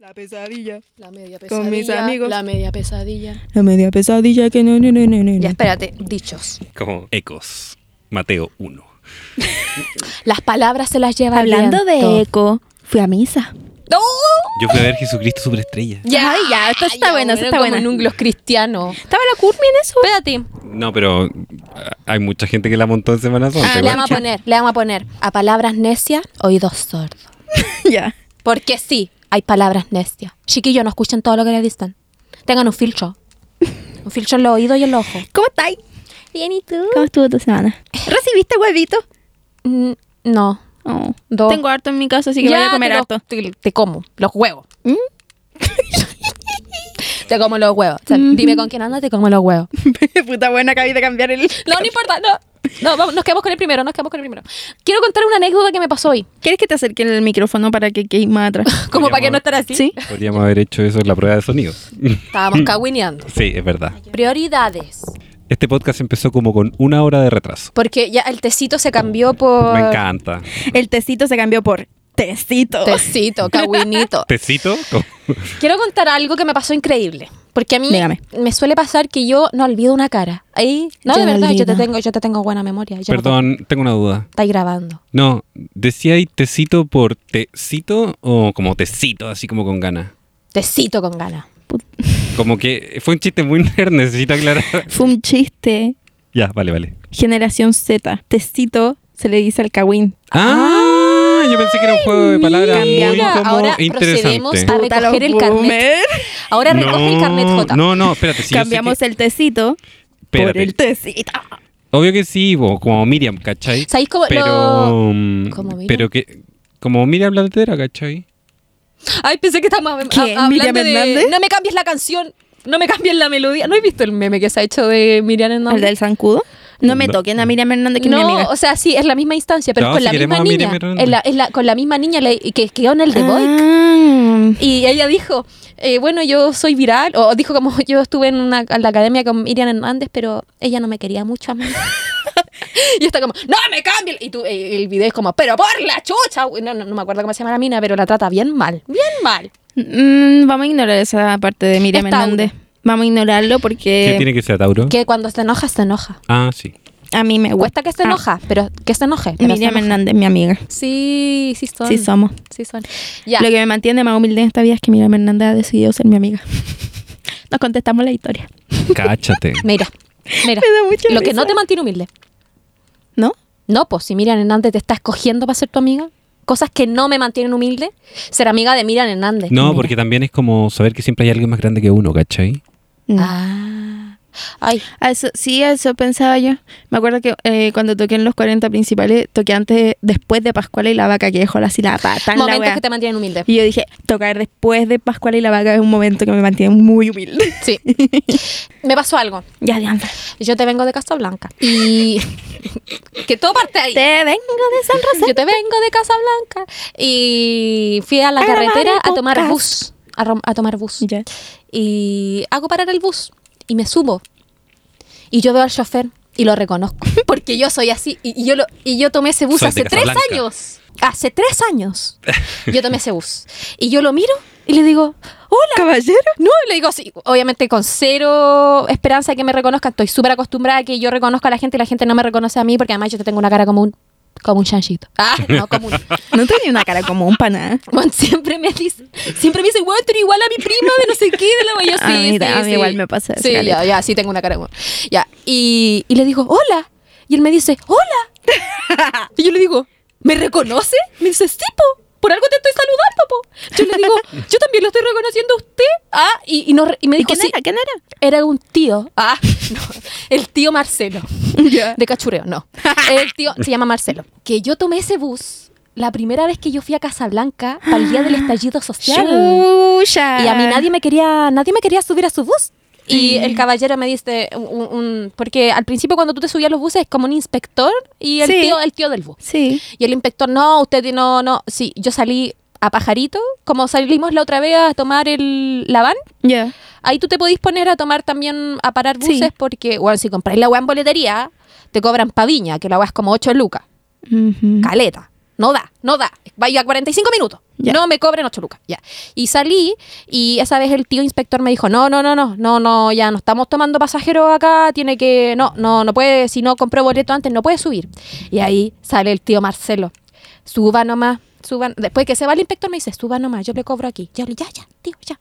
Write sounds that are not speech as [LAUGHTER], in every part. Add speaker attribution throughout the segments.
Speaker 1: La pesadilla.
Speaker 2: La media pesadilla.
Speaker 1: Con mis amigos.
Speaker 2: La media pesadilla.
Speaker 1: La media pesadilla que no, no, no, no, no.
Speaker 2: Ya, espérate, dichos.
Speaker 3: Como Ecos, Mateo 1.
Speaker 2: Las palabras se las lleva el
Speaker 4: Hablando de
Speaker 2: viento.
Speaker 4: eco, fui a misa.
Speaker 2: ¡No!
Speaker 3: Yo fui a ver Jesucristo Superestrella.
Speaker 4: Ya, ya, esto está bueno, esto está
Speaker 2: como
Speaker 4: bueno.
Speaker 2: en un gloss cristiano.
Speaker 4: ¿Estaba la Curmi en eso?
Speaker 2: Espérate.
Speaker 3: No, pero ah, hay mucha gente que la montó en Semana Santa.
Speaker 2: Ah, le
Speaker 3: igual.
Speaker 2: vamos a poner, le vamos a poner a palabras necias, oídos sordos.
Speaker 4: [LAUGHS] ya.
Speaker 2: Porque sí, hay palabras necias. Chiquillos, no escuchen todo lo que les dicen. Tengan un filtro. Un filtro en los oídos y en los ojos.
Speaker 4: ¿Cómo estáis?
Speaker 2: Bien, ¿y tú?
Speaker 4: ¿Cómo estuvo tu semana? ¿Recibiste huevito?
Speaker 2: Mm, No.
Speaker 4: Oh.
Speaker 2: Dos.
Speaker 4: Tengo harto en mi casa, así que voy a comer
Speaker 2: te lo- [LAUGHS]
Speaker 4: harto.
Speaker 2: Te, te como los huevos. [LAUGHS] te como los huevos. O sea, Dime con quién andas, te como los huevos.
Speaker 4: Puta buena, acabé de cambiar el...
Speaker 2: No, no importa. No, no vamos, nos quedamos con el primero, nos quedamos con el primero. Quiero contar una anécdota que me pasó hoy.
Speaker 4: ¿Quieres que te acerque el micrófono para que quede más
Speaker 2: [LAUGHS]
Speaker 4: atrás?
Speaker 2: Como
Speaker 3: Oye,
Speaker 2: para que
Speaker 3: amor.
Speaker 2: no estar así.
Speaker 4: ¿Sí?
Speaker 3: Podríamos haber hecho eso en la prueba de sonido. [LAUGHS]
Speaker 2: Estábamos
Speaker 3: Mm.
Speaker 2: caguineando.
Speaker 3: Sí, es verdad.
Speaker 2: Prioridades.
Speaker 3: Este podcast empezó como con una hora de retraso.
Speaker 2: Porque ya el tecito se cambió por...
Speaker 3: Me encanta.
Speaker 4: El tecito se cambió por tecito.
Speaker 2: [LAUGHS] Tecito, caguinito.
Speaker 3: ¿Tecito?
Speaker 2: [LAUGHS]
Speaker 3: Como-
Speaker 2: Quiero contar algo que me pasó increíble. Porque a mí
Speaker 4: Dígame.
Speaker 2: me suele pasar que yo no olvido una cara. Ahí, no,
Speaker 4: Yo
Speaker 2: de
Speaker 4: no
Speaker 2: verdad, yo te
Speaker 4: olvido.
Speaker 2: tengo, yo te tengo buena memoria. Yo no te-
Speaker 3: Perdón, tengo una duda.
Speaker 2: estáis grabando.
Speaker 3: No, ¿decía ahí tecito por tecito o como tecito, así como con ganas?
Speaker 2: Te cito con ganas.
Speaker 3: Como que fue un chiste muy [LAUGHS] nerd, necesito aclarar. [LAUGHS]
Speaker 4: Fue un chiste.
Speaker 3: ya, vale, vale.
Speaker 4: Generación Z. Tecito se le dice al cagüín.
Speaker 3: Ah, yo pensé que era un juego de palabras
Speaker 4: mira,
Speaker 3: muy como
Speaker 2: ahora procedemos
Speaker 3: interesante.
Speaker 2: a
Speaker 4: Puta
Speaker 2: recoger
Speaker 4: los
Speaker 2: el carnet.
Speaker 4: boomer.
Speaker 2: Ahora recoge el carnet J.
Speaker 3: No, no, espérate. sí, yo sé
Speaker 4: Cambiamos
Speaker 3: que-
Speaker 4: el tecito por
Speaker 3: espérate.
Speaker 4: el tecito.
Speaker 3: Obvio que sí, bo, como Miriam, ¿cachai?
Speaker 2: ¿Sabéis cómo
Speaker 3: Pero.
Speaker 2: lo-
Speaker 3: mm,
Speaker 2: ¿Cómo Miriam?
Speaker 3: Pero que. Como Miriam Blandera, ¿cachai?
Speaker 2: Ay, pensé que estábamos hab-
Speaker 4: ¿Qué?
Speaker 2: hab- hablando
Speaker 4: ¿Miriam
Speaker 2: de...
Speaker 4: Hernández?
Speaker 2: No me cambies la canción, no me cambies la melodía. ¿No he visto el meme que se ha hecho de Miriam
Speaker 4: ¿El
Speaker 2: Hernández?
Speaker 4: del zancudo? No me
Speaker 3: No.
Speaker 4: toquen a Miriam Hernández, que es mi
Speaker 2: No,
Speaker 4: amiga.
Speaker 2: o sea, sí, es la misma instancia, pero
Speaker 3: No,
Speaker 2: con
Speaker 3: si
Speaker 2: la
Speaker 3: queremos
Speaker 2: misma
Speaker 3: a Miriam
Speaker 2: niña.
Speaker 3: Hernández.
Speaker 2: Es la- es la- con la misma niña le- que quedó en el The Voice.
Speaker 4: Ah.
Speaker 2: Y ella dijo, eh, bueno, yo soy viral, o dijo como [LAUGHS] yo estuve en, una, en la academia con Miriam Hernández, pero ella no me quería mucho a mí. [LAUGHS] y está como, no me cambie. Y tú, eh, el video es como, pero por la chucha. güey". No, no, no me acuerdo cómo se llama la mina, pero la trata bien mal, bien mal.
Speaker 4: Mm, vamos a ignorar esa parte de Miriam
Speaker 2: Es Tauro.
Speaker 4: Hernández. Vamos a ignorarlo
Speaker 3: ¿Qué
Speaker 2: Eh,
Speaker 4: porque
Speaker 3: tiene que ser Tauro?
Speaker 2: Que cuando se enoja, se enoja.
Speaker 3: Ah,
Speaker 2: [LAUGHS]
Speaker 3: sí.
Speaker 4: a mí me gusta.
Speaker 2: Cuesta que se
Speaker 4: Ah.
Speaker 2: enoja, pero que se enoje. pero se
Speaker 4: Miriam
Speaker 2: enoja.
Speaker 4: Hernández, mi amiga.
Speaker 2: Sí, sí son.
Speaker 4: Sí somos.
Speaker 2: Sí son. Ya.
Speaker 4: Lo que me mantiene más humilde en esta vida es que Miriam Hernández ha decidido ser
Speaker 2: [LAUGHS]
Speaker 4: mi amiga. Nos contestamos la historia.
Speaker 3: Cáchate.
Speaker 2: Mira, mira.
Speaker 4: [LAUGHS] Me da mucha
Speaker 2: Lo que
Speaker 4: risa.
Speaker 2: no te mantiene humilde.
Speaker 4: ¿No?
Speaker 2: No, pues si Miriam Hernández te está escogiendo para ser tu amiga, cosas que no me mantienen humilde, ser amiga de Miriam Hernández.
Speaker 3: No,
Speaker 2: Mira.
Speaker 3: porque también es como saber que siempre hay alguien más grande que uno, ¿cachai?
Speaker 2: Ah. Ay,
Speaker 4: A Eso, sí, a eso pensaba yo. Me acuerdo que eh, cuando toqué en los 40 principales, toqué antes, después de Pascuala y la vaca, que dejó así la pata en la
Speaker 2: momentos
Speaker 4: wea.
Speaker 2: que te mantienen
Speaker 4: [LAUGHS]
Speaker 2: humilde.
Speaker 4: Y yo dije, tocar después de Pascuala y la vaca es un momento que me mantiene muy humilde.
Speaker 2: Sí. me pasó algo.
Speaker 4: ya, Diana.
Speaker 2: Yo te vengo de Casablanca. Y. [LAUGHS] que todo parte ahí.
Speaker 4: Te vengo de San Rosario.
Speaker 2: Yo te vengo de Casablanca. Y fui a la
Speaker 4: A grabar
Speaker 2: carretera
Speaker 4: el
Speaker 2: a tomar
Speaker 4: podcast.
Speaker 2: bus. A, rom- a tomar bus.
Speaker 4: Ya.
Speaker 2: Y hago parar el bus y me subo. Y yo veo al chofer y lo
Speaker 3: [LAUGHS]
Speaker 2: reconozco. Porque yo soy así. Y, y yo, lo, y yo tomé ese bus
Speaker 3: Soy de
Speaker 2: hace tres
Speaker 3: Casablanca.
Speaker 2: años. Hace tres
Speaker 3: [LAUGHS]
Speaker 2: años. Yo tomé ese bus. Y yo lo miro y le digo, hola.
Speaker 4: Caballero.
Speaker 2: No, y le digo así, obviamente con cero esperanza de que me reconozcan. Estoy súper acostumbrada a que yo reconozca a la gente y la gente no me reconoce a mí porque además yo te tengo una cara como un, como un chanchito. Ah, no, como un...
Speaker 4: No tenía una cara como un paná.
Speaker 2: [LAUGHS] Bueno, siempre me dice, siempre me dice, weón, tú eres igual a mi prima de no sé qué, de la yo
Speaker 4: A
Speaker 2: sí,
Speaker 4: mí
Speaker 2: sí,
Speaker 4: ta- Ah, a mí
Speaker 2: sí".
Speaker 4: igual me pasa eso,
Speaker 2: Sí, ya,
Speaker 4: caleta.
Speaker 2: ya, sí tengo una cara de weón. Ya, y, y le digo, hola. Y él me dice, hola.
Speaker 4: [LAUGHS]
Speaker 2: Y yo le digo, ¿me reconoce? Me dice, sí, po, por algo te estoy saludando, po. Yo le
Speaker 4: [LAUGHS]
Speaker 2: digo, yo también lo estoy reconociendo a usted. Ah, y, y, no re- y me
Speaker 4: ¿Y
Speaker 2: dijo,
Speaker 4: quién
Speaker 2: sí,
Speaker 4: era? ¿Quién era?
Speaker 2: era un tío. [LAUGHS] Ah, no, el tío Marcelo. De cachureo, no. El tío se llama Marcelo. Que yo tomé ese bus la primera vez que yo fui a Casablanca para el día del estallido social.
Speaker 4: Chucha.
Speaker 2: Y a mí nadie me quería, nadie me quería subir a su bus. Y el caballero me dice un, un- un- porque al principio cuando tú te subías a los buses es como un inspector y el
Speaker 4: Sí.
Speaker 2: tío, el tío del bus.
Speaker 4: Sí.
Speaker 2: Y el inspector, no, usted no, no, sí, yo salí a pajarito, como salimos la otra vez a tomar el la van,
Speaker 4: Ya.
Speaker 2: Ahí tú te podís poner a tomar también, a parar buses,
Speaker 4: Sí.
Speaker 2: porque, bueno, si compráis la weá en boletería, te cobran paviña, que la weá es como 8 lucas,
Speaker 4: Ujú.
Speaker 2: caleta. No da, no da. Vaya a 45 minutos.
Speaker 4: Ya.
Speaker 2: No me cobren 8 lucas. Ya. Y salí y esa vez el tío inspector me dijo, no, no, no, no, no, no, ya no estamos tomando pasajeros acá, tiene que, no, no, no puede, si no compró boleto antes, no puede subir. Y ahí sale el tío Marcelo. Suba nomás, suba. Después que se va el inspector me dice, suba nomás, yo le cobro aquí. Yo le, ya, ya, tío,
Speaker 4: [LAUGHS]
Speaker 2: ya.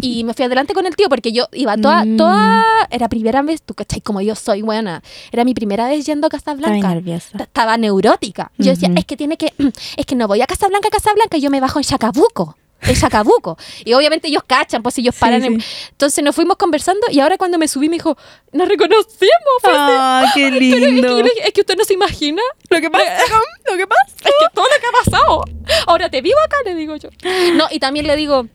Speaker 2: y me fui adelante con el tío porque yo iba toda,
Speaker 4: Mm.
Speaker 2: toda, era primera vez, tú cachai, como yo soy buena, era mi primera vez yendo a Casablanca.
Speaker 4: Estaba nerviosa.
Speaker 2: Ta- estaba neurótica. Yo decía,
Speaker 4: Ujú.
Speaker 2: es que tiene que, [CLEARS THROAT] es que no voy a Casablanca, Casablanca, yo me bajo en Chacabuco. En Chacabuco. Y obviamente ellos cachan, pues ellos paran. en- Entonces nos fuimos conversando y ahora cuando me subí me dijo, nos reconocemos. fue así.
Speaker 4: ¡Ah, qué
Speaker 2: [LAUGHS] Pero es que, yo
Speaker 4: lindo!
Speaker 2: le dije, "Es que usted no se imagina
Speaker 4: Lo
Speaker 2: [LAUGHS]
Speaker 4: que pasa, lo que pasa.
Speaker 2: es que todo lo que ha pasado. Ahora te vivo acá, le digo yo. No, y también le digo,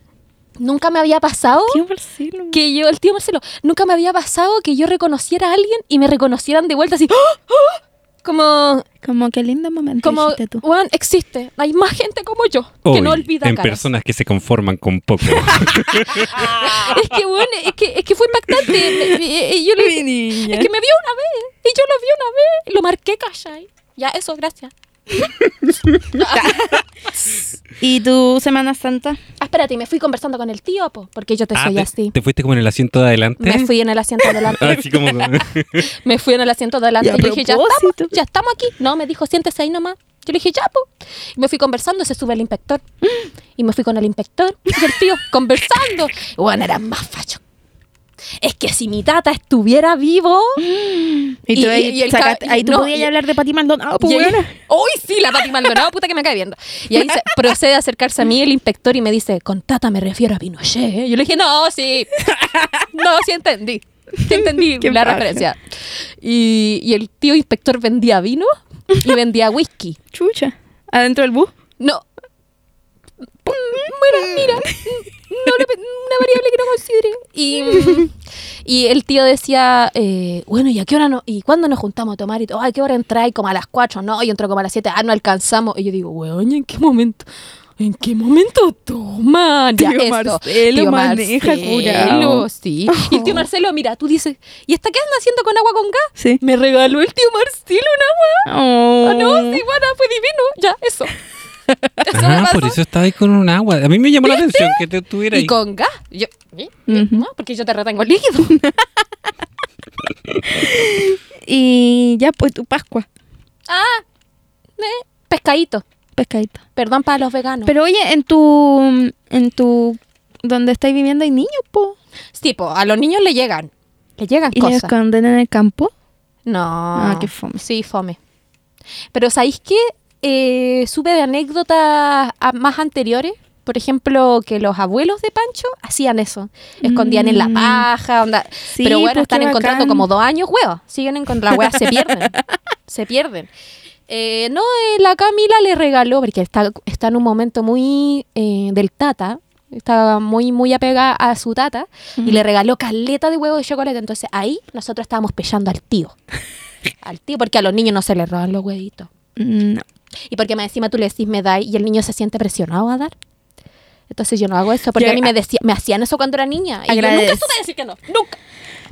Speaker 2: nunca me había pasado
Speaker 4: Qué Marcelo.
Speaker 2: que yo, el tío Marcelo, nunca me había pasado que yo reconociera a alguien y me reconocieran de vuelta así. [GASPS] ¡Ah! ¡Ah! Como,
Speaker 4: Como qué lindo momento
Speaker 2: como,
Speaker 4: hiciste tú.
Speaker 2: weón, existe. Hay más gente como yo que
Speaker 3: Hoy,
Speaker 2: no olvida
Speaker 3: en
Speaker 2: caras.
Speaker 3: personas que se conforman con poco.
Speaker 2: Es que, weón, es que, es que fue impactante. [LAUGHS] Me- me- y yo le- es que me vio una vez y yo lo vi una vez y lo marqué, ¿cachai? Ya, eso, gracias.
Speaker 4: ¿Y tu Semana Santa?
Speaker 2: Ah, espérate, y me fui conversando con el tío, po, porque yo te
Speaker 3: Ah,
Speaker 2: soy
Speaker 3: te, [LAUGHS]
Speaker 2: así.
Speaker 3: te fuiste como en el asiento de adelante?
Speaker 2: Me fui en el asiento
Speaker 3: [LAUGHS]
Speaker 2: delante.
Speaker 3: Así
Speaker 2: [LAUGHS]
Speaker 3: como...
Speaker 2: Me fui en el asiento de
Speaker 4: Y
Speaker 2: adelante
Speaker 4: a
Speaker 2: y le dije, ya estamos,
Speaker 4: propósito.
Speaker 2: ya estamos aquí. No, me dijo, siéntese ahí nomás. Yo le dije, ya, po. Y me fui conversando, se sube el inspector. Y me fui con el inspector y el tío conversando. Bueno, eran más fachos. Es que si mi tata estuviera vivo.
Speaker 4: Y,
Speaker 2: Y-
Speaker 4: tú ahí,
Speaker 2: y- y el
Speaker 4: sacaste-
Speaker 2: ca-
Speaker 4: ahí tú
Speaker 2: no,
Speaker 4: podías
Speaker 2: y-
Speaker 4: hablar de Pati Maldonado, pues
Speaker 2: y ahí-
Speaker 4: weona.
Speaker 2: ¡Uy, sí! La Pati Maldonado, puta que me cae viendo. Y
Speaker 4: [LAUGHS]
Speaker 2: ahí se- procede a acercarse a mí el inspector y me dice, con tata me refiero a Pinochet. ¿eh?". Yo le dije, no, sí. No, sí entendí. Sí entendí
Speaker 4: Qué
Speaker 2: la
Speaker 4: paja.
Speaker 2: referencia. Y, y el tío inspector vendía vino y vendía whisky.
Speaker 4: Chucha. Adentro del bus.
Speaker 2: No. Bueno, mira, no le- una variable que no consideré. Y, y el tío decía, eh, bueno, ¿y a qué hora no? ¿Y cuándo nos juntamos a tomar? Y todo, "Ay, ¿a qué hora entráis? Como a las 4, no, yo entro como a las 7, ah, no alcanzamos. Y yo digo, weón, ¿y ¿en qué momento? ¿En qué momento toman? Ya,
Speaker 4: Tío
Speaker 2: eso.
Speaker 4: Marcelo maneja curao.
Speaker 2: sí. Y el tío Marcelo, mira, tú dices, ¿y esta qué andan haciendo con agua con gas?
Speaker 4: Sí.
Speaker 2: Me regaló el tío Marcelo una weá.
Speaker 4: Oh.
Speaker 2: Ah, no, sí, bueno, fue divino. Ya, eso.
Speaker 4: [LAUGHS]
Speaker 2: Eso me
Speaker 3: ah,
Speaker 2: pasó.
Speaker 3: por eso estaba ahí con un agua. A mí me llamó la atención que te estuviera ahí.
Speaker 2: Y con gas. Yo, ¿eh?
Speaker 4: Ujú.
Speaker 2: No, porque yo te retengo el líquido.
Speaker 4: Y ya, pues tu Pascua.
Speaker 2: ah, eh, pescadito.
Speaker 4: Pescadito.
Speaker 2: Perdón para los veganos.
Speaker 4: Pero oye, en tu. En tu. Donde estáis viviendo hay niños, po.
Speaker 2: sí, po, a los niños le llegan. Le llegan
Speaker 4: Y los
Speaker 2: cosas.
Speaker 4: esconden en el campo.
Speaker 2: No. Ah,
Speaker 4: qué fome.
Speaker 2: Sí, fome. Pero ¿sabéis qué? Eh, supe de anécdotas ah, más anteriores. Por ejemplo, que los abuelos de Pancho hacían eso. Escondían en la
Speaker 4: Mm.
Speaker 2: paja, onda.
Speaker 4: Sí,
Speaker 2: Pero
Speaker 4: pues, qué
Speaker 2: bueno, están encontrando
Speaker 4: bacán.
Speaker 2: como dos años huevos. Siguen encontrando, las huevas se
Speaker 4: [LAUGHS]
Speaker 2: pierden. se pierden. Eh, no, eh, la Camila le regaló, porque está, está en un momento muy eh, del tata, está muy, muy apegada a su tata, y le regaló caleta de huevos de chocolate. Entonces ahí nosotros estábamos pellando al tío.
Speaker 4: [LAUGHS]
Speaker 2: Al tío, porque a los niños no se les roban los huevitos.
Speaker 4: No.
Speaker 2: Y porque más encima tú le decís me da y el niño se siente presionado a dar. Entonces yo no hago eso, porque
Speaker 4: Ya,
Speaker 2: a mí me, decía, me hacían eso cuando era niña. Y yo
Speaker 4: Agradece.
Speaker 2: nunca supe decir que no, nunca.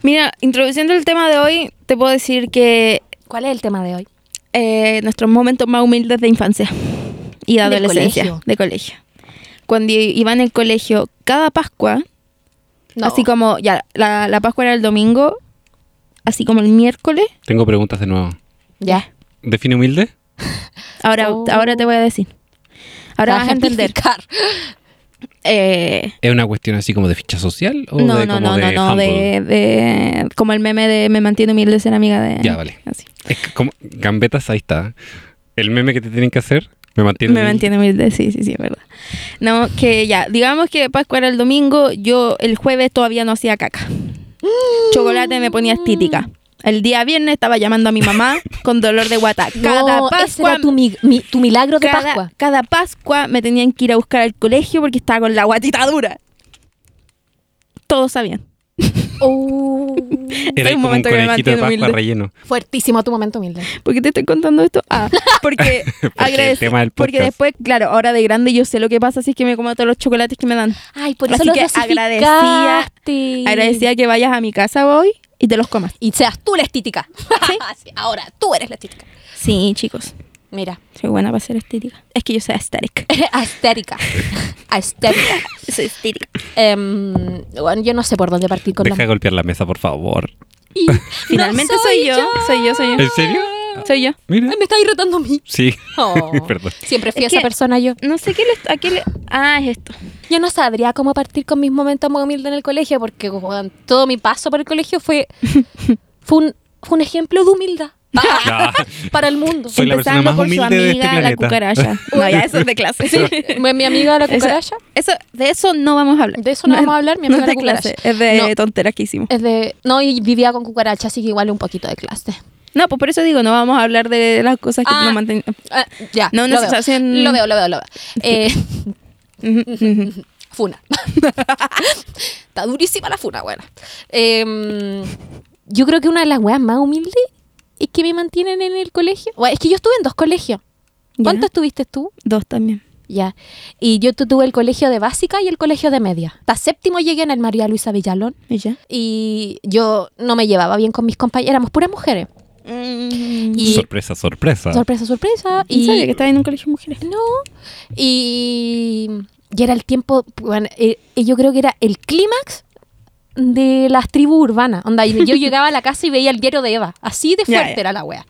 Speaker 4: Mira, introduciendo el tema de hoy, te puedo decir que
Speaker 2: ¿Cuál es el tema de hoy?
Speaker 4: eh, nuestros momentos más humildes de infancia y de
Speaker 2: De
Speaker 4: adolescencia, de colegio.
Speaker 2: colegio.
Speaker 4: Cuando i- iba en el colegio, cada Pascua,
Speaker 2: No.
Speaker 4: así como ya la, la Pascua era el domingo, así como el miércoles,
Speaker 3: Tengo preguntas de nuevo.
Speaker 2: Ya.
Speaker 3: ¿Define humilde?
Speaker 4: ahora,
Speaker 2: Oh.
Speaker 4: ahora te voy a decir. Ahora vas a entender. [LAUGHS] Eh,
Speaker 3: ¿Es una cuestión así como de ficha social? O
Speaker 4: no,
Speaker 3: Oh, de,
Speaker 4: no,
Speaker 3: como
Speaker 4: no, no,
Speaker 3: de
Speaker 4: no,
Speaker 3: humble?
Speaker 4: de, de- como el meme de me mantiene humilde ser amiga de...
Speaker 3: Ya, vale.
Speaker 4: así.
Speaker 3: Es que como, gambetas, ahí está. El meme que te tienen que hacer, me mantiene.
Speaker 4: Me mantiene humilde, sí, sí, sí, es verdad. No, que ya, digamos que Pascua era el domingo, yo el jueves todavía no
Speaker 2: [GASPS]
Speaker 4: hacía caca. Chocolate me ponía estítica. El día viernes estaba llamando a
Speaker 2: [LAUGHS]
Speaker 4: mi mamá con dolor de guata. Cada
Speaker 2: no, ese
Speaker 4: Pascua...
Speaker 2: era tu, mi- mi- tu milagro de
Speaker 4: cada,
Speaker 2: Pascua.
Speaker 4: cada Pascua me tenían que ir a buscar al colegio porque estaba con la guatita dura. Todos sabían.
Speaker 2: Oh. [LAUGHS]
Speaker 3: Era ahí como
Speaker 4: Hay un
Speaker 3: un
Speaker 4: momento que me
Speaker 3: conejito de
Speaker 4: mantiene
Speaker 3: Pascua
Speaker 4: humilde.
Speaker 3: relleno.
Speaker 2: Fuertísimo tu momento humilde.
Speaker 4: ¿Por qué te estoy contando esto?
Speaker 2: [LAUGHS]
Speaker 4: Ah, porque,
Speaker 3: Porque
Speaker 4: agradece-
Speaker 3: el tema del
Speaker 4: porque
Speaker 3: podcast.
Speaker 4: después, claro, ahora de grande yo sé lo que pasa si es que me como todos los chocolates que me dan.
Speaker 2: Ay, por
Speaker 4: Así
Speaker 2: eso lo
Speaker 4: que agradecía-
Speaker 2: dosificaste.
Speaker 4: Agradecida que vayas a mi casa hoy y te los comas.
Speaker 2: [LAUGHS] Y seas tú la estítica.
Speaker 4: Sí.
Speaker 2: Ahora, tú eres la estítica.
Speaker 4: Sí, chicos.
Speaker 2: Mira,
Speaker 4: Soy buena para ser estética. Es que yo soy estética.
Speaker 2: [LAUGHS] aestérica. aestérica.
Speaker 4: [LAUGHS] Soy estética.
Speaker 2: Em, bueno, yo no sé por dónde partir con
Speaker 3: Deja de
Speaker 2: la...
Speaker 3: golpear la mesa, por favor.
Speaker 2: Y-
Speaker 4: [LAUGHS] Finalmente
Speaker 2: No
Speaker 4: soy yo. Soy yo, soy yo.
Speaker 3: ¿En serio?
Speaker 4: Soy yo.
Speaker 3: Mira.
Speaker 2: Ay, me estáis retando a
Speaker 4: [LAUGHS]
Speaker 2: mí.
Speaker 3: Sí.
Speaker 2: Oh.
Speaker 3: [LAUGHS] Perdón.
Speaker 2: Siempre fui
Speaker 4: Es
Speaker 2: esa
Speaker 4: que-
Speaker 2: persona yo.
Speaker 4: No sé qué le, a qué le... Ah, es esto.
Speaker 2: Yo no sabría cómo partir con mis momentos más humildes en el colegio, porque weón, todo mi paso por el colegio
Speaker 4: [LAUGHS]
Speaker 2: fue, fue, un, fue un ejemplo de humildad
Speaker 3: [LAUGHS] Ah.
Speaker 2: para el mundo.
Speaker 3: Soy la persona
Speaker 4: Empezando
Speaker 3: más
Speaker 4: por su
Speaker 3: humilde de este
Speaker 4: amiga, la
Speaker 3: planeta.
Speaker 4: cucaracha.
Speaker 2: [LAUGHS]
Speaker 4: No, ya, eso es de clase. [LAUGHS]
Speaker 2: Mi, mi amiga la
Speaker 4: Eso-
Speaker 2: cucaracha,
Speaker 4: Eso, de eso no vamos a hablar.
Speaker 2: De eso no vamos a hablar, mi
Speaker 4: no
Speaker 2: amiga
Speaker 4: es de
Speaker 2: la cucaracha.
Speaker 4: clase, es de
Speaker 2: No. Eh.
Speaker 4: tonteras que hicimos.
Speaker 2: es de. No, y vivía con cucaracha, así que igual un poquito de clase.
Speaker 4: No, pues por eso digo, no vamos a hablar de las cosas que
Speaker 2: Ah.
Speaker 4: no manten...
Speaker 2: Ah, ya.
Speaker 4: No,
Speaker 2: lo,
Speaker 4: una
Speaker 2: veo.
Speaker 4: sensación-
Speaker 2: lo veo, lo veo, lo veo. Eh, [LAUGHS]
Speaker 4: Ujú, ujú.
Speaker 2: funa. [LAUGHS] Está durísima la funa, bueno. Em, yo creo que una de las weas más humildes es que me mantienen en el colegio. Bueno, es que yo estuve en dos colegios.
Speaker 4: Ya.
Speaker 2: ¿Cuánto estuviste tú?
Speaker 4: Dos también.
Speaker 2: Ya. Y yo tu- tuve el colegio de básica y el colegio de media. Hasta séptimo llegué en el María Luisa Villalón
Speaker 4: ¿Y ya?
Speaker 2: y yo no me llevaba bien con mis compañeras. Éramos puras mujeres. Y-
Speaker 3: Sorpresa, sorpresa.
Speaker 2: Sorpresa, sorpresa.
Speaker 4: Y
Speaker 2: Mm, Y
Speaker 4: sabía que estaba en un colegio de mujeres.
Speaker 2: No. Y, y era el tiempo, bueno, eh, eh, yo creo que era el clímax de las tribus urbanas. Onda, yo yo llegaba a la casa y veía el diario de Eva. Así de
Speaker 4: Ya,
Speaker 2: fuerte
Speaker 4: ya.
Speaker 2: era la wea.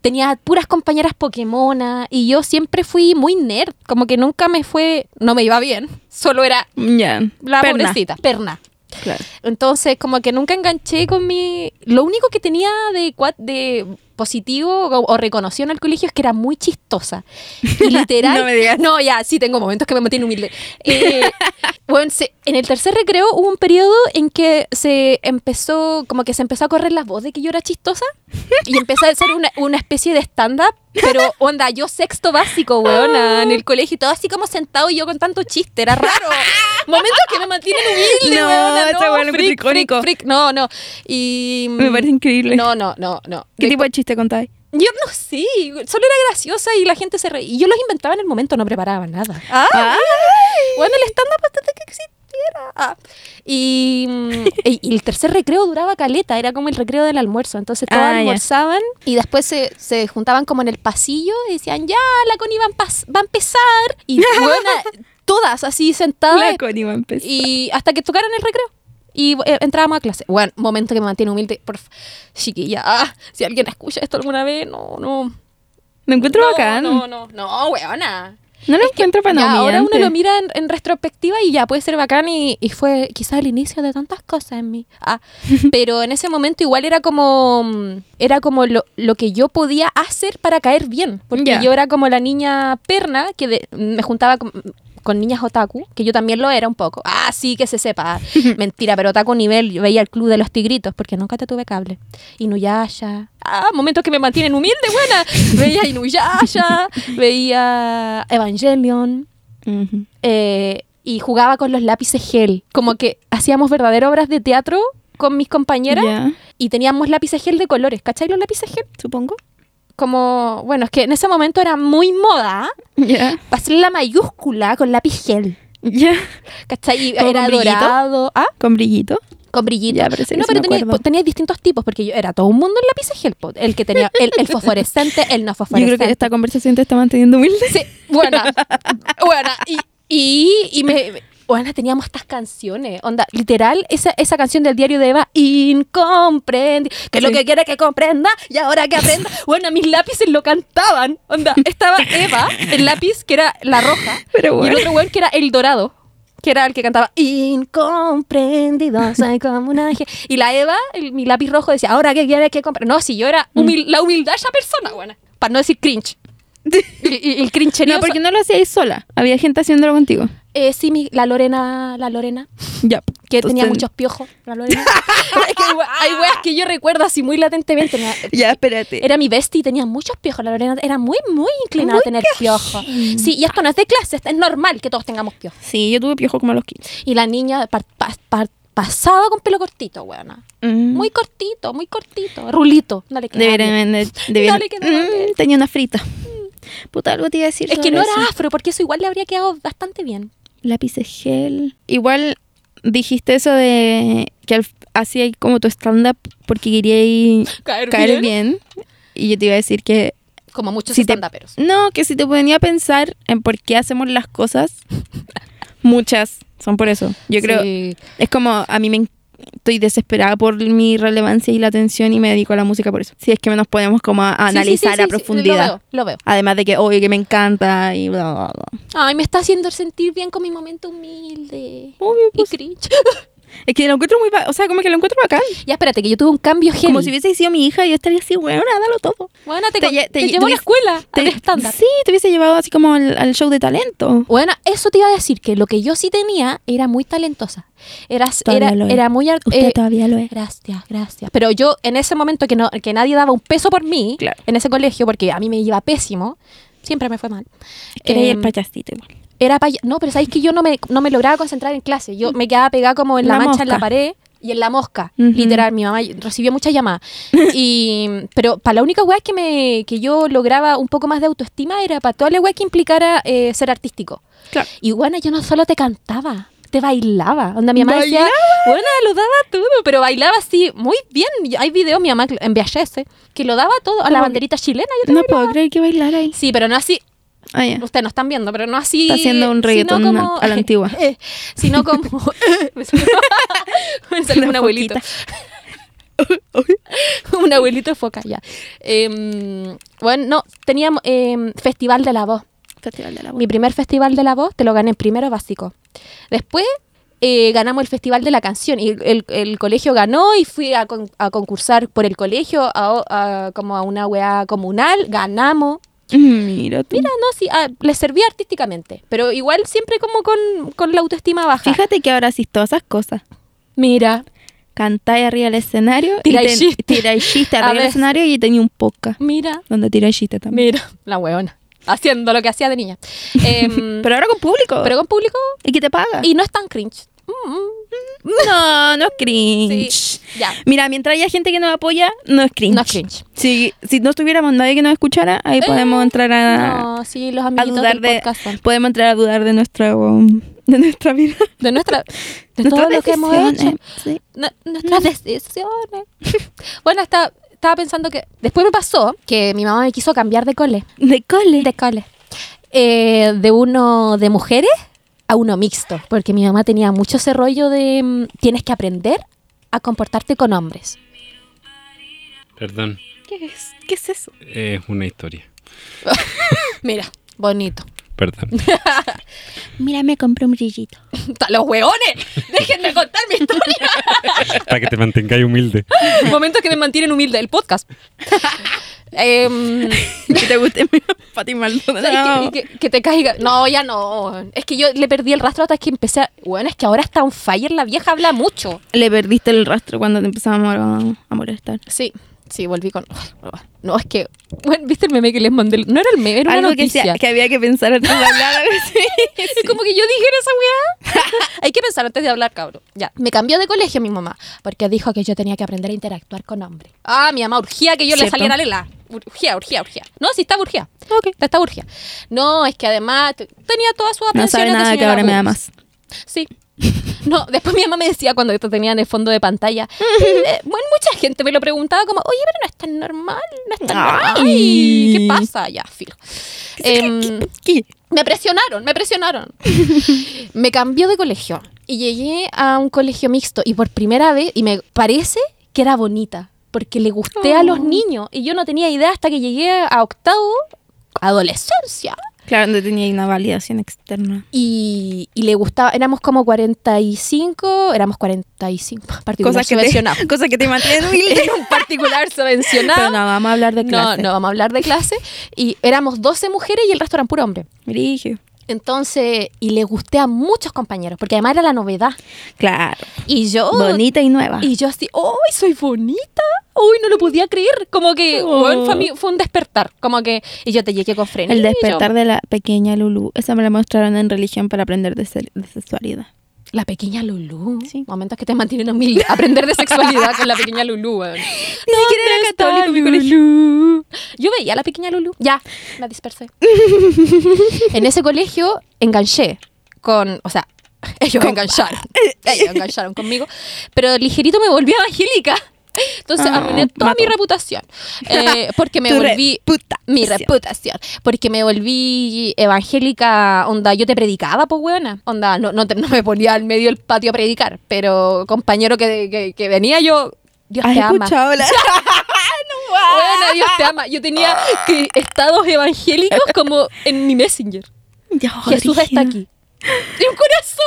Speaker 2: Tenía puras compañeras Pokémona y yo siempre fui muy nerd. Como que nunca me fue, no me iba bien. Solo era
Speaker 4: Ya.
Speaker 2: la
Speaker 4: Perna.
Speaker 2: pobrecita, perna.
Speaker 4: Claro.
Speaker 2: Entonces, como que nunca enganché con mi... Lo único que tenía de, cua- de positivo o, o reconoció en el colegio es que era muy chistosa.
Speaker 4: [LAUGHS]
Speaker 2: Y literal...
Speaker 4: No me digas.
Speaker 2: No, ya, sí, tengo momentos que me mantienen humilde. Eh, [LAUGHS] bueno, se- en el tercer recreo hubo un periodo en que se empezó... Como que se empezó a correr la voz de que yo era chistosa. Y empezó a ser una, una especie de stand-up. Pero,
Speaker 4: [LAUGHS]
Speaker 2: onda, yo sexto básico, weona,
Speaker 4: Oh.
Speaker 2: en el colegio. Y todo así como sentado y yo con tanto chiste. Era
Speaker 4: [LAUGHS]
Speaker 2: raro. Momentos que me mantienen [LAUGHS] humilde,
Speaker 4: No,
Speaker 2: weona,
Speaker 4: esta weá la encuentro
Speaker 2: freak, freak,
Speaker 4: icónico.
Speaker 2: freak. No, no. Y...
Speaker 4: Me parece increíble.
Speaker 2: Mm. No, no, no, no.
Speaker 4: ¿Qué
Speaker 2: De-
Speaker 4: tipo de chiste contáis?
Speaker 2: Yo no sé. Solo era graciosa y la gente se reía. Y yo los inventaba en el momento, no preparaba nada.
Speaker 4: Ah.
Speaker 2: Bueno, el stand-up antes de que existiera. Ah. Y, mm, y- y el tercer recreo duraba caleta, era como el recreo del almuerzo. Entonces todos
Speaker 4: Ah, ya.
Speaker 2: almorzaban y después se, se juntaban como en el pasillo y decían, ya, la Connie va a, empas- va a empezar.
Speaker 4: [LAUGHS]
Speaker 2: Y bueno, todas así sentadas
Speaker 4: La Connie va a empezar.
Speaker 2: y hasta que tocaran el recreo. Y eh, entrábamos a clase. Bueno, momento que me mantiene humilde. Por fa- chiquilla, ah, si alguien escucha esto alguna vez, no, no.
Speaker 4: Lo encuentro
Speaker 2: No,
Speaker 4: bacán.
Speaker 2: no,
Speaker 4: No,
Speaker 2: no, no, weona.
Speaker 4: lo encuentro para
Speaker 2: Ya, ahora uno lo mira en, en retrospectiva y ya puede ser bacán y, y fue quizás el inicio de tantas cosas en mí. Ah, pero en ese momento igual era como mm, era como lo, lo que yo podía hacer para caer bien. Porque
Speaker 4: Ya.
Speaker 2: yo era como la niña perna que de- me juntaba con, con niñas otaku, que yo también lo era un poco. Ah, sí, que se sepa. Mentira, pero otaku nivel, yo veía el club de los tigritos porque nunca te tuve cable. Inuyasha. Ah, momentos que me mantienen humilde, buena. Veía Inuyasha, veía Evangelion
Speaker 4: Ujú.
Speaker 2: eh, y jugaba con los lápices gel. Como que hacíamos verdaderas obras de teatro con mis compañeras
Speaker 4: Ya,
Speaker 2: y teníamos lápices gel de colores. ¿Cachai los lápices gel?
Speaker 4: supongo.
Speaker 2: Como, bueno, es que en ese momento era muy moda
Speaker 4: [LAUGHS] Ya.
Speaker 2: hacer la mayúscula con lápiz gel.
Speaker 4: Ya.
Speaker 2: ¿Cachai? Y
Speaker 4: ¿Como
Speaker 2: Era
Speaker 4: con brillito?
Speaker 2: dorado. Ah,
Speaker 4: Con brillito.
Speaker 2: con brillito.
Speaker 4: Ya, parece que
Speaker 2: no,
Speaker 4: sí
Speaker 2: pero
Speaker 4: me
Speaker 2: tenía,
Speaker 4: acuerdo.
Speaker 2: po- tenía distintos tipos, porque yo era todo un mundo en lápices gel. po. El que tenía el,
Speaker 4: [LAUGHS]
Speaker 2: el fosforescente, el no
Speaker 4: Yo
Speaker 2: fosforescente.
Speaker 4: creo que esta conversación te está manteniendo humilde. [LAUGHS]
Speaker 2: [LAUGHS] Sí, buena. buena. Y, y, y me. me- Buena, teníamos estas canciones. Onda, literal, esa, esa canción del diario de Eva, incomprende. Que es lo
Speaker 4: Sí.
Speaker 2: que quiere que comprenda y ahora que aprenda. Bueno, mis lápices lo cantaban. Onda, estaba Eva, el lápiz que era la roja.
Speaker 4: Pero
Speaker 2: Y el
Speaker 4: bueno.
Speaker 2: otro weón que era el dorado. Que era el que cantaba Incomprendido, soy como un ángel. Y la Eva, el- mi lápiz rojo, decía, ahora que quieres que compre. No, si yo era humil- la humildad esa persona, buena. Para no decir [LAUGHS] cringe. El, el- el crincherío.
Speaker 4: No, porque no lo hacíais sola. Había gente haciéndolo contigo.
Speaker 2: Eh, sí, mi- la Lorena, la Lorena,
Speaker 4: Ya.
Speaker 2: que tenía
Speaker 4: Entonces-
Speaker 2: muchos piojos. La
Speaker 4: [LAUGHS]
Speaker 2: Lorena. [LAUGHS] Es que hay we- hay weas que yo recuerdo así muy latentemente. Tenía-
Speaker 4: Ya, espérate.
Speaker 2: Era mi bestie y tenía muchos piojos. La Lorena era muy, muy inclinada
Speaker 4: Muy
Speaker 2: a tener piojos. Sí, y esto no es de clase, esto es normal que todos tengamos piojos.
Speaker 4: Sí, yo tuve piojo como a los 15.
Speaker 2: Y la niña par- pa- par- pasaba con pelo cortito, weona. Muy cortito, muy cortito. Rulito. No le quedaba
Speaker 4: Mm. Deberían
Speaker 2: bien.
Speaker 4: vender. deberían-
Speaker 2: Dale, que no me
Speaker 4: Mm,
Speaker 2: ves.
Speaker 4: tenía una frita. Puta, algo te iba a decir.
Speaker 2: Es que
Speaker 4: sobre
Speaker 2: no
Speaker 4: eso.
Speaker 2: era afro, porque eso igual le habría quedado bastante bien.
Speaker 4: Lápices gel. Igual dijiste eso de que al- hacía como tu stand-up porque quería ir-
Speaker 2: Caer
Speaker 4: caer bien. Y yo te iba a decir que
Speaker 2: Como muchos
Speaker 4: Si te-
Speaker 2: stand-uperos.
Speaker 4: No, que si te ponía a pensar en por qué hacemos las cosas, [LAUGHS] muchas son por eso. Yo creo,
Speaker 2: Sí.
Speaker 4: es como a mí me en- estoy desesperada por mi relevancia y la atención y me dedico a la música por eso. Si es que nos podemos como a a
Speaker 2: Sí, sí, sí,
Speaker 4: analizar
Speaker 2: sí,
Speaker 4: a
Speaker 2: sí,
Speaker 4: profundidad.
Speaker 2: lo veo, lo veo.
Speaker 4: Además de que, oye, que me encanta y bla, bla, bla.
Speaker 2: Ay, me está haciendo sentir bien con mi momento humilde.
Speaker 4: Obvio, pues.
Speaker 2: Y cringe. [LAUGHS]
Speaker 4: Es que lo encuentro muy, ba- o sea, como que lo encuentro bacán.
Speaker 2: Ya espérate, que yo tuve un cambio heavy.
Speaker 4: Como si hubiese sido mi hija y yo estaría así, bueno, dalo todo.
Speaker 2: Bueno, te,
Speaker 4: Te
Speaker 2: con-
Speaker 4: lle-
Speaker 2: te
Speaker 4: te lle-
Speaker 2: llevó a la
Speaker 4: tuvies-
Speaker 2: escuela
Speaker 4: Te-
Speaker 2: al
Speaker 4: [LAUGHS]
Speaker 2: estándar.
Speaker 4: Sí, te hubiese llevado así como al, al show de talento.
Speaker 2: Bueno, eso te iba a decir, que lo que yo sí tenía era muy talentosa. Eras,
Speaker 4: Todavía
Speaker 2: era,
Speaker 4: lo es.
Speaker 2: era muy... ar-
Speaker 4: Usted
Speaker 2: eh,
Speaker 4: todavía lo es.
Speaker 2: Gracias, gracias. Pero yo en ese momento que, no, que nadie daba un peso por mí
Speaker 4: Claro.
Speaker 2: en ese colegio, porque a mí me iba pésimo, siempre me fue mal.
Speaker 4: Quería
Speaker 2: eh,
Speaker 4: ir payasito igual.
Speaker 2: Era paya- No, pero sabéis que yo no me, no me lograba concentrar en clase. Yo me quedaba pegada como en la,
Speaker 4: La
Speaker 2: mancha en la
Speaker 4: mosca.
Speaker 2: pared y en la mosca.
Speaker 4: Ujú.
Speaker 2: Literal, mi mamá recibió muchas
Speaker 4: [LAUGHS]
Speaker 2: llamadas. y, pero para la única weá que, me, que yo lograba un poco más de autoestima era para toda la weá que implicara eh, ser artístico.
Speaker 4: Claro.
Speaker 2: Y bueno, yo no solo te cantaba, te bailaba. Onda, mi mamá decía, bueno, lo daba todo, pero bailaba así muy bien. Y Hay videos, mi mamá en VHS, que lo daba todo a la
Speaker 4: Como-
Speaker 2: banderita chilena. yo te
Speaker 4: No
Speaker 2: bailaba.
Speaker 4: puedo creer que bailar ahí.
Speaker 2: Sí, pero no así,
Speaker 4: Ah, ya.
Speaker 2: ustedes no están viendo, pero no así.
Speaker 4: Está haciendo un
Speaker 2: sino
Speaker 4: reggaetón
Speaker 2: como-
Speaker 4: a la antigua.
Speaker 2: [LAUGHS] eh, sino
Speaker 4: [LAUGHS]
Speaker 2: como. [LAUGHS] me salió, [LAUGHS] me salió un
Speaker 4: Una
Speaker 2: abuelito. [LAUGHS] un abuelito foca, ya. Em, bueno, no, teníamos em, Festival de la Voz.
Speaker 4: Festival de la
Speaker 2: Mi primer Festival de la Voz te lo gané en primero básico. Después eh, ganamos el Festival de la Canción y el, el colegio ganó y fui a, con- a concursar por el colegio a o- a- como a una weá comunal. Ganamos.
Speaker 4: Mira tú.
Speaker 2: Mira, no, sí, ah, les servía artísticamente, pero igual siempre como con, con la autoestima baja.
Speaker 4: Fíjate que ahora haces todas esas cosas.
Speaker 2: Mira,
Speaker 4: Cantáis arriba del escenario.
Speaker 2: Tiráis
Speaker 4: y
Speaker 2: chiste.
Speaker 4: ten- Tiráis [LAUGHS] chiste
Speaker 2: A
Speaker 4: arriba del
Speaker 2: veces.
Speaker 4: escenario y tenía un podcast
Speaker 2: mira,
Speaker 4: donde tiráis chiste también.
Speaker 2: mira, la weona, haciendo lo que hacía de
Speaker 4: [LAUGHS]
Speaker 2: niña. Em,
Speaker 4: Pero ahora con público.
Speaker 2: pero con público
Speaker 4: ¿Y qué te paga?
Speaker 2: y no es tan cringe. Mm, mm,
Speaker 4: [LAUGHS] No, no es cringe.
Speaker 2: sí, ya,
Speaker 4: Mira, mientras haya gente que nos apoya, no es cringe.
Speaker 2: no es cringe.
Speaker 4: Si, si no tuviéramos nadie que nos escuchara, ahí
Speaker 2: Eh,
Speaker 4: podemos entrar a,
Speaker 2: No, sí, los
Speaker 4: a
Speaker 2: amiguitos
Speaker 4: dudar
Speaker 2: del
Speaker 4: de
Speaker 2: podcast pues. son-
Speaker 4: podemos entrar a dudar de nuestra um, de nuestra vida,
Speaker 2: de nuestra, de
Speaker 4: nuestras
Speaker 2: todo lo que hemos hecho,
Speaker 4: decisiones, sí.
Speaker 2: nu- nuestras decisiones. [LAUGHS] bueno, estaba, estaba pensando que después me pasó que mi mamá me quiso cambiar de cole.
Speaker 4: de cole.
Speaker 2: De cole. Eh, de uno de mujeres a uno mixto, porque mi mamá tenía mucho ese rollo de mm, tienes que aprender a comportarte con hombres.
Speaker 3: Perdón,
Speaker 4: ¿Qué es? ¿Qué es eso?
Speaker 3: es una historia.
Speaker 2: Mira, bonito. [LAUGHS]
Speaker 3: Perdón. [LAUGHS]
Speaker 4: Mira, me compré un brillito.
Speaker 2: ¡Ta- ¡Los hueones! [LAUGHS] ¡Déjenme contar mi [LAUGHS] historia!
Speaker 3: Para que te mantengáis humilde. [LAUGHS]
Speaker 2: Momentos que me mantienen humilde el podcast. [LAUGHS] Em,
Speaker 4: [LAUGHS] que te guste Pati
Speaker 2: [LAUGHS]
Speaker 4: Maldonado.
Speaker 2: y que, y que- que te caiga. No, ya no. Es que yo le perdí el rastro hasta que empecé a... Bueno, es que ahora está on fire, la vieja habla mucho.
Speaker 4: Le perdiste el rastro cuando te empezamos a, a molestar.
Speaker 2: Sí, sí, volví con. No, es que. Bueno, ¿viste el meme que les mandé? No era el meme, era una
Speaker 4: Algo que,
Speaker 2: noticia.
Speaker 4: sea- que había que
Speaker 2: [LAUGHS]
Speaker 4: pensar antes de hablar. algo así.
Speaker 2: Es como que yo dije esa weá. [LAUGHS] Hay que pensar antes de hablar, cabrón. Ya. Me cambió de colegio mi mamá, porque dijo que yo tenía que aprender a interactuar con hombres. Ah, mi mamá urgía que yo le
Speaker 4: Cierto.
Speaker 2: saliera lela. Ur- Urgía, urgía, urgía. No, sí estaba urgía. Ok. Estaba urgía. No, es que además te- tenía todas sus
Speaker 4: No
Speaker 2: aprensiones
Speaker 4: sabe
Speaker 2: de
Speaker 4: nada que
Speaker 2: señora
Speaker 4: ahora me da
Speaker 2: Burns.
Speaker 4: más.
Speaker 2: Sí. No, después mi mamá me decía cuando esto tenía en el fondo de pantalla. eh, bueno, mucha gente me lo preguntaba como, oye, pero no es tan normal, no es tan normal.
Speaker 4: Ay.
Speaker 2: ¿Qué pasa? Ya, filo. Em,
Speaker 4: ¿Qué?
Speaker 2: me presionaron, me
Speaker 4: [LAUGHS]
Speaker 2: presionaron. me cambió de colegio y llegué a un colegio mixto y por primera vez, y me parece que era bonita, porque le gusté a los
Speaker 4: Oh.
Speaker 2: niños y yo no tenía idea hasta que llegué a octavo, adolescencia.
Speaker 4: Claro, no tenía una validación externa.
Speaker 2: Y, y le gustaba, éramos como 45, éramos 45, [LAUGHS] particular
Speaker 4: Cosas que,
Speaker 2: subvencionado.
Speaker 4: [LAUGHS] te, cosas que te mantienen
Speaker 2: [LAUGHS]
Speaker 4: humilde.
Speaker 2: Era un particular
Speaker 4: Pero
Speaker 2: subvencionado.
Speaker 4: no, vamos a hablar de
Speaker 2: No,
Speaker 4: clase.
Speaker 2: no, vamos a hablar de clase. Y éramos 12 mujeres y el resto eran puro hombre.
Speaker 4: Brigio.
Speaker 2: Entonces, y le gusté a muchos compañeros, porque además era la novedad.
Speaker 4: Claro.
Speaker 2: Y yo.
Speaker 4: Bonita y nueva.
Speaker 2: Oh, Y yo así, ¡ay, soy bonita! ¡Uy, no lo podía creer! Como que,
Speaker 4: Oh.
Speaker 2: bueno, fue, mi- fue un despertar. Como que, y yo te llegué con frenillo.
Speaker 4: El despertar de la pequeña Lulu. Esa me la mostraron en religión para aprender de, ser- de sexualidad.
Speaker 2: La pequeña Lulú.
Speaker 4: Sí.
Speaker 2: Momentos que te mantienen humilde. Aprender de sexualidad con la pequeña Lulú, weón.
Speaker 4: Ni siquiera era
Speaker 2: está
Speaker 4: católico mi colegio.
Speaker 2: Lulú? Yo veía a la pequeña Lulú. Ya, la dispersé.
Speaker 4: [LAUGHS]
Speaker 2: en ese colegio enganché con, o sea, [LAUGHS]
Speaker 4: [LAUGHS]
Speaker 2: ellos engancharon. Ellos engancharon conmigo. Pero ligerito me volví evangélica. Entonces
Speaker 4: Ah,
Speaker 2: arruiné toda
Speaker 4: mató.
Speaker 2: mi reputación. Eh, porque me
Speaker 4: Tu
Speaker 2: volví.
Speaker 4: reputa-
Speaker 2: Mi reputación. Porque me volví evangélica, onda, yo te predicaba, pues, weona. Onda, no, no, te- no me ponía al medio del patio a predicar, pero compañero que, que- que venía yo, Dios
Speaker 4: ¿Has
Speaker 2: te ama.
Speaker 4: escuchado
Speaker 2: [LAUGHS]
Speaker 4: la... [LAUGHS]
Speaker 2: Weona, Dios te ama. Yo tenía que estados evangélicos como en mi messenger.
Speaker 4: Ya,
Speaker 2: Jesús está
Speaker 4: Regina.
Speaker 2: aquí. Y un corazón.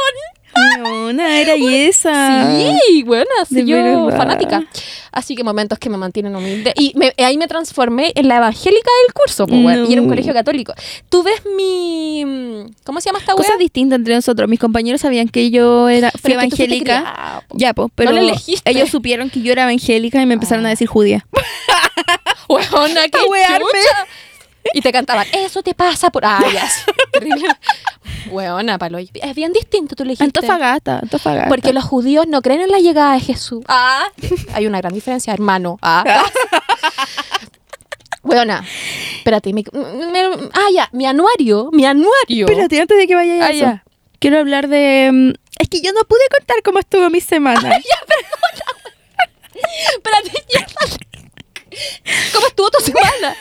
Speaker 4: Weona, Ah, era y esa.
Speaker 2: Sí, bueno,
Speaker 4: Ah, De
Speaker 2: soy yo
Speaker 4: verdad.
Speaker 2: fanática. Así que momentos que me mantienen humilde. Y me- ahí me transformé en la evangélica del curso, pues, weón. Y era un
Speaker 4: No.
Speaker 2: colegio católico. Tú ves mi. mm, ¿Cómo se llama esta weá?
Speaker 4: Cosas distintas entre nosotros. Mis compañeros sabían que yo era, fui
Speaker 2: Pero es que tú fuiste
Speaker 4: evangélica.
Speaker 2: criada, po.
Speaker 4: Ya, pues, pero
Speaker 2: la elegiste. Ah.
Speaker 4: ellos supieron que yo era evangélica y me empezaron a decir judía. [LAUGHS]
Speaker 2: Weona, qué
Speaker 4: A wearme.
Speaker 2: chucha. Y te cantaban, eso te pasa por. Ah,
Speaker 4: [LAUGHS]
Speaker 2: ya. sí. Terrible. Weona, palo. Es bien distinto, tú le dijiste.
Speaker 4: Antofagasta, Antofagasta.
Speaker 2: Porque los judíos no creen en la llegada de Jesús. Ah, [LAUGHS] hay una gran diferencia, hermano.
Speaker 4: [LAUGHS]
Speaker 2: Ah. Weona, espérate. mi- me- ah, ya, mi anuario, mi anuario.
Speaker 4: Espérate, antes de que vaya a
Speaker 2: Ah,
Speaker 4: eso,
Speaker 2: ya.
Speaker 4: quiero hablar de... mm, Es que yo no pude contar cómo estuvo mi
Speaker 2: [LAUGHS]
Speaker 4: semana.
Speaker 2: Espérate, ya. ¿Cómo estuvo tu semana?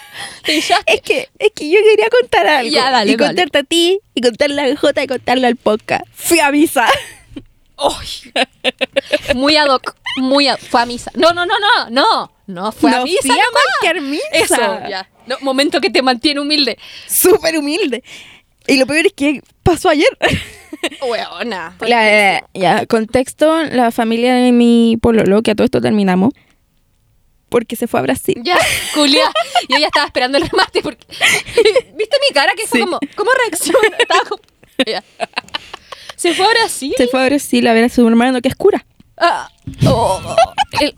Speaker 2: ¿Te hinchaste?
Speaker 4: es, que, es que yo quería contar algo.
Speaker 2: Ya, dale,
Speaker 4: y
Speaker 2: dale.
Speaker 4: contarte a ti, y contarle a Jota, y contarle al podcast. Fui a misa. [LAUGHS]
Speaker 2: Muy ad hoc, muy ad Fue a misa. No, no, no, no, no. No, fue a
Speaker 4: No
Speaker 2: misa.
Speaker 4: fui a
Speaker 2: nomás.
Speaker 4: cualquier misa.
Speaker 2: Eso, ya. No, momento que te mantiene humilde.
Speaker 4: Súper humilde. Y lo peor es que
Speaker 2: [LAUGHS]
Speaker 4: pasó ayer.
Speaker 2: Weona.
Speaker 4: La- ya, contexto, la familia de mi pololo, que a todo esto terminamos, porque se fue a Brasil.
Speaker 2: Ya, [LAUGHS] Julia, yo ya estaba esperando el remate porque [LAUGHS] ¿Viste mi cara que fue
Speaker 4: Sí.
Speaker 2: como cómo
Speaker 4: [LAUGHS]
Speaker 2: reacciona? Estaba como- Ya. Se fue ahora sí.
Speaker 4: Se fue a Brasil a ver a su hermano, que es cura. [LAUGHS]
Speaker 2: Ah, oh, el-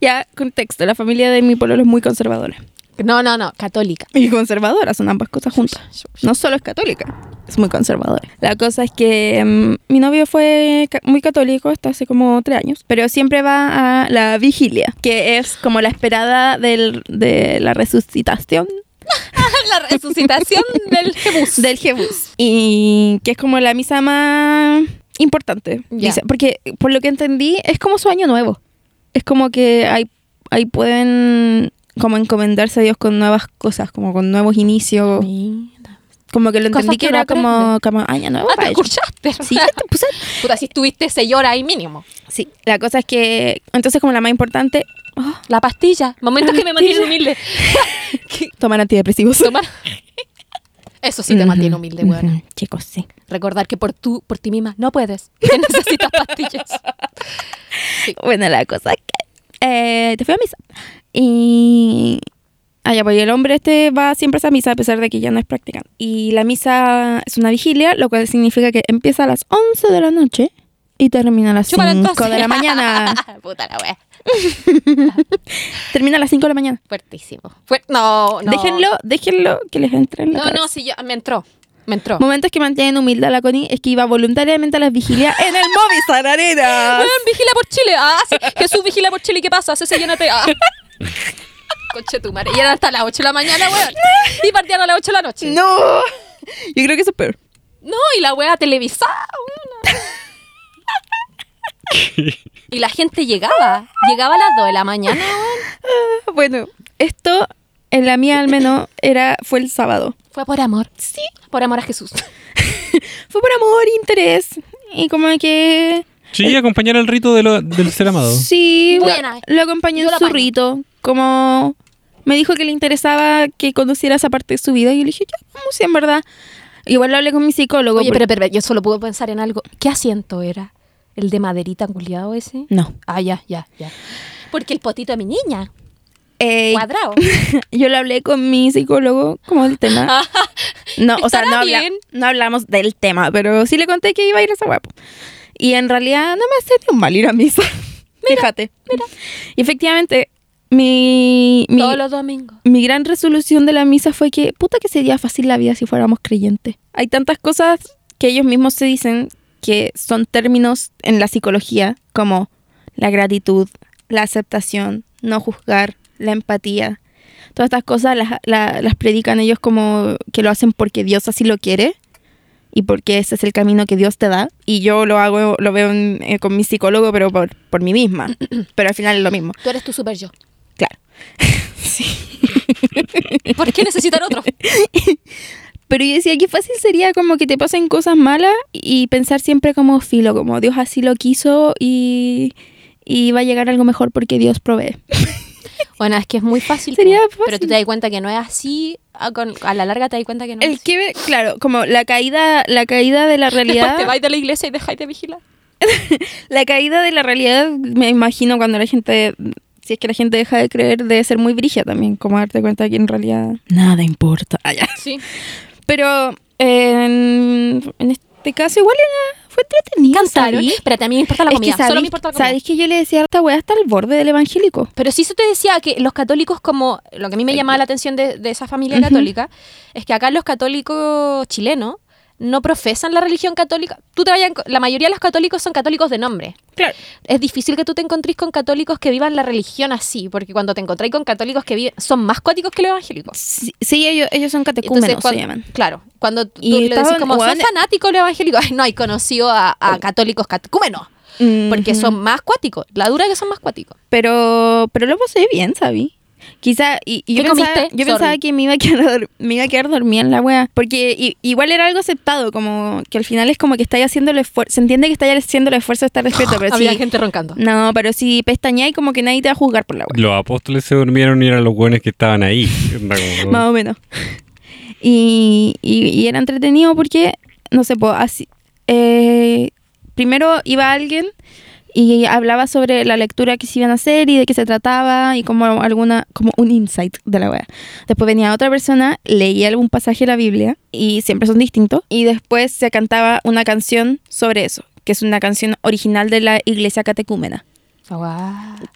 Speaker 4: Ya, contexto, la familia de mi pololo es muy conservadora.
Speaker 2: No, no, no,
Speaker 4: [LAUGHS]
Speaker 2: católica.
Speaker 4: Y conservadora, son ambas cosas juntas. No solo es católica, es muy conservadora. La cosa es que mm, mi novio fue ca- muy católico hasta hace como tres años, pero siempre va a la vigilia, que es como la esperada del- de la resucitación
Speaker 2: La [LAUGHS] resucitación del Jebus.
Speaker 4: del Jebus. Y que es como la misa más importante.
Speaker 2: Ya.
Speaker 4: dice. Porque por lo que entendí, es como su año nuevo. Es como que ahí, ahí pueden como encomendarse a Dios con nuevas cosas, como con nuevos inicios.
Speaker 2: Mira.
Speaker 4: Como que lo
Speaker 2: Cosas
Speaker 4: entendí que,
Speaker 2: que uno
Speaker 4: era como,
Speaker 2: aprende.
Speaker 4: como año nuevo.
Speaker 2: Ah,
Speaker 4: para
Speaker 2: te
Speaker 4: ellos.
Speaker 2: escuchaste.
Speaker 4: Sí, te puse-
Speaker 2: Puta, si estuviste seis horas ahí mínimo.
Speaker 4: sí, la cosa es que entonces como la más importante, oh,
Speaker 2: La pastilla, momentos
Speaker 4: La
Speaker 2: que me mantienen humilde.
Speaker 4: pastilla. tomar antidepresivos.
Speaker 2: [LAUGHS]
Speaker 4: [LAUGHS]
Speaker 2: Tomar. Eso sí te mantiene humilde,
Speaker 4: Ujú,
Speaker 2: weona.
Speaker 4: ujú, Chicos, sí.
Speaker 2: Recordar que por tú, por ti misma, no puedes. Que necesitas
Speaker 4: [LAUGHS]
Speaker 2: pastillas.
Speaker 4: Bueno, la cosa es que eh, te fui a misa. Y. Allá, pues y el hombre este va siempre a esa misa, a pesar de que ya no es practicante. Y la misa es una vigilia, lo cual significa que empieza a las 11 de la noche y termina a las
Speaker 2: Chúpala
Speaker 4: 5
Speaker 2: entonces.
Speaker 4: de
Speaker 2: [LAUGHS]
Speaker 4: la mañana.
Speaker 2: Puta la wea.
Speaker 4: Termina a las 5 de la mañana.
Speaker 2: Fuertísimo. Fuer- no, no.
Speaker 4: Déjenlo, déjenlo que les entre en la
Speaker 2: No,
Speaker 4: cabeza.
Speaker 2: no, sí, ya, me entró. Me entró.
Speaker 4: Momentos que mantienen humilde a la Connie es que iba voluntariamente a las vigilias en el Movistar Arena.
Speaker 2: Weón, vigila por Chile. Ah, sí. Jesús, vigila por Chile. ¿Qué pasa? Cese, llénate. [LAUGHS] Ah. Conche tu madre. Y eran hasta las 8 de la mañana, weón. Y partían a las 8 de la noche.
Speaker 4: [LAUGHS] No. Yo creo que eso es peor.
Speaker 2: No, y la wea televisada, weón. Y la gente llegaba. Llegaba a las 2 de la mañana, weón.
Speaker 4: Ah, Bueno, esto en la mía al menos era fue el sábado.
Speaker 2: Fue por amor. Sí. Por amor a Jesús.
Speaker 4: Fue por amor, interés y como que
Speaker 3: Sí, acompañar al rito de lo- del ser amado.
Speaker 4: sí, lo-
Speaker 2: Buena.
Speaker 4: lo acompañé
Speaker 2: Yo
Speaker 4: en
Speaker 2: la
Speaker 4: su
Speaker 2: apaño.
Speaker 4: rito, como me dijo que le interesaba que conociera esa parte de su vida y yo le dije, "Ya, vamos, sí, en verdad." Igual lo hablé con mi psicólogo.
Speaker 2: Oye,
Speaker 4: porque-
Speaker 2: pero, pero yo solo puedo pensar en algo. ¿Qué asiento era? ¿El de maderita culiado ese?
Speaker 4: no.
Speaker 2: Ah, ya, ya, ya. Porque el potito de mi niña, [LAUGHS]
Speaker 4: Eh, [LAUGHS]
Speaker 2: cuadrado.
Speaker 4: yo lo hablé con mi psicólogo como del [LAUGHS] tema. No, o sea,
Speaker 2: Estará
Speaker 4: no, habla-
Speaker 2: bien.
Speaker 4: no hablamos del tema, pero sí le conté que iba a ir a esa guapo. Y en realidad no me hace ni un mal ir a misa. [LAUGHS] Fíjate. Y efectivamente, mi, mi,
Speaker 2: Todos los domingos.
Speaker 4: mi gran resolución de la misa fue que, puta que sería fácil la vida si fuéramos creyentes. Hay tantas cosas que ellos mismos se dicen que son términos en la psicología, como la gratitud, la aceptación, no juzgar, la empatía. Todas estas cosas las, la- las predican ellos como que lo hacen porque Dios así lo quiere. y porque ese es el camino que Dios te da. Y yo lo hago, lo veo en- eh, con mi psicólogo, pero por, por mí misma. [CLEARS THROAT] Pero al final es lo mismo.
Speaker 2: Tú eres tu super yo.
Speaker 4: Claro. [LAUGHS]
Speaker 2: ¿Por qué necesitar otro?
Speaker 4: Pero yo decía, qué fácil sería como que te pasen cosas malas y pensar siempre como filo, como Dios así lo quiso y, y va a llegar algo mejor porque Dios provee.
Speaker 2: Bueno, es que es muy fácil.
Speaker 4: Sería
Speaker 2: po.
Speaker 4: fácil.
Speaker 2: Pero tú te das cuenta que no es así. A, con- a la larga te das cuenta que no
Speaker 4: El
Speaker 2: es
Speaker 4: que, ve- claro, como la caída, la caída
Speaker 2: [LAUGHS]
Speaker 4: de la realidad.
Speaker 2: Después te vais de la iglesia y dejáis de
Speaker 4: [LAUGHS]
Speaker 2: vigilar.
Speaker 4: La caída de la realidad, me imagino cuando la gente, si es que la gente deja de creer, debe ser muy brilla también, como darte cuenta que en realidad nada importa. Ah, ya.
Speaker 2: Sí.
Speaker 4: Pero eh, en, en este caso igual era- fue entretenido.
Speaker 2: Cansaron.
Speaker 4: ¿sabí?
Speaker 2: Pero también me importa la
Speaker 4: Es que
Speaker 2: comida. Solo
Speaker 4: sabéis-
Speaker 2: me importa la comida.
Speaker 4: Sabéis que yo le decía a esta weá hasta el borde del evangélico.
Speaker 2: Pero sí eso te decía que los católicos, como lo que a mí me llamaba la atención de, de esa familia
Speaker 4: Ujú.
Speaker 2: católica, es que acá los católicos chilenos no profesan la religión católica. Tú te vayas, a enco- la mayoría de los católicos son católicos de nombre.
Speaker 4: Claro.
Speaker 2: Es difícil que tú te encontrís con católicos que vivan la religión así, porque cuando te encontráis con católicos que viven, son más cuáticos que los evangélicos.
Speaker 4: Sí, sí, ellos, ellos son catecúmenos,
Speaker 2: Entonces, cuan-
Speaker 4: se llaman.
Speaker 2: Claro, cuando tú
Speaker 4: Y
Speaker 2: le decís
Speaker 4: estaban-
Speaker 2: como, son
Speaker 4: weón, eh,
Speaker 2: fanáticos los evangélicos, Ay, no, hay conocido a, a católicos catecúmenos, porque
Speaker 4: Ujú.
Speaker 2: son más cuáticos. La dura que son más cuáticos.
Speaker 4: Pero, pero lo pasé bien, ¿sabí? Quizá, y, y yo,
Speaker 2: ¿Qué
Speaker 4: pensaba,
Speaker 2: comiste?
Speaker 4: yo
Speaker 2: Sorry.
Speaker 4: pensaba que me iba, a quedar, dor- me iba a quedar dormida en la wea. Porque i- igual era algo aceptado, como que al final es como que estáis haciendo el esfuerzo. Se entiende que estáis haciendo el esfuerzo de estar
Speaker 2: [GASPS]
Speaker 4: despierto, pero
Speaker 2: Había
Speaker 4: sí.
Speaker 2: gente roncando.
Speaker 4: No, pero si pestañáis, como que nadie te va a juzgar por la wea.
Speaker 3: Los apóstoles se durmieron y eran los buenos que estaban ahí. Onda como-
Speaker 4: Más o menos. [LAUGHS] Y, y- y era entretenido porque, no sé, pues, así. eh, primero iba alguien y hablaba sobre la lectura que se iban a hacer y de qué se trataba y como alguna como un insight de la wea. Después venía otra persona, leía algún pasaje de la Biblia y siempre son distintos y después se cantaba una canción sobre eso, que es una canción original de la iglesia catecúmena.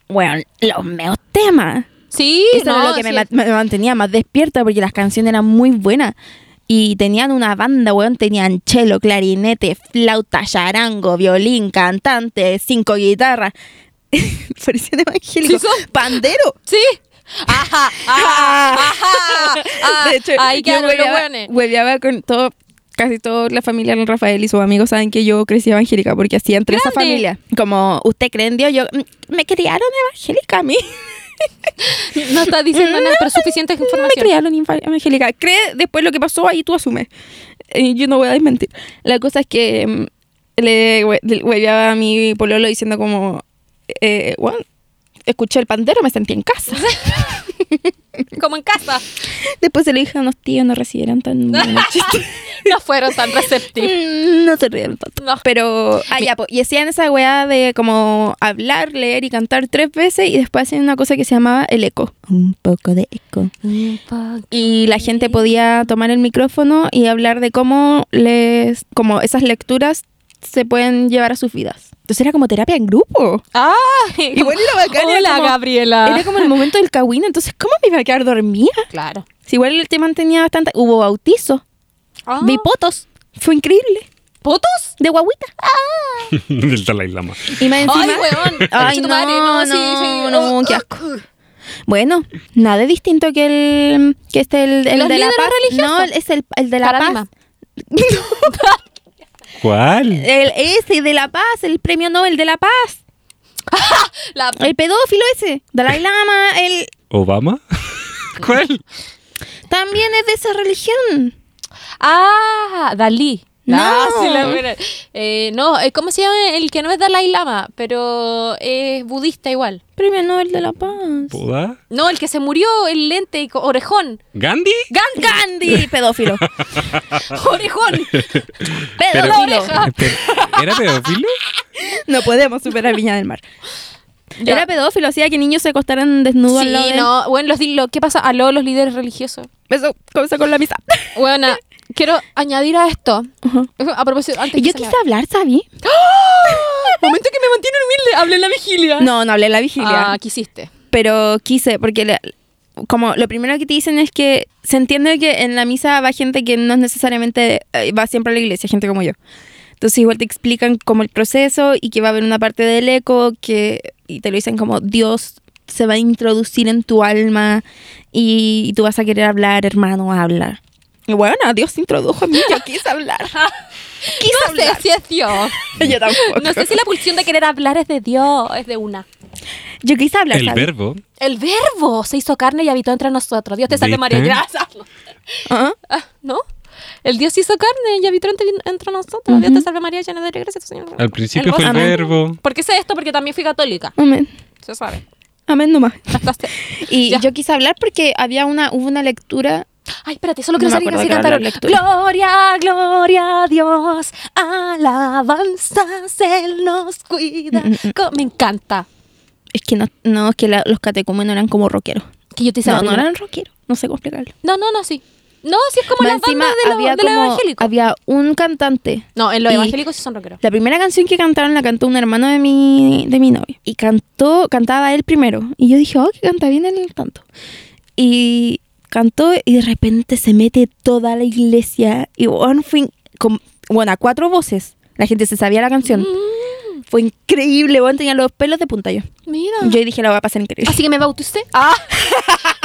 Speaker 4: Bueno, los meos temas.
Speaker 2: Sí,
Speaker 4: Eso era
Speaker 2: no,
Speaker 4: lo que me,
Speaker 2: sí.
Speaker 4: ma- me mantenía más despierta porque las canciones eran muy buenas. Y tenían una banda, weón. Tenían cello, clarinete, flauta, charango, violín, cantante, cinco guitarras. [LAUGHS] Parecían evangélicos.
Speaker 2: Sí son.
Speaker 4: ¡Pandero!
Speaker 2: Sí. Ajá, ajá,
Speaker 4: [LAUGHS]
Speaker 2: ajá. ah,
Speaker 4: de hecho,
Speaker 2: ahí
Speaker 4: yo
Speaker 2: quedaron los
Speaker 4: hueveaba,
Speaker 2: hueones.
Speaker 4: hueveaba con todo, casi toda la familia del Rafael y sus amigos saben que yo crecí evangélica porque así entre esa
Speaker 2: Grande.
Speaker 4: familia. Como, ¿usted cree en Dios? Yo, mm, me criaron evangélica a mí.
Speaker 2: No estás diciendo nada, pero suficiente
Speaker 4: [LAUGHS] No
Speaker 2: información.
Speaker 4: me criaron infa- evangélica. Cree después lo que pasó, ahí tú asumes. Eh, yo no voy a desmentir. La cosa es que mm, le hue- le hueveaba a mi pololo diciendo como, eh, "Weón, escuché el pandero, me sentí en [LAUGHS] casa.
Speaker 2: Como en casa.
Speaker 4: después se lo dije a unos tíos, no recibieron [LAUGHS] tan... buenos chistes.
Speaker 2: No fueron tan receptivos.
Speaker 4: Mm, no se rieron tanto.
Speaker 2: No.
Speaker 4: Pero, ah, ya, po, y hacían esa weá de como hablar, leer y cantar tres veces y después hacían una cosa que se llamaba el eco. Un poco de eco. Y la gente podía tomar el micrófono y hablar de cómo les, como esas lecturas se pueden llevar a sus vidas. Entonces era como terapia en grupo.
Speaker 2: Ah,
Speaker 4: [LAUGHS] Igual lo bacán era
Speaker 2: Hola,
Speaker 4: como-
Speaker 2: Gabriela.
Speaker 4: Era como el momento del kawin, entonces ¿cómo me iba a quedar dormida?
Speaker 2: Claro.
Speaker 4: Si igual el tema tenía bastante... Hubo bautizo,
Speaker 2: Ah.
Speaker 4: vi potos, fue increíble,
Speaker 2: ¿Potos?
Speaker 4: de guaguita.
Speaker 3: [LAUGHS] del Dalai Lama.
Speaker 4: Y más encima...
Speaker 2: Ay, weón.
Speaker 4: Ah. [LAUGHS] Ay,
Speaker 2: Concha tu
Speaker 4: no,
Speaker 2: madre,
Speaker 4: no,
Speaker 2: sí, sí,
Speaker 4: no,
Speaker 2: oh,
Speaker 4: qué
Speaker 2: oh.
Speaker 4: asco. Bueno, nada de distinto que el que este el, el
Speaker 2: Los
Speaker 4: de la
Speaker 2: líderes
Speaker 4: paz.
Speaker 2: religiosos.
Speaker 4: No, es el, el de la
Speaker 2: Karadima.
Speaker 4: paz.
Speaker 3: ¿Cuál?
Speaker 4: El ese de la paz, el premio Nobel de la paz.
Speaker 2: La-
Speaker 4: El pedófilo ese, Dalai Lama, el
Speaker 2: [LAUGHS]
Speaker 3: ¿Obama? ¿Cuál?
Speaker 4: también es de esa religión.
Speaker 2: Ah, Dalí.
Speaker 4: No.
Speaker 2: Ah, sí, la buena. Eh, no, eh, ¿cómo se llama? El que no es Dalai Lama, pero es budista igual.
Speaker 4: Premio Nobel de la paz.
Speaker 3: ¿Buda?
Speaker 2: No, el que se murió, el lente, co- orejón.
Speaker 3: ¿Gandhi?
Speaker 2: Gan-
Speaker 4: Gandhi, pedófilo. Ah.
Speaker 2: [LAUGHS]
Speaker 4: [LAUGHS]
Speaker 2: orejón.
Speaker 3: Pero-
Speaker 4: pedófilo.
Speaker 2: Ah.
Speaker 3: ¿Era pedófilo?
Speaker 4: [LAUGHS] No podemos superar Viña del Mar.
Speaker 2: Ya.
Speaker 4: Era pedófilo, hacía que niños se acostaran desnudos al lado
Speaker 2: Sí,
Speaker 4: de él.
Speaker 2: no, bueno, los, di- lo- ¿qué pasa? Aló, los líderes religiosos.
Speaker 4: Eso cosa con la misa.
Speaker 2: Bueno,
Speaker 4: [LAUGHS]
Speaker 2: quiero añadir a esto.
Speaker 4: Ajá.
Speaker 2: A propósito, antes
Speaker 4: Y yo
Speaker 2: que se me
Speaker 4: quise hablar, ¿sabí?
Speaker 2: vaya. [LAUGHS] Momento que me mantiene humilde, hablé en la vigilia.
Speaker 4: No, no hablé en la vigilia.
Speaker 2: Ah, quisiste.
Speaker 4: pero quise, porque la- como lo primero que te dicen es que se entiende que en la misa va gente que no es necesariamente, eh, va siempre a la iglesia, gente como yo. Entonces igual te explican como el proceso y que va a haber una parte del eco que, y te lo dicen como Dios se va a introducir en tu alma y, tú vas a querer hablar, hermano, habla. Bueno, Dios se introdujo en mí, yo
Speaker 2: [LAUGHS]
Speaker 4: quise hablar. Quise
Speaker 2: No sé
Speaker 4: hablar. [LAUGHS]
Speaker 2: si es Dios.
Speaker 4: Yo tampoco.
Speaker 2: No sé si la pulsión de querer hablar es de Dios, es de una.
Speaker 4: Yo quise hablar.
Speaker 3: El
Speaker 4: ¿sabes?
Speaker 3: verbo.
Speaker 2: El verbo se hizo carne y habitó entre nosotros. Dios te salve
Speaker 3: ¿Viste?
Speaker 2: María. Gracias.
Speaker 4: Ah,
Speaker 2: Ah, ¿No? El Dios se hizo carne y habitó entre, entre nosotros. Dios te salve María, llena de gracia, tu Señor.
Speaker 3: Al principio fue el
Speaker 2: gozo.
Speaker 3: verbo.
Speaker 2: ¿Por qué sé esto? Porque también fui católica.
Speaker 4: Amén.
Speaker 2: Se sabe.
Speaker 4: Amén nomás.
Speaker 2: Hasta se-
Speaker 4: [LAUGHS] Y
Speaker 2: Ya.
Speaker 4: yo quise hablar porque había una, hubo una lectura.
Speaker 2: Ay, espérate, solo
Speaker 4: No
Speaker 2: quiero
Speaker 4: me
Speaker 2: salir
Speaker 4: acuerdo
Speaker 2: así
Speaker 4: de
Speaker 2: cantaron.
Speaker 4: la
Speaker 2: Gloria, gloria a Dios, alabanzas Él nos cuida.
Speaker 4: Mm,
Speaker 2: Co- Me encanta.
Speaker 4: Es que no, no es que la- los catecúmenos eran como rockeros.
Speaker 2: Que yo te hice la
Speaker 4: No, no
Speaker 2: primera.
Speaker 4: eran rockeros. No sé cómo explicarlo.
Speaker 2: No, no, no, sí. No, sí es como
Speaker 4: Más
Speaker 2: la banda de lo, de lo
Speaker 4: como-
Speaker 2: evangélico.
Speaker 4: había un cantante.
Speaker 2: No, en lo
Speaker 4: y-
Speaker 2: evangélico sí son rockeros.
Speaker 4: La primera canción que cantaron la cantó un hermano de mi, de mi novia. Y cantó, cantaba él primero. Y yo dije, oh, que canta bien el tanto. Y cantó y de repente se mete toda la iglesia. Y bueno, fue in- con- bueno, a cuatro voces. La gente se sabía la canción.
Speaker 2: Mm.
Speaker 4: Fue increíble, bueno, tenía los pelos de punta yo.
Speaker 2: Mira.
Speaker 4: Yo dije, la va a pasar increíble.
Speaker 2: Ah. Así que me
Speaker 4: [LAUGHS]
Speaker 2: bauticé. Ah,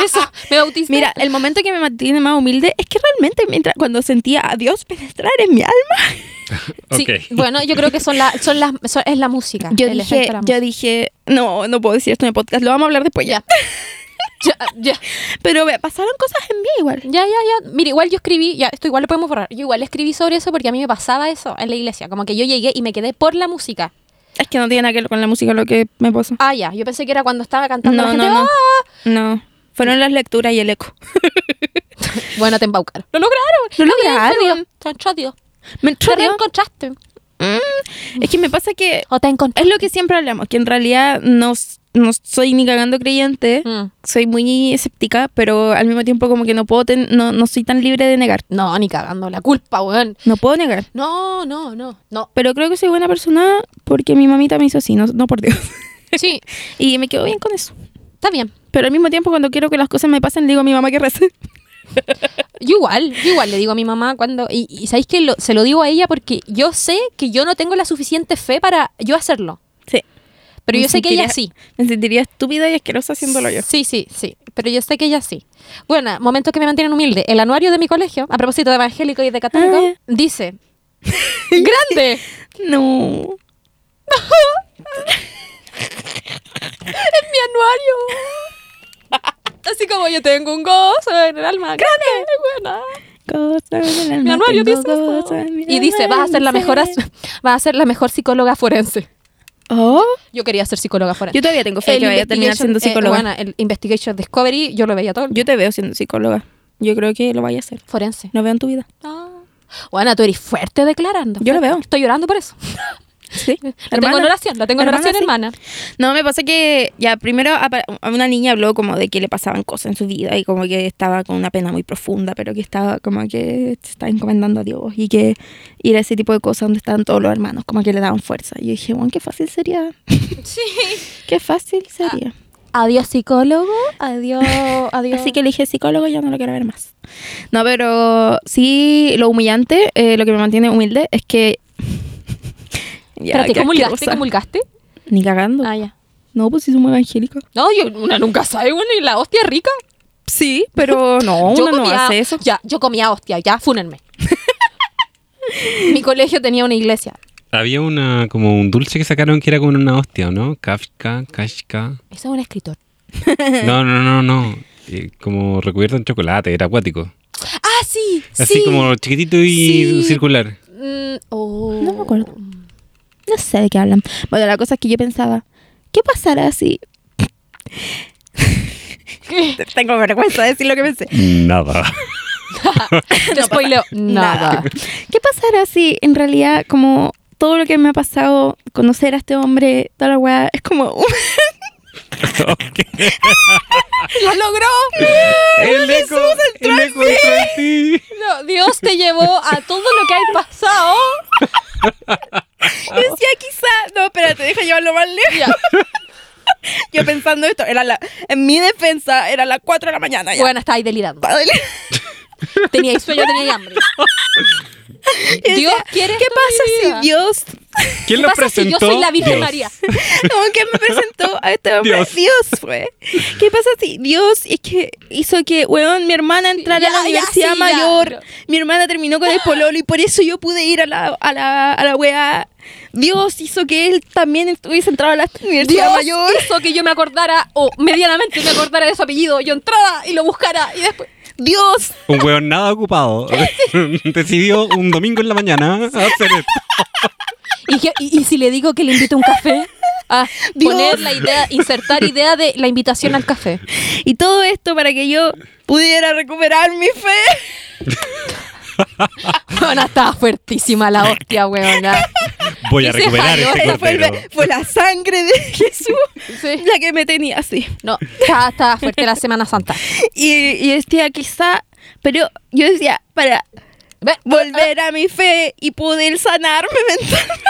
Speaker 2: eso, me bauticé.
Speaker 4: Mira, el momento que me mantiene más humilde es que realmente mientras cuando sentía a Dios penetrar en mi alma,
Speaker 2: Sí,
Speaker 3: Ok.
Speaker 2: bueno, yo creo que son la, son las, son- es la música.
Speaker 4: yo
Speaker 2: el
Speaker 4: dije,
Speaker 2: efecto de la
Speaker 4: yo dije, no, no puedo decir esto en el podcast, lo vamos a hablar después ya.
Speaker 2: música. [LAUGHS] Ya, ya,
Speaker 4: Pero ve, pasaron cosas en mí igual.
Speaker 2: ya, ya, ya. Mira, igual yo escribí, ya, esto igual lo podemos borrar. Yo igual escribí sobre eso porque a mí me pasaba eso en la iglesia. Como que yo llegué y me quedé por la música.
Speaker 4: Es que no tiene nada que ver con la música lo que me pasó.
Speaker 2: Ah, ya, yo pensé que era cuando estaba cantando la
Speaker 4: No,
Speaker 2: gente.
Speaker 4: no, no.
Speaker 2: "Ah".
Speaker 4: No. Fueron las lecturas y el eco. [LAUGHS]
Speaker 2: Bueno, te embaucaron. Lo lograron.
Speaker 4: Lo
Speaker 2: Está bien,
Speaker 4: lograron.
Speaker 2: Dios. Chancho, Dios.
Speaker 4: Me
Speaker 2: Te
Speaker 4: chorreó.
Speaker 2: reencontraste.
Speaker 4: Es que me pasa que
Speaker 2: O te encontraste.
Speaker 4: es [LAUGHS] lo que siempre hablamos, que en realidad no, s- no soy ni cagando creyente,
Speaker 2: Mm.
Speaker 4: soy muy escéptica, pero al mismo tiempo como que no puedo, ten- no, no soy tan libre de negar.
Speaker 2: No, ni cagando. La culpa, weón.
Speaker 4: No puedo negar.
Speaker 2: No, no, no. No.
Speaker 4: Pero creo que soy buena persona porque mi mamita me hizo así, no, no por Dios. [LAUGHS]
Speaker 2: Sí,
Speaker 4: Y me quedo bien con eso.
Speaker 2: está bien.
Speaker 4: Pero al mismo tiempo cuando quiero que las cosas me pasen, le digo a mi mamá que rece.
Speaker 2: Yo igual, yo igual le digo a mi mamá cuando... Y, y ¿sabéis que se lo digo a ella porque yo sé que yo no tengo la suficiente fe para yo hacerlo.
Speaker 4: Sí.
Speaker 2: Pero
Speaker 4: Me
Speaker 2: yo sé que ella sí.
Speaker 4: sentiría- Me sentiría estúpida y asquerosa haciéndolo yo.
Speaker 2: Sí, sí, sí. Pero yo sé que ella sí. Bueno, momentos que me mantienen humilde. El anuario de mi colegio, a propósito de evangélico y de católico,
Speaker 4: Ah. [LAUGHS]
Speaker 2: dice... ¡Grande!
Speaker 4: No.
Speaker 2: mi anuario. [LAUGHS] Así como yo tengo un gozo en el alma. Grande. Buena.
Speaker 4: Cosa del alma,
Speaker 2: Mi anuario dice
Speaker 4: tengo
Speaker 2: eso.
Speaker 4: cosa en mi
Speaker 2: Y dice, vas a ser la
Speaker 4: alma".
Speaker 2: mejor, as- vas a ser la mejor psicóloga forense.
Speaker 4: Oh,
Speaker 2: Yo quería ser psicóloga forense.
Speaker 4: yo todavía tengo fe que vaya a terminar siendo
Speaker 2: Investigation- eh,
Speaker 4: psicóloga.
Speaker 2: bueno, el Investigation Discovery, yo lo veía todo.
Speaker 4: yo te veo siendo psicóloga. Yo creo que lo vaya a hacer.
Speaker 2: Forense.
Speaker 4: Lo veo en tu vida.
Speaker 2: Ah. Bueno, tú eres fuerte declarando.
Speaker 4: Yo lo veo.
Speaker 2: Estoy llorando por eso. [LAUGHS]
Speaker 4: Sí.
Speaker 2: La tengo en
Speaker 4: Hermana.
Speaker 2: oración, la tengo en
Speaker 4: Hermana,
Speaker 2: oración,
Speaker 4: sí.
Speaker 2: hermana.
Speaker 4: No, me pasa que ya primero apa- a una niña habló como de que le pasaban cosas en su vida y como que estaba con una pena muy profunda, pero que estaba como que se estaba encomendando a Dios y que ir a ese tipo de cosas donde estaban todos los hermanos, como que le daban fuerza. Y yo dije, bueno, qué fácil sería.
Speaker 2: Sí.
Speaker 4: Qué fácil sería.
Speaker 2: Adiós psicólogo, adiós, adiós.
Speaker 4: [LAUGHS] Así que le dije psicólogo, ya no lo quiero ver más. No, pero sí, lo humillante, eh, lo que me mantiene humilde es que. [LAUGHS] Ya,
Speaker 2: Espérate,
Speaker 4: qué
Speaker 2: ¿comulgaste?
Speaker 4: asquerosa.
Speaker 2: ¿Comulgaste?
Speaker 4: Ni cagando.
Speaker 2: Ah, ya.
Speaker 4: No, pues sí, somos evangélicos.
Speaker 2: No, yo, una nunca sabe, bueno, y la hostia es rica.
Speaker 4: Sí, pero [LAUGHS] no,
Speaker 2: yo
Speaker 4: uno no hace eso.
Speaker 2: Ya, yo comía hostia, ya,
Speaker 4: [LAUGHS]
Speaker 2: fúnenme. Mi colegio tenía una iglesia.
Speaker 3: Había una como un dulce que sacaron que era como una hostia, ¿o ¿no? Kafka, Kashka.
Speaker 2: Eso es un escritor.
Speaker 3: No, no, no, no. Eh, como recubierto en chocolate, era acuático.
Speaker 2: Ah, sí,
Speaker 3: Así
Speaker 2: sí.
Speaker 3: como chiquitito y
Speaker 2: Sí.
Speaker 3: circular.
Speaker 2: Mm, oh.
Speaker 4: No me acuerdo. No sé de qué hablan. Bueno, la cosa es que yo pensaba, ¿qué pasará si... [LAUGHS]
Speaker 2: ¿Qué?
Speaker 4: Tengo vergüenza de decir lo que pensé.
Speaker 3: Nada.
Speaker 2: [LAUGHS]
Speaker 3: [LAUGHS]
Speaker 2: Te
Speaker 4: [LAUGHS]
Speaker 2: spoileo nada.
Speaker 4: ¿Qué pasará si en realidad como todo lo que me ha pasado, conocer a este hombre, toda la weá, es como...
Speaker 2: ¡Lo logró!
Speaker 3: [LAUGHS] El eco, el eco entró en ti.
Speaker 2: No, Dios te llevó a todo lo que hay pasado.
Speaker 4: Yo decía, quizá... No, espérate, deja llevarlo más lejos.
Speaker 2: Ya.
Speaker 4: [LAUGHS] Yo pensando esto, era la... En mi defensa, era las 4 de la mañana. Ah, ya. [LAUGHS]
Speaker 2: Bueno, estáis delirando. Teníais sueño, teníais hambre. Dios quiere
Speaker 4: ¿Qué
Speaker 2: esto en mi vida?
Speaker 4: pasa si Dios,
Speaker 2: ¿Qué
Speaker 3: ¿Quién lo
Speaker 2: pasa si
Speaker 3: presentó?
Speaker 2: yo soy la Virgen
Speaker 3: Dios.
Speaker 2: María?
Speaker 4: como que me presentó a este hombre?
Speaker 3: Dios.
Speaker 4: Dios, fue. ¿Qué pasa si Dios es que hizo que, weón, mi hermana entrara
Speaker 2: Ya,
Speaker 4: a la
Speaker 2: ya,
Speaker 4: universidad
Speaker 2: sí, ya,
Speaker 4: mayor?
Speaker 2: pero- Ah.
Speaker 4: Mi hermana terminó con el pololo y por eso yo pude ir a la, a la, a la weá. Dios hizo que él también estuviese entrado a la universidad
Speaker 2: Dios
Speaker 4: mayor.
Speaker 2: hizo que yo me acordara, o medianamente me acordara de su apellido, yo entrara y lo buscara y después...
Speaker 4: Dios.
Speaker 3: [LAUGHS] Un weón nada
Speaker 2: [LAUGHS]
Speaker 3: ocupado. [LAUGHS] Decidió un domingo en la mañana hacer esto.
Speaker 2: ¿Y, qué- y- y si le digo que le invito a un café? A
Speaker 4: Dios.
Speaker 2: poner la idea, insertar idea de la invitación al
Speaker 4: [LAUGHS]
Speaker 2: café.
Speaker 4: Y todo esto para que yo pudiera recuperar mi fe.
Speaker 2: Weona, estaba fuertísima la hostia, weona.
Speaker 3: Voy a
Speaker 2: Ese
Speaker 3: recuperar
Speaker 2: jaleo
Speaker 3: este
Speaker 4: Esa Fue,
Speaker 3: cordero.
Speaker 4: la- fue la sangre de [LAUGHS] Jesús
Speaker 2: Sí.
Speaker 4: la que me tenía así.
Speaker 2: No, estaba, estaba fuerte la Semana Santa.
Speaker 4: Y, y yo decía, quizá, pero yo decía, para
Speaker 2: Ve-
Speaker 4: volver a mi fe y poder sanarme [LAUGHS] mentalmente.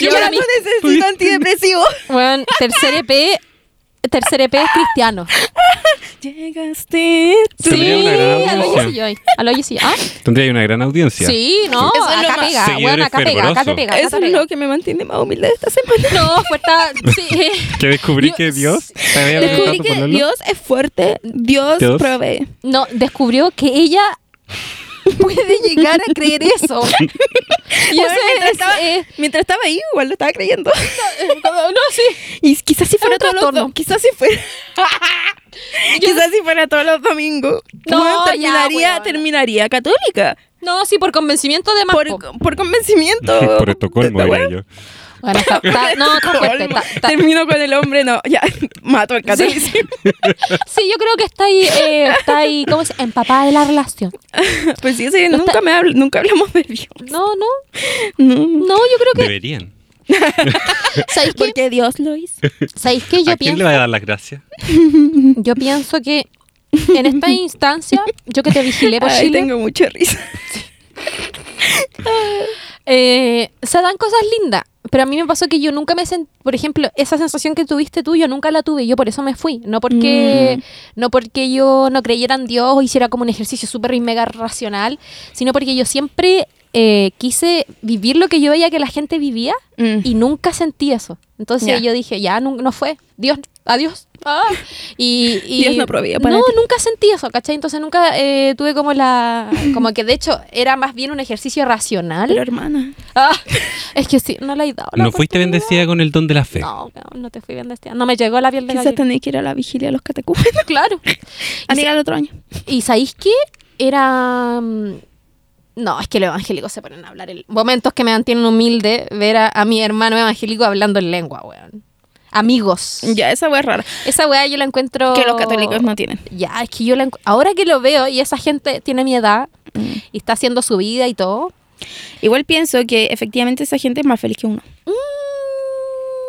Speaker 2: Y
Speaker 4: Yo
Speaker 2: ahora
Speaker 4: no
Speaker 2: mi-
Speaker 4: necesito antidepresivo.
Speaker 2: Weón, tercer EP, tercer EP es cristiano.
Speaker 4: Llegaste. tú.
Speaker 3: Tendría una gran
Speaker 2: a lo
Speaker 3: audiencia.
Speaker 2: Jesse Joy. A lo Jesse- ¿Ah?
Speaker 3: Tendría una gran audiencia.
Speaker 2: Sí, no,
Speaker 4: Eso es lo
Speaker 2: acá
Speaker 4: más-
Speaker 2: pega,
Speaker 3: Seguidores
Speaker 2: weón, acá pega, acá te pega. acá
Speaker 4: Eso
Speaker 2: te
Speaker 4: es
Speaker 2: pega.
Speaker 4: lo que me mantiene más humilde de esta semana.
Speaker 2: No, fuerte. Sí.
Speaker 3: [LAUGHS] Que descubrí
Speaker 2: Yo-
Speaker 3: que Dios te había presentado a
Speaker 4: Descubrí
Speaker 3: tu
Speaker 4: que
Speaker 3: pololo.
Speaker 4: Dios es fuerte, Dios,
Speaker 3: Dios.
Speaker 4: provee.
Speaker 2: No, descubrió que ella puede llegar a creer
Speaker 3: [LAUGHS]
Speaker 2: eso. Y
Speaker 4: Bueno,
Speaker 2: eso
Speaker 4: mientras,
Speaker 2: es.
Speaker 4: estaba,
Speaker 2: eh,
Speaker 4: mientras estaba ahí, igual lo estaba creyendo.
Speaker 2: [LAUGHS] no, sí.
Speaker 4: Y quizás si fuera
Speaker 2: un
Speaker 4: todos los
Speaker 2: trastorno.
Speaker 4: do- quizás si
Speaker 2: [LAUGHS]
Speaker 4: fuera quizás si fuera todos los domingos.
Speaker 2: No,
Speaker 4: Bueno,
Speaker 2: ya,
Speaker 4: terminaría,
Speaker 2: weona.
Speaker 4: terminaría católica.
Speaker 2: No, sí, por convencimiento de más. po.
Speaker 4: Por, por
Speaker 3: [LAUGHS]
Speaker 4: convencimiento.
Speaker 3: Por Estocolmo,
Speaker 4: Esta weá.
Speaker 3: diría yo.
Speaker 2: Bueno, está- está- no, está fuerte.
Speaker 4: Colmo.
Speaker 2: está- está-
Speaker 4: Termino con el hombre, no, ya, [LAUGHS] mato al catolicismo.
Speaker 2: sí, yo creo que está ahí, eh, está ahí, ¿cómo se dice? Empapada de la relación.
Speaker 4: [LAUGHS] Pues sí, sí, nunca, me habl- nunca hablamos de Dios.
Speaker 2: No, no,
Speaker 4: No.
Speaker 2: no, yo creo que.
Speaker 3: Deberían.
Speaker 2: ¿Sabéis qué?
Speaker 4: Porque Dios lo hizo.
Speaker 2: ¿Sabéis qué? Yo
Speaker 3: ¿A quién le
Speaker 2: pienso,
Speaker 3: va a dar las gracias?
Speaker 2: yo pienso que en
Speaker 4: [LAUGHS]
Speaker 2: esta instancia, yo que te vigilé por
Speaker 4: Ay,
Speaker 2: Chile,
Speaker 4: tengo mucha risa.
Speaker 2: eh, se dan cosas lindas. Pero a mí me pasó que yo nunca me sentí, por ejemplo, esa sensación que tuviste tú, yo nunca la tuve, yo por eso me fui. No porque,
Speaker 4: Mm.
Speaker 2: no porque yo no creyera en Dios o hiciera como un ejercicio súper y mega racional, sino porque yo siempre eh, quise vivir lo que yo veía que la gente vivía Mm. y nunca sentí eso. Entonces
Speaker 4: Ya.
Speaker 2: yo dije, ya, nun- no, fue. Dios, adiós. Ah. Y, y-
Speaker 4: Dios no proveía para
Speaker 2: No,
Speaker 4: ti.
Speaker 2: nunca sentí eso, ¿cachai? Entonces nunca eh, tuve como la... Como que de hecho era más bien un ejercicio
Speaker 4: Pero
Speaker 2: racional.
Speaker 4: hermana.
Speaker 2: Ah, es que sí, no la he dado. la
Speaker 3: ¿No fuiste
Speaker 2: oportunidad.
Speaker 3: bendecida con el don de la fe?
Speaker 2: No, no, no te fui bendecida. No me llegó la piel de
Speaker 4: Quizás
Speaker 2: gallina.
Speaker 4: tenéis que ir a la vigilia a los catacúmenos.
Speaker 2: Claro.
Speaker 4: Amiga, el otro año.
Speaker 2: ¿Y sabéis qué? Era... mm, No, es que los evangélicos se ponen a hablar. El... Momentos que me mantienen humilde ver a, a mi hermano evangélico hablando en lengua, weón. Amigos.
Speaker 4: Ya, esa wea es rara.
Speaker 2: Esa weá yo la encuentro.
Speaker 4: Que los católicos no tienen.
Speaker 2: Ya, es que yo la encu- Ahora que lo veo y esa gente tiene mi edad
Speaker 4: Mm.
Speaker 2: y está haciendo su vida y todo.
Speaker 4: Igual pienso que efectivamente esa gente es más feliz que uno.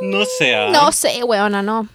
Speaker 3: No sea.
Speaker 2: No sé, weona, no.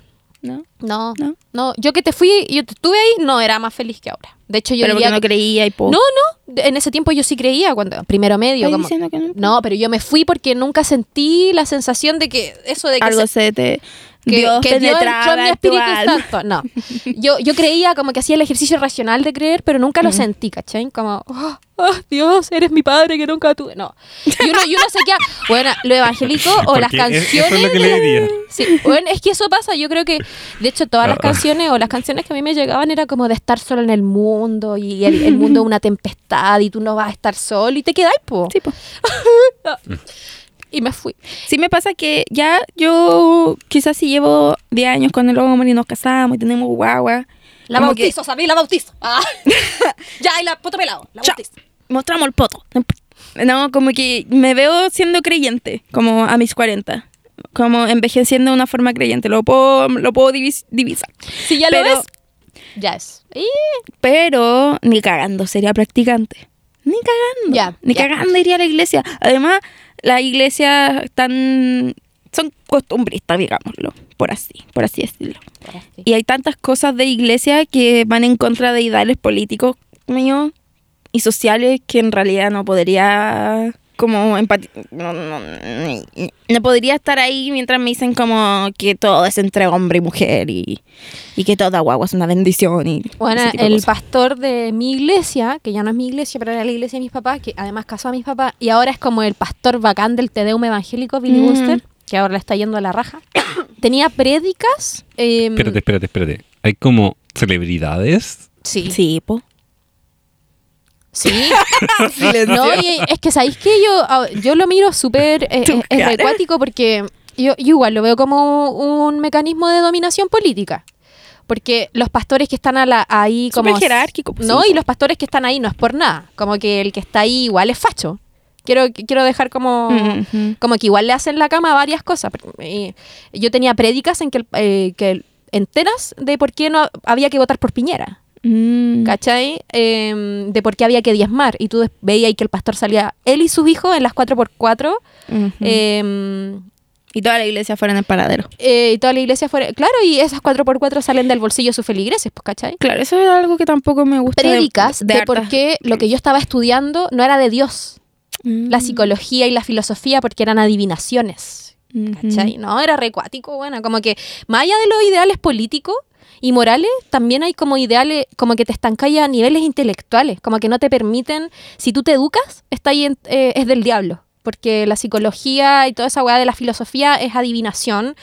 Speaker 4: ¿No?
Speaker 2: No, no.
Speaker 4: No.
Speaker 2: Yo que te fui, yo te estuve ahí, no era más feliz que ahora. De hecho, yo
Speaker 4: Pero porque
Speaker 2: diría
Speaker 4: no
Speaker 2: que-
Speaker 4: creía y poco.
Speaker 2: No, no. En ese tiempo yo sí creía cuando. Primero medio,
Speaker 4: Estoy
Speaker 2: como.
Speaker 4: diciendo que no.
Speaker 2: No, pero yo me fui porque nunca sentí la sensación de que eso de que
Speaker 4: Algo
Speaker 2: se-
Speaker 4: se te.
Speaker 2: que,
Speaker 4: Dios
Speaker 2: que Dios entró en
Speaker 4: penetraba
Speaker 2: mi
Speaker 4: en tu
Speaker 2: Espíritu
Speaker 4: alma.
Speaker 2: Santo. No. [LAUGHS] Yo, yo creía como que hacía el ejercicio racional de creer, pero nunca lo sentí, ¿cachai? Como, oh, oh, Dios, eres mi padre que nunca tuve. No. Y uno, y uno se queda, bueno, lo evangélico o
Speaker 3: Porque
Speaker 2: las
Speaker 3: e- eso es lo
Speaker 2: canciones.
Speaker 3: que le diría.
Speaker 2: Sí, bueno, es que eso pasa. Yo creo que, de hecho, todas las
Speaker 3: Ah.
Speaker 2: canciones o las canciones que a mí me llegaban era como de estar solo en el mundo y el, el mundo es una tempestad y tú no vas a estar solo y te quedáis, po.
Speaker 4: [LAUGHS] Sí, po.
Speaker 2: Y me fui.
Speaker 4: Sí me pasa que ya yo quizás si llevo 10 años con el hombre y nos casamos y tenemos guagua.
Speaker 2: La
Speaker 4: como
Speaker 2: bautizo, sabí, la bautizo. Ah. [LAUGHS] ya, y la puto pelado. La
Speaker 4: Chao.
Speaker 2: bautizo.
Speaker 4: que mostramos el poto. No, como que me veo siendo creyente, como a mis 40. Como envejeciendo de una forma creyente. Lo puedo, lo puedo divis- divisar.
Speaker 2: Si ya
Speaker 4: Pero-
Speaker 2: lo ves, ya es. Y-
Speaker 4: Pero ni cagando sería practicante. Ni cagando.
Speaker 2: Ya,
Speaker 4: ni
Speaker 2: ya.
Speaker 4: cagando iría a la iglesia. Además, las iglesias están. son costumbristas, digámoslo. Por así, por así decirlo. Y hay tantas cosas de iglesia que van en contra de ideales políticos míos y sociales que en realidad no podría como empatía. No, no, no, no podría estar ahí mientras me dicen como que todo es entre hombre y mujer y, y que toda guagua es una bendición. Y
Speaker 2: Bueno,
Speaker 4: ese tipo de
Speaker 2: el
Speaker 4: cosas.
Speaker 2: pastor de mi iglesia, que ya no es mi iglesia, pero era la iglesia de mis papás, que además casó a mis papás, y ahora es como el pastor bacán del Tedeum evangélico, Billy
Speaker 4: Mm.
Speaker 2: Buster, que ahora le está yendo a la
Speaker 4: [COUGHS]
Speaker 2: raja. Tenía prédicas. em,
Speaker 3: Espérate, espérate, espérate. Hay como celebridades.
Speaker 2: Sí. Sí.
Speaker 4: Sí, po. [LAUGHS]
Speaker 2: no, y es que sabéis que yo, ah, yo lo miro súper eh,
Speaker 4: Tu
Speaker 2: eh, es
Speaker 4: cara.
Speaker 2: re cuático porque yo, yo igual lo veo como un mecanismo de dominación política. Porque los pastores que están a la- ahí como...
Speaker 4: Súper jerárquico, pues,
Speaker 2: No,
Speaker 4: sí,
Speaker 2: y los pastores que están ahí no es por nada. Como que el que está ahí igual es facho. Quiero, quiero dejar como...
Speaker 4: Ujú.
Speaker 2: Como que igual le hacen la cama a varias cosas. Pero, eh, Yo tenía prédicas en que, el- eh, que el- enteras de por qué no había que votar por Piñera.
Speaker 4: Mm.
Speaker 2: ¿cachai? Em, de por qué había que diezmar. Y tú des- veías ahí que el pastor salía, él y sus hijos, en las 4x4.
Speaker 4: Ujú.
Speaker 2: em,
Speaker 4: y toda la iglesia fuera en el paradero.
Speaker 2: eh, y toda la iglesia fuera. Claro, y esas 4x4 salen del bolsillo de sus feligreses, pues, ¿cachai?
Speaker 4: Claro, eso es algo que tampoco me gusta. de-
Speaker 2: Prédicas de, por
Speaker 4: hartas-
Speaker 2: qué lo que yo estaba estudiando no era de Dios.
Speaker 4: Mm.
Speaker 2: La psicología y la filosofía, porque eran adivinaciones.
Speaker 4: Ujú.
Speaker 2: ¿Cachai? No, era recuático, bueno, como que más allá de los ideales políticos y morales, también hay como ideales, como que te estancáis a niveles intelectuales, como que no te permiten, si tú te educas, está ahí en- eh, es del diablo, porque la psicología y toda esa weá de la filosofía es adivinación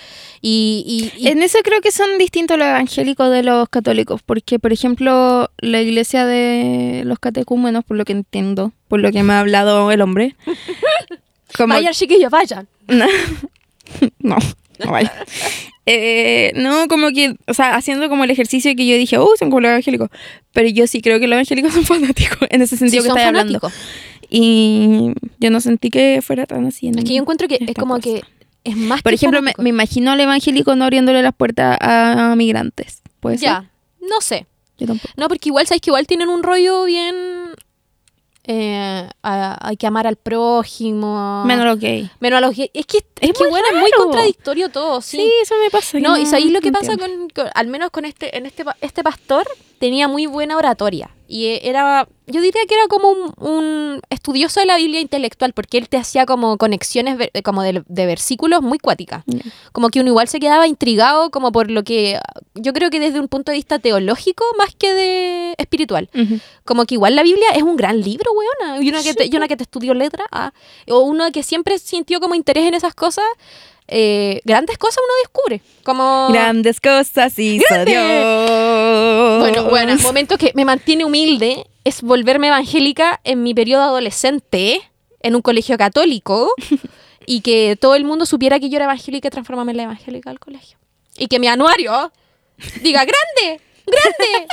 Speaker 2: y... y- y-
Speaker 4: En e- eso creo que son distintos los evangélicos de los católicos, porque por ejemplo la iglesia de los catecúmenos, por lo que entiendo, por lo que me ha hablado
Speaker 2: [LAUGHS]
Speaker 4: el hombre, como
Speaker 2: Vayan chiquillos, vayan.
Speaker 4: [LAUGHS] No, no, no vaya. Eh, no, como que, o sea, haciendo como el ejercicio que yo dije, oh, son como los evangélicos. Pero yo sí creo que los evangélicos [LAUGHS] son fanáticos en ese
Speaker 2: Sí,
Speaker 4: sentido que
Speaker 2: son
Speaker 4: estás hablando.
Speaker 2: fanáticos.
Speaker 4: Y yo no sentí que fuera tan así. en-
Speaker 2: Es que yo encuentro que es
Speaker 4: esta
Speaker 2: como
Speaker 4: cosa.
Speaker 2: que es más
Speaker 4: Por
Speaker 2: que
Speaker 4: ejemplo, me,
Speaker 2: fanático.
Speaker 4: me imagino al evangélico no abriéndole las puertas a migrantes. Pues
Speaker 2: Ya, no sé.
Speaker 4: Yo tampoco.
Speaker 2: No, porque igual, ¿sabes que igual tienen un rollo bien... eh, a- hay que amar al prójimo.
Speaker 4: Menos los gays.
Speaker 2: Menos a los gays. Es que es,
Speaker 4: Es
Speaker 2: que
Speaker 4: muy
Speaker 2: bueno, es muy
Speaker 4: raro.
Speaker 2: contradictorio todo, sí.
Speaker 4: Sí, eso me pasa. que
Speaker 2: no, y sabéis lo que
Speaker 4: no
Speaker 2: pasa
Speaker 4: entiendo.
Speaker 2: con, con- al menos con este, en este, pa- este pastor tenía muy buena oratoria y eh, era, yo diría que era como un, un estudioso de la Biblia intelectual porque él te hacía como conexiones ver- como de, de versículos muy cuáticas,
Speaker 4: Ya.
Speaker 2: como que uno igual se quedaba intrigado como por lo que, yo creo que desde un punto de vista teológico más que de espiritual
Speaker 4: Ujú.
Speaker 2: como que igual la Biblia es un gran libro, weona. Y una que te, y una que te estudió letra, ah. o uno que siempre sintió como interés en esas cosas, eh, grandes cosas uno descubre. Como.
Speaker 4: Grandes cosas y Dios.
Speaker 2: Bueno, bueno, el momento que me mantiene humilde es volverme evangélica en mi periodo adolescente, en un colegio
Speaker 4: [LAUGHS]
Speaker 2: católico, y que todo el mundo supiera que yo era evangélica y transformarme en la evangélica del colegio. Y que mi anuario diga, grande,
Speaker 4: [LAUGHS]
Speaker 2: grande.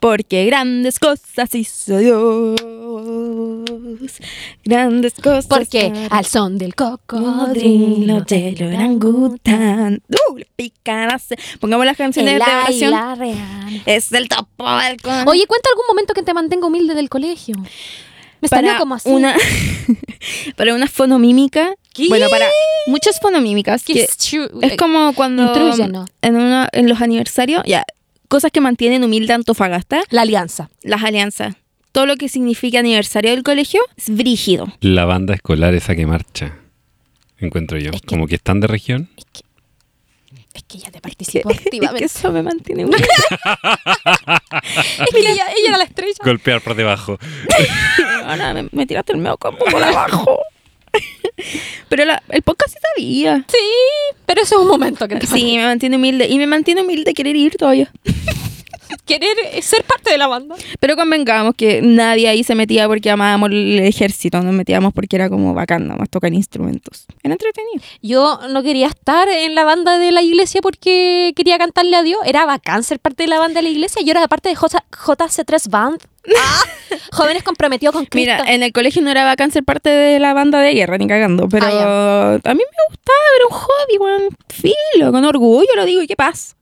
Speaker 4: Porque grandes cosas hizo Dios. Grandes cosas.
Speaker 2: Porque
Speaker 4: hará
Speaker 2: al son del
Speaker 4: cocodrilo
Speaker 2: cocodrilo
Speaker 4: del orangután. Uh, la pícara se- Pongamos las canciones
Speaker 2: El
Speaker 4: de oración.
Speaker 2: águila real.
Speaker 4: Es el topo del con-
Speaker 2: Oye, cuenta algún momento que te mantengo humilde del colegio. Me salió como así.
Speaker 4: Una, [LAUGHS] para una fonomímica.
Speaker 2: ¿Qué?
Speaker 4: Bueno, para muchas fonomímicas.
Speaker 2: Que
Speaker 4: que-
Speaker 2: es chu-
Speaker 4: Es como cuando
Speaker 2: Intrúyanos.
Speaker 4: en, una- en los aniversarios, ya, cosas que mantienen humilde a Antofagasta,
Speaker 2: La alianza.
Speaker 4: las alianzas. Todo lo que significa aniversario del colegio es brígido.
Speaker 3: La banda escolar esa que marcha. Encuentro yo.
Speaker 2: Es que-
Speaker 3: Como que están de región.
Speaker 2: Es que ella te
Speaker 4: Que- [LAUGHS]
Speaker 2: participó
Speaker 4: es que
Speaker 2: activamente.
Speaker 4: eso me [LAUGHS] mantiene humilde.
Speaker 2: Es que ella, ella era la estrella.
Speaker 3: [LAUGHS] Golpear por debajo.
Speaker 4: Ahora me, me tiraste el medio campo por abajo. [LAUGHS] Pero la- el podcast sí sabía.
Speaker 2: Sí, pero eso es un momento que te
Speaker 4: Sí, me mantiene humilde. Y me mantiene humilde querer ir todavía.
Speaker 2: Querer eh, ser parte de la banda.
Speaker 4: Pero convengamos que nadie ahí se metía porque amábamos el ejército. Nos metíamos porque era como bacán, nomás tocar instrumentos. Era entretenido.
Speaker 2: Yo no quería estar en la banda de la iglesia porque quería cantarle a Dios. Era bacán ser parte de la banda de la iglesia. Yo era parte de J- JC3 Band. Ah, [LAUGHS] jóvenes comprometidos con Cristo.
Speaker 4: Mira, en el colegio no era bacán ser parte de la banda de guerra, ni cagando, pero
Speaker 2: Ah,
Speaker 4: a mí me gustaba, era un hobby, weón, filo, con orgullo lo digo y qué paz.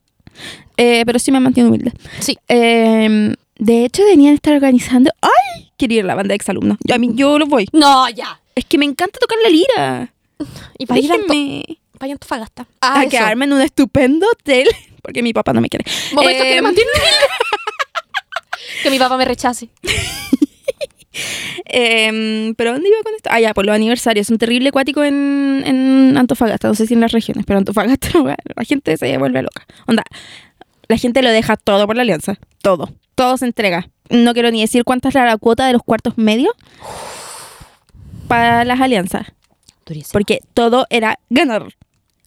Speaker 4: Eh, pero sí me mantiene humilde.
Speaker 2: Sí.
Speaker 4: Eh, de hecho, deberían estar organizando. ¡Ay! Quería ir a la banda de exalumnos. Yo, a mí, yo lo voy.
Speaker 2: No, ya.
Speaker 4: Es que me encanta tocar la lira.
Speaker 2: Y para ir a Anto-
Speaker 4: Déjenme
Speaker 2: para ir a Antofagasta.
Speaker 4: a,
Speaker 2: Ah, eso.
Speaker 4: quedarme en un estupendo hotel, [LAUGHS] porque mi papá no me quiere. [LAUGHS]
Speaker 2: Momento que
Speaker 4: Eh,
Speaker 2: me mantiene humilde. que mi papá me rechace.
Speaker 4: Em, pero ¿dónde iba con esto? Ah, ya, por los aniversarios. Son terrible acuático en, en Antofagasta. No sé si en las regiones, pero Antofagasta [LAUGHS] weón, la gente se vuelve loca. Onda, la gente lo deja todo por la alianza. Todo. Todo se entrega. No quiero ni decir cuánta es la cuota de los cuartos medios para las alianzas.
Speaker 2: Durísimo.
Speaker 4: Porque todo era ganar.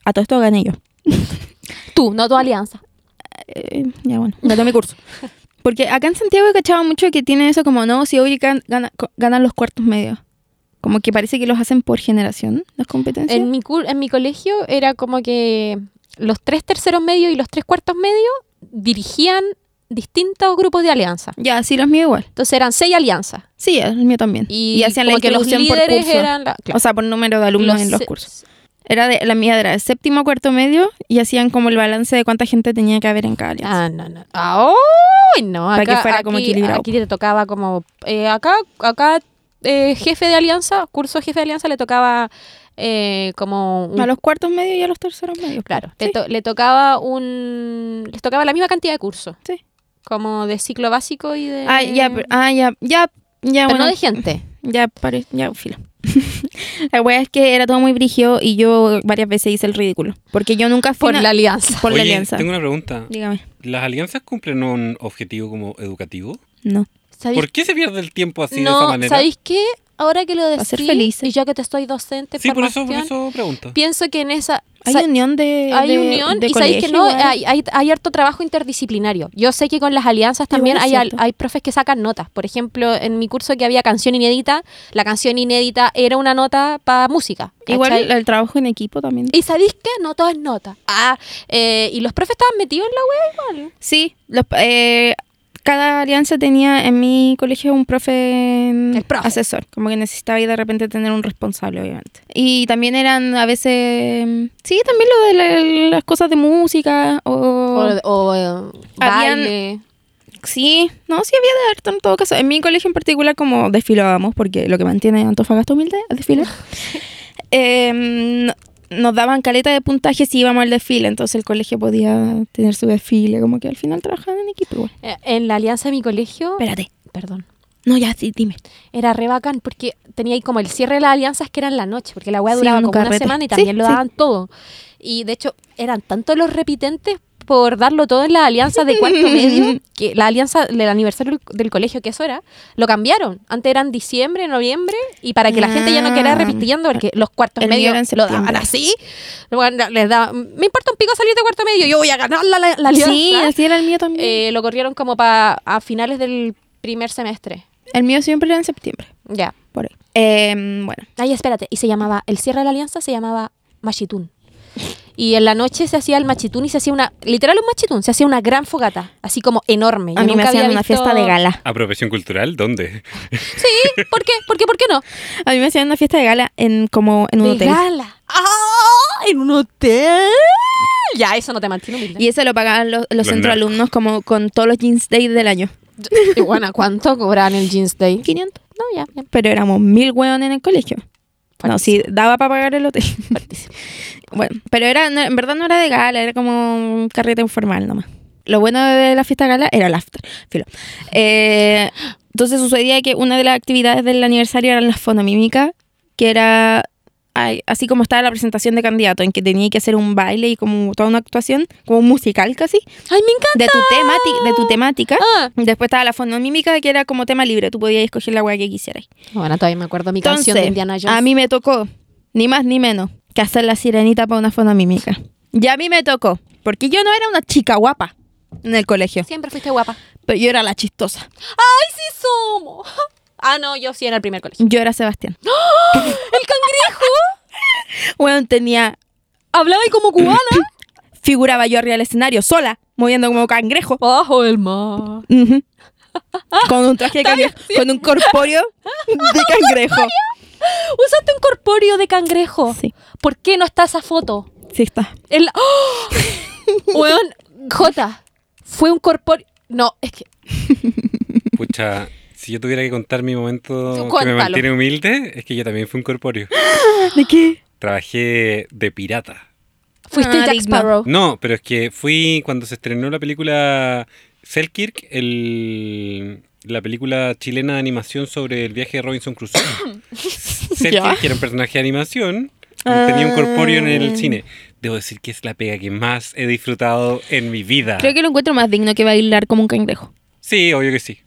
Speaker 4: A todo esto gané yo.
Speaker 2: Tú, no tu alianza.
Speaker 4: Eh, ya bueno, me tomé [LAUGHS] curso. Porque acá en Santiago he cachado mucho que tiene eso como, no, si hoy gan- gana- co- ganan los cuartos medios. Como que parece que los hacen por generación, las competencias.
Speaker 2: En mi, cul- en mi colegio era como que los tres terceros medios y los tres cuartos medios dirigían distintos grupos de alianza.
Speaker 4: Ya, sí, los míos igual.
Speaker 2: Entonces eran seis alianzas.
Speaker 4: Sí, el mío también.
Speaker 2: Y,
Speaker 4: Y, hacían la
Speaker 2: como que los
Speaker 4: distribución por
Speaker 2: líderes
Speaker 4: curso.
Speaker 2: eran la- claro,
Speaker 4: O sea, por número de alumnos en los
Speaker 2: se-
Speaker 4: cursos. Era de, la mía era el séptimo cuarto medio y hacían como el balance de cuánta gente tenía que haber en cada alianza.
Speaker 2: Ah, no, no. Ah, ¡ay, no!
Speaker 4: Para que
Speaker 2: Acá-
Speaker 4: fuera
Speaker 2: aquí,
Speaker 4: como equilibrado.
Speaker 2: Aquí te tocaba como. eh, acá, acá eh, jefe de alianza, curso jefe de alianza, le tocaba eh, como. un-
Speaker 4: A los cuartos medios y a los terceros medios.
Speaker 2: claro,
Speaker 4: Sí.
Speaker 2: le, to- le tocaba un. Les tocaba la misma cantidad de cursos.
Speaker 4: Sí.
Speaker 2: Como de ciclo básico y de.
Speaker 4: Ah, ya, pero- ah, ya, ya, ya,
Speaker 2: Pero no
Speaker 4: bueno.
Speaker 2: de
Speaker 4: [LAUGHS]
Speaker 2: gente.
Speaker 4: Ya, pare, ya, filo. [LAUGHS] la wea es que era todo muy brigio y yo varias veces hice el ridículo. Porque yo nunca fui.
Speaker 2: Por
Speaker 4: una-
Speaker 2: la alianza.
Speaker 4: por la
Speaker 3: Oye,
Speaker 4: alianza.
Speaker 3: Tengo una pregunta.
Speaker 4: Dígame.
Speaker 3: ¿Las alianzas cumplen un objetivo como educativo?
Speaker 4: No.
Speaker 2: ¿Sabéis-
Speaker 3: ¿Por qué se pierde el tiempo así de esa
Speaker 2: no,
Speaker 3: manera?
Speaker 2: ¿sabéis qué? Ahora que lo decís,
Speaker 4: ser felices.
Speaker 2: y yo que te estoy docente,
Speaker 3: sí, por eso, por
Speaker 2: formación,
Speaker 3: eso pregunto.
Speaker 2: pienso que en esa.
Speaker 4: Hay
Speaker 2: sa-
Speaker 4: unión de.
Speaker 2: hay
Speaker 4: de-
Speaker 2: unión
Speaker 4: de
Speaker 2: y sabéis que
Speaker 4: colegio
Speaker 2: no,
Speaker 4: igual.
Speaker 2: hay, hay, hay harto trabajo interdisciplinario. Yo sé que con las alianzas también
Speaker 4: Igual
Speaker 2: hay,
Speaker 4: es
Speaker 2: al-
Speaker 4: cierto.
Speaker 2: hay profes que sacan notas. Por ejemplo, en mi curso que había canción inédita, la canción inédita era una nota para música.
Speaker 4: Igual
Speaker 2: ¿cachai?
Speaker 4: el, el trabajo en equipo también.
Speaker 2: Y sabéis que no todo es nota. Ah, eh, y los profes estaban metidos en la web igual.
Speaker 4: Sí, los, eh, cada alianza tenía en mi colegio un profe, en-
Speaker 2: El profe.
Speaker 4: asesor, como que necesitaba y de repente tener un responsable, obviamente. Y también eran a veces, mm, sí, también lo de la- las cosas de música o...
Speaker 2: O, o, eh,
Speaker 4: Habían-
Speaker 2: baile.
Speaker 4: Sí, no, sí había de harto en todo caso. En mi colegio en particular como desfilábamos, porque lo que mantiene a Antofagasta humilde
Speaker 2: [LAUGHS]
Speaker 4: es desfilar. eh, no- nos daban caleta de puntaje si íbamos al desfile, entonces el colegio podía tener su desfile, como que al final trabajaban en equipo igual.
Speaker 2: Eh, En la alianza de mi colegio,
Speaker 4: Espérate.
Speaker 2: perdón,
Speaker 4: No, ya, sí, dime.
Speaker 2: era re bacán porque tenía ahí como el cierre de las alianzas que era en la noche, porque la weá
Speaker 4: Sí,
Speaker 2: duraba
Speaker 4: un
Speaker 2: como una
Speaker 4: carrete.
Speaker 2: semana y
Speaker 4: Sí,
Speaker 2: también lo
Speaker 4: sí.
Speaker 2: daban todo. Y de hecho, eran tanto los repitentes por darlo todo en las alianzas de cuarto
Speaker 4: [LAUGHS]
Speaker 2: medio, que la alianza del aniversario del- del colegio, que eso era, lo cambiaron. Antes eran diciembre, noviembre, y para que la gente ya no quedara
Speaker 4: Ah.
Speaker 2: repitiendo, porque los cuartos
Speaker 4: El mío
Speaker 2: medios
Speaker 4: era en
Speaker 2: lo daban
Speaker 4: septiembre.
Speaker 2: así, bueno, les daba, me importa un pico salir de cuarto medio, yo voy a ganar la, la- la alianza.
Speaker 4: Sí, así era el mío también.
Speaker 2: Eh, lo corrieron como para a finales del primer semestre.
Speaker 4: el mío siempre era en septiembre,
Speaker 2: Ya.
Speaker 4: por ahí. Eh, bueno,
Speaker 2: Ay, espérate. Y se llamaba, el cierre de la alianza se llamaba machitún. Y en la noche se hacía el machitún y se hacía una, literal un machitún, se hacía una gran fogata, así como enorme.
Speaker 4: a
Speaker 2: Yo
Speaker 4: mí me
Speaker 2: nunca había
Speaker 4: hacían una
Speaker 2: visto-
Speaker 4: fiesta de gala.
Speaker 3: ¿Apropiación cultural?
Speaker 4: [LAUGHS]
Speaker 3: ¿Dónde?
Speaker 2: Sí, ¿por qué? ¿Por qué? ¿Por qué no?
Speaker 4: A mí me hacían una fiesta de gala en como en un
Speaker 2: de
Speaker 4: hotel.
Speaker 2: gala. ¡Ah! ¿En un hotel? Ya, eso no te mantiene humilde.
Speaker 4: Y eso lo pagaban los, los
Speaker 3: Los
Speaker 4: centro
Speaker 3: narcos.
Speaker 4: alumnos como con todos los jeans days del año.
Speaker 2: Y [LAUGHS] bueno, ¿cuánto cobraban el Jeans Day?
Speaker 4: 500.
Speaker 2: No, ya, ya.
Speaker 4: Pero éramos mil hueón en el colegio. No, sí, daba para pagar el hotel. [LAUGHS] bueno, pero era, no- en verdad no era de gala, era como un carrete informal nomás. Lo bueno de la fiesta de gala era el after, filo. Eh, entonces sucedía que una de las actividades del aniversario eran las fonomímicas, que era ay, así como estaba la presentación de candidato, en que tenía que hacer un baile y como toda una actuación, como un musical casi,
Speaker 2: ¡Ay, me encanta!
Speaker 4: de tu, temati- de tu temática.
Speaker 2: Ah.
Speaker 4: Después estaba la fonomímica, que era como tema libre. Tú podías escoger la weá que quisieras.
Speaker 2: Bueno, todavía me acuerdo mi canción de
Speaker 4: Entonces,
Speaker 2: Indiana Jones.
Speaker 4: a mí me tocó, ni más ni menos, que hacer la sirenita para una fonomímica. Y a mí me tocó, porque yo no era una chica guapa en el colegio,
Speaker 2: Siempre fuiste guapa.
Speaker 4: pero yo era la chistosa.
Speaker 2: ¡Ay, sí somos! [LAUGHS] Ah, no, yo sí era el primer colegio.
Speaker 4: Yo era [GASPS] Sebastián. ¡El cangrejo! Bueno, tenía,
Speaker 2: Hablaba y como
Speaker 4: [LAUGHS]
Speaker 2: cubana.
Speaker 4: figuraba yo arriba del escenario, sola, moviendo como cangrejo.
Speaker 2: Bajo el mar.
Speaker 4: Ujú. Con un [LAUGHS] traje de cangrejo, con un [LAUGHS] corpóreo de cangrejo.
Speaker 2: Usaste un corpóreo de cangrejo.
Speaker 4: Sí,
Speaker 2: ¿Por qué no está esa foto?
Speaker 4: sí está.
Speaker 2: El...
Speaker 4: [LAUGHS]
Speaker 2: ¡Oh! Weón, Jota, fue un corpóreo... No, es que...
Speaker 3: Pucha, si yo tuviera que contar mi momento que
Speaker 2: Cuéntalo.
Speaker 3: me mantiene humilde, es que yo también fui un corpóreo.
Speaker 4: [GASPS] ¿De qué?
Speaker 3: Trabajé de pirata.
Speaker 2: Fuiste
Speaker 4: Ah,
Speaker 2: Jack
Speaker 4: digno.
Speaker 2: Sparrow.
Speaker 3: No, pero es que fui cuando se estrenó la película Selkirk, el, la película chilena de animación sobre el viaje de Robinson
Speaker 4: [COUGHS]
Speaker 3: Crusoe. Sergio,
Speaker 4: Ya.
Speaker 3: que era un personaje de animación, tenía un corpóreo en
Speaker 4: Ah.
Speaker 3: el cine. Debo decir que es la pega que más he disfrutado en mi vida.
Speaker 4: Creo que lo encuentro más digno que bailar como un cangrejo.
Speaker 3: Sí, obvio que sí.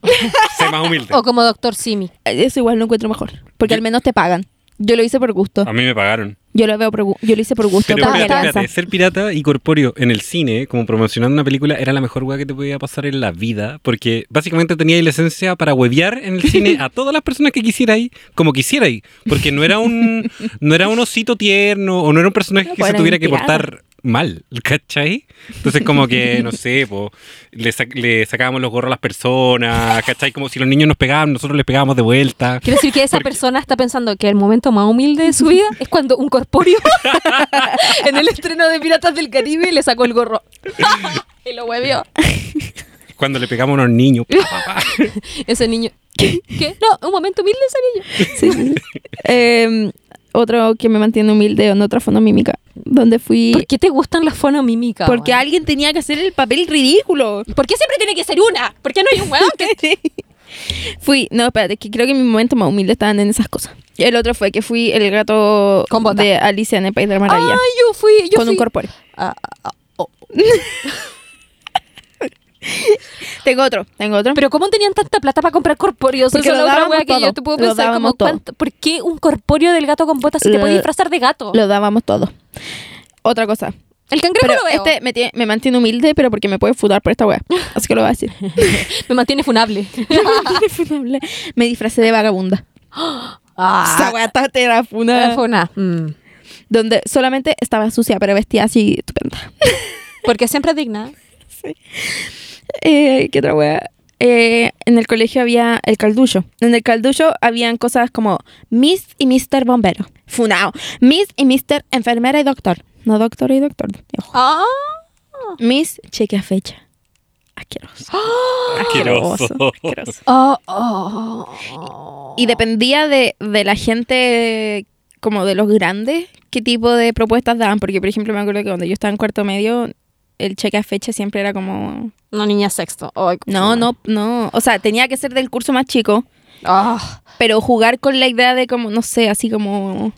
Speaker 3: sé más
Speaker 4: [LAUGHS]
Speaker 3: humilde.
Speaker 2: O como Doctor Simi.
Speaker 4: Eh, Eso igual lo encuentro mejor. Porque
Speaker 3: Yo-
Speaker 4: al menos te pagan. Yo lo hice por gusto.
Speaker 3: A mí me pagaron.
Speaker 4: Yo lo veo por gu- yo lo hice por gusto.
Speaker 3: Pero
Speaker 4: por
Speaker 3: espérate,
Speaker 4: venganza.
Speaker 3: espérate, ser pirata y corpóreo en el cine, como promocionando una película, era la mejor hueá que te podía pasar en la vida, porque básicamente tenías licencia para huevear en el cine a todas las personas que quisierais, como quisierais, porque no era un no era un osito tierno o no era un personaje
Speaker 4: No,
Speaker 3: que
Speaker 4: pues
Speaker 3: se
Speaker 4: era
Speaker 3: tuviera
Speaker 4: un
Speaker 3: que
Speaker 4: pirata.
Speaker 3: portar mal, ¿cachai? Entonces como que, no sé, po, le, sac- le sacábamos los gorros a las personas, ¿cachai? Como si los niños nos pegaban, nosotros les pegábamos de vuelta.
Speaker 2: Quiero decir que esa persona está pensando que el momento más humilde de su
Speaker 4: [LAUGHS]
Speaker 2: vida es cuando un corpóreo [LAUGHS] en el estreno de Piratas del Caribe le sacó el
Speaker 4: [LAUGHS]
Speaker 2: gorro. y lo huevió.
Speaker 3: Cuando le pegamos a unos niños. pa, pa, pa.
Speaker 2: Ese niño. ¿Qué? No, un momento humilde ese niño.
Speaker 4: [LAUGHS] Sí, sí, sí. Eh, otro que me mantiene humilde en otra fono mímica. Donde fui.
Speaker 2: ¿Por qué te gustan las fonomímicas?
Speaker 4: porque
Speaker 2: weón?
Speaker 4: alguien tenía que hacer el papel ridículo. [LAUGHS]
Speaker 2: ¿Por qué siempre tiene que ser una? ¿Por qué no hay un weón [LAUGHS] que
Speaker 4: Fui, no, espérate, que creo que mis momentos más humildes estaban en esas cosas. El otro fue que fui el gato
Speaker 2: Con bota.
Speaker 4: de Alicia en el País de la Maravilla.
Speaker 2: Ay, yo fui. Yo
Speaker 4: con un
Speaker 2: fui-
Speaker 4: corpóreo.
Speaker 2: Ah, ah, oh.
Speaker 4: Tengo otro, tengo otro.
Speaker 2: Pero ¿cómo tenían tanta plata para comprar corpóreos?
Speaker 4: Porque
Speaker 2: Esa es
Speaker 4: lo
Speaker 2: la otra
Speaker 4: dábamos
Speaker 2: wea que
Speaker 4: todo,
Speaker 2: yo te puedo
Speaker 4: lo
Speaker 2: pensar. Como,
Speaker 4: dábamos todo.
Speaker 2: ¿cuánto- ¿Por qué un corpóreo del gato con botas si te
Speaker 4: Lo-
Speaker 2: puede disfrazar de gato?
Speaker 4: Lo dábamos todo. Otra cosa.
Speaker 2: el cangrejo
Speaker 4: Pero
Speaker 2: lo veo.
Speaker 4: este me, tiene- me mantiene humilde, pero porque me puede futar por esta wea. Así que lo voy
Speaker 2: [LAUGHS]
Speaker 4: a decir.
Speaker 2: [LAUGHS]
Speaker 4: [LAUGHS]
Speaker 2: Me mantiene funable.
Speaker 4: me disfracé de vagabunda. Esa
Speaker 2: [LAUGHS] [LAUGHS] ah,
Speaker 4: wea ta- te era funa.
Speaker 2: funa. Mm.
Speaker 4: Donde solamente estaba sucia, pero vestía así estupenda. [LAUGHS]
Speaker 2: Porque siempre es digna.
Speaker 4: Eh, ¿Qué otra wea? Eh, en el colegio había el calducho. En el calducho habían cosas como Miss y Mr. Bombero. Funao. Miss y Mr. Enfermera y Doctor. No doctor y doctor. ojo.
Speaker 2: [GASPS] Ah. [GASPS]
Speaker 4: Miss Chequea Fecha. Asqueroso.
Speaker 2: Ah.
Speaker 3: Asqueroso.
Speaker 4: asqueroso.
Speaker 2: Oh, oh.
Speaker 4: Y dependía de, de la gente, como de los grandes, qué tipo de propuestas daban. Porque, por ejemplo, me acuerdo que cuando yo estaba en cuarto medio, el cheque a fecha siempre era como...
Speaker 2: No, niña sexto. Ay,
Speaker 4: No, no, no. O sea, tenía que ser del curso más chico,
Speaker 2: Ah.
Speaker 4: pero jugar con la idea de como, no sé, así como...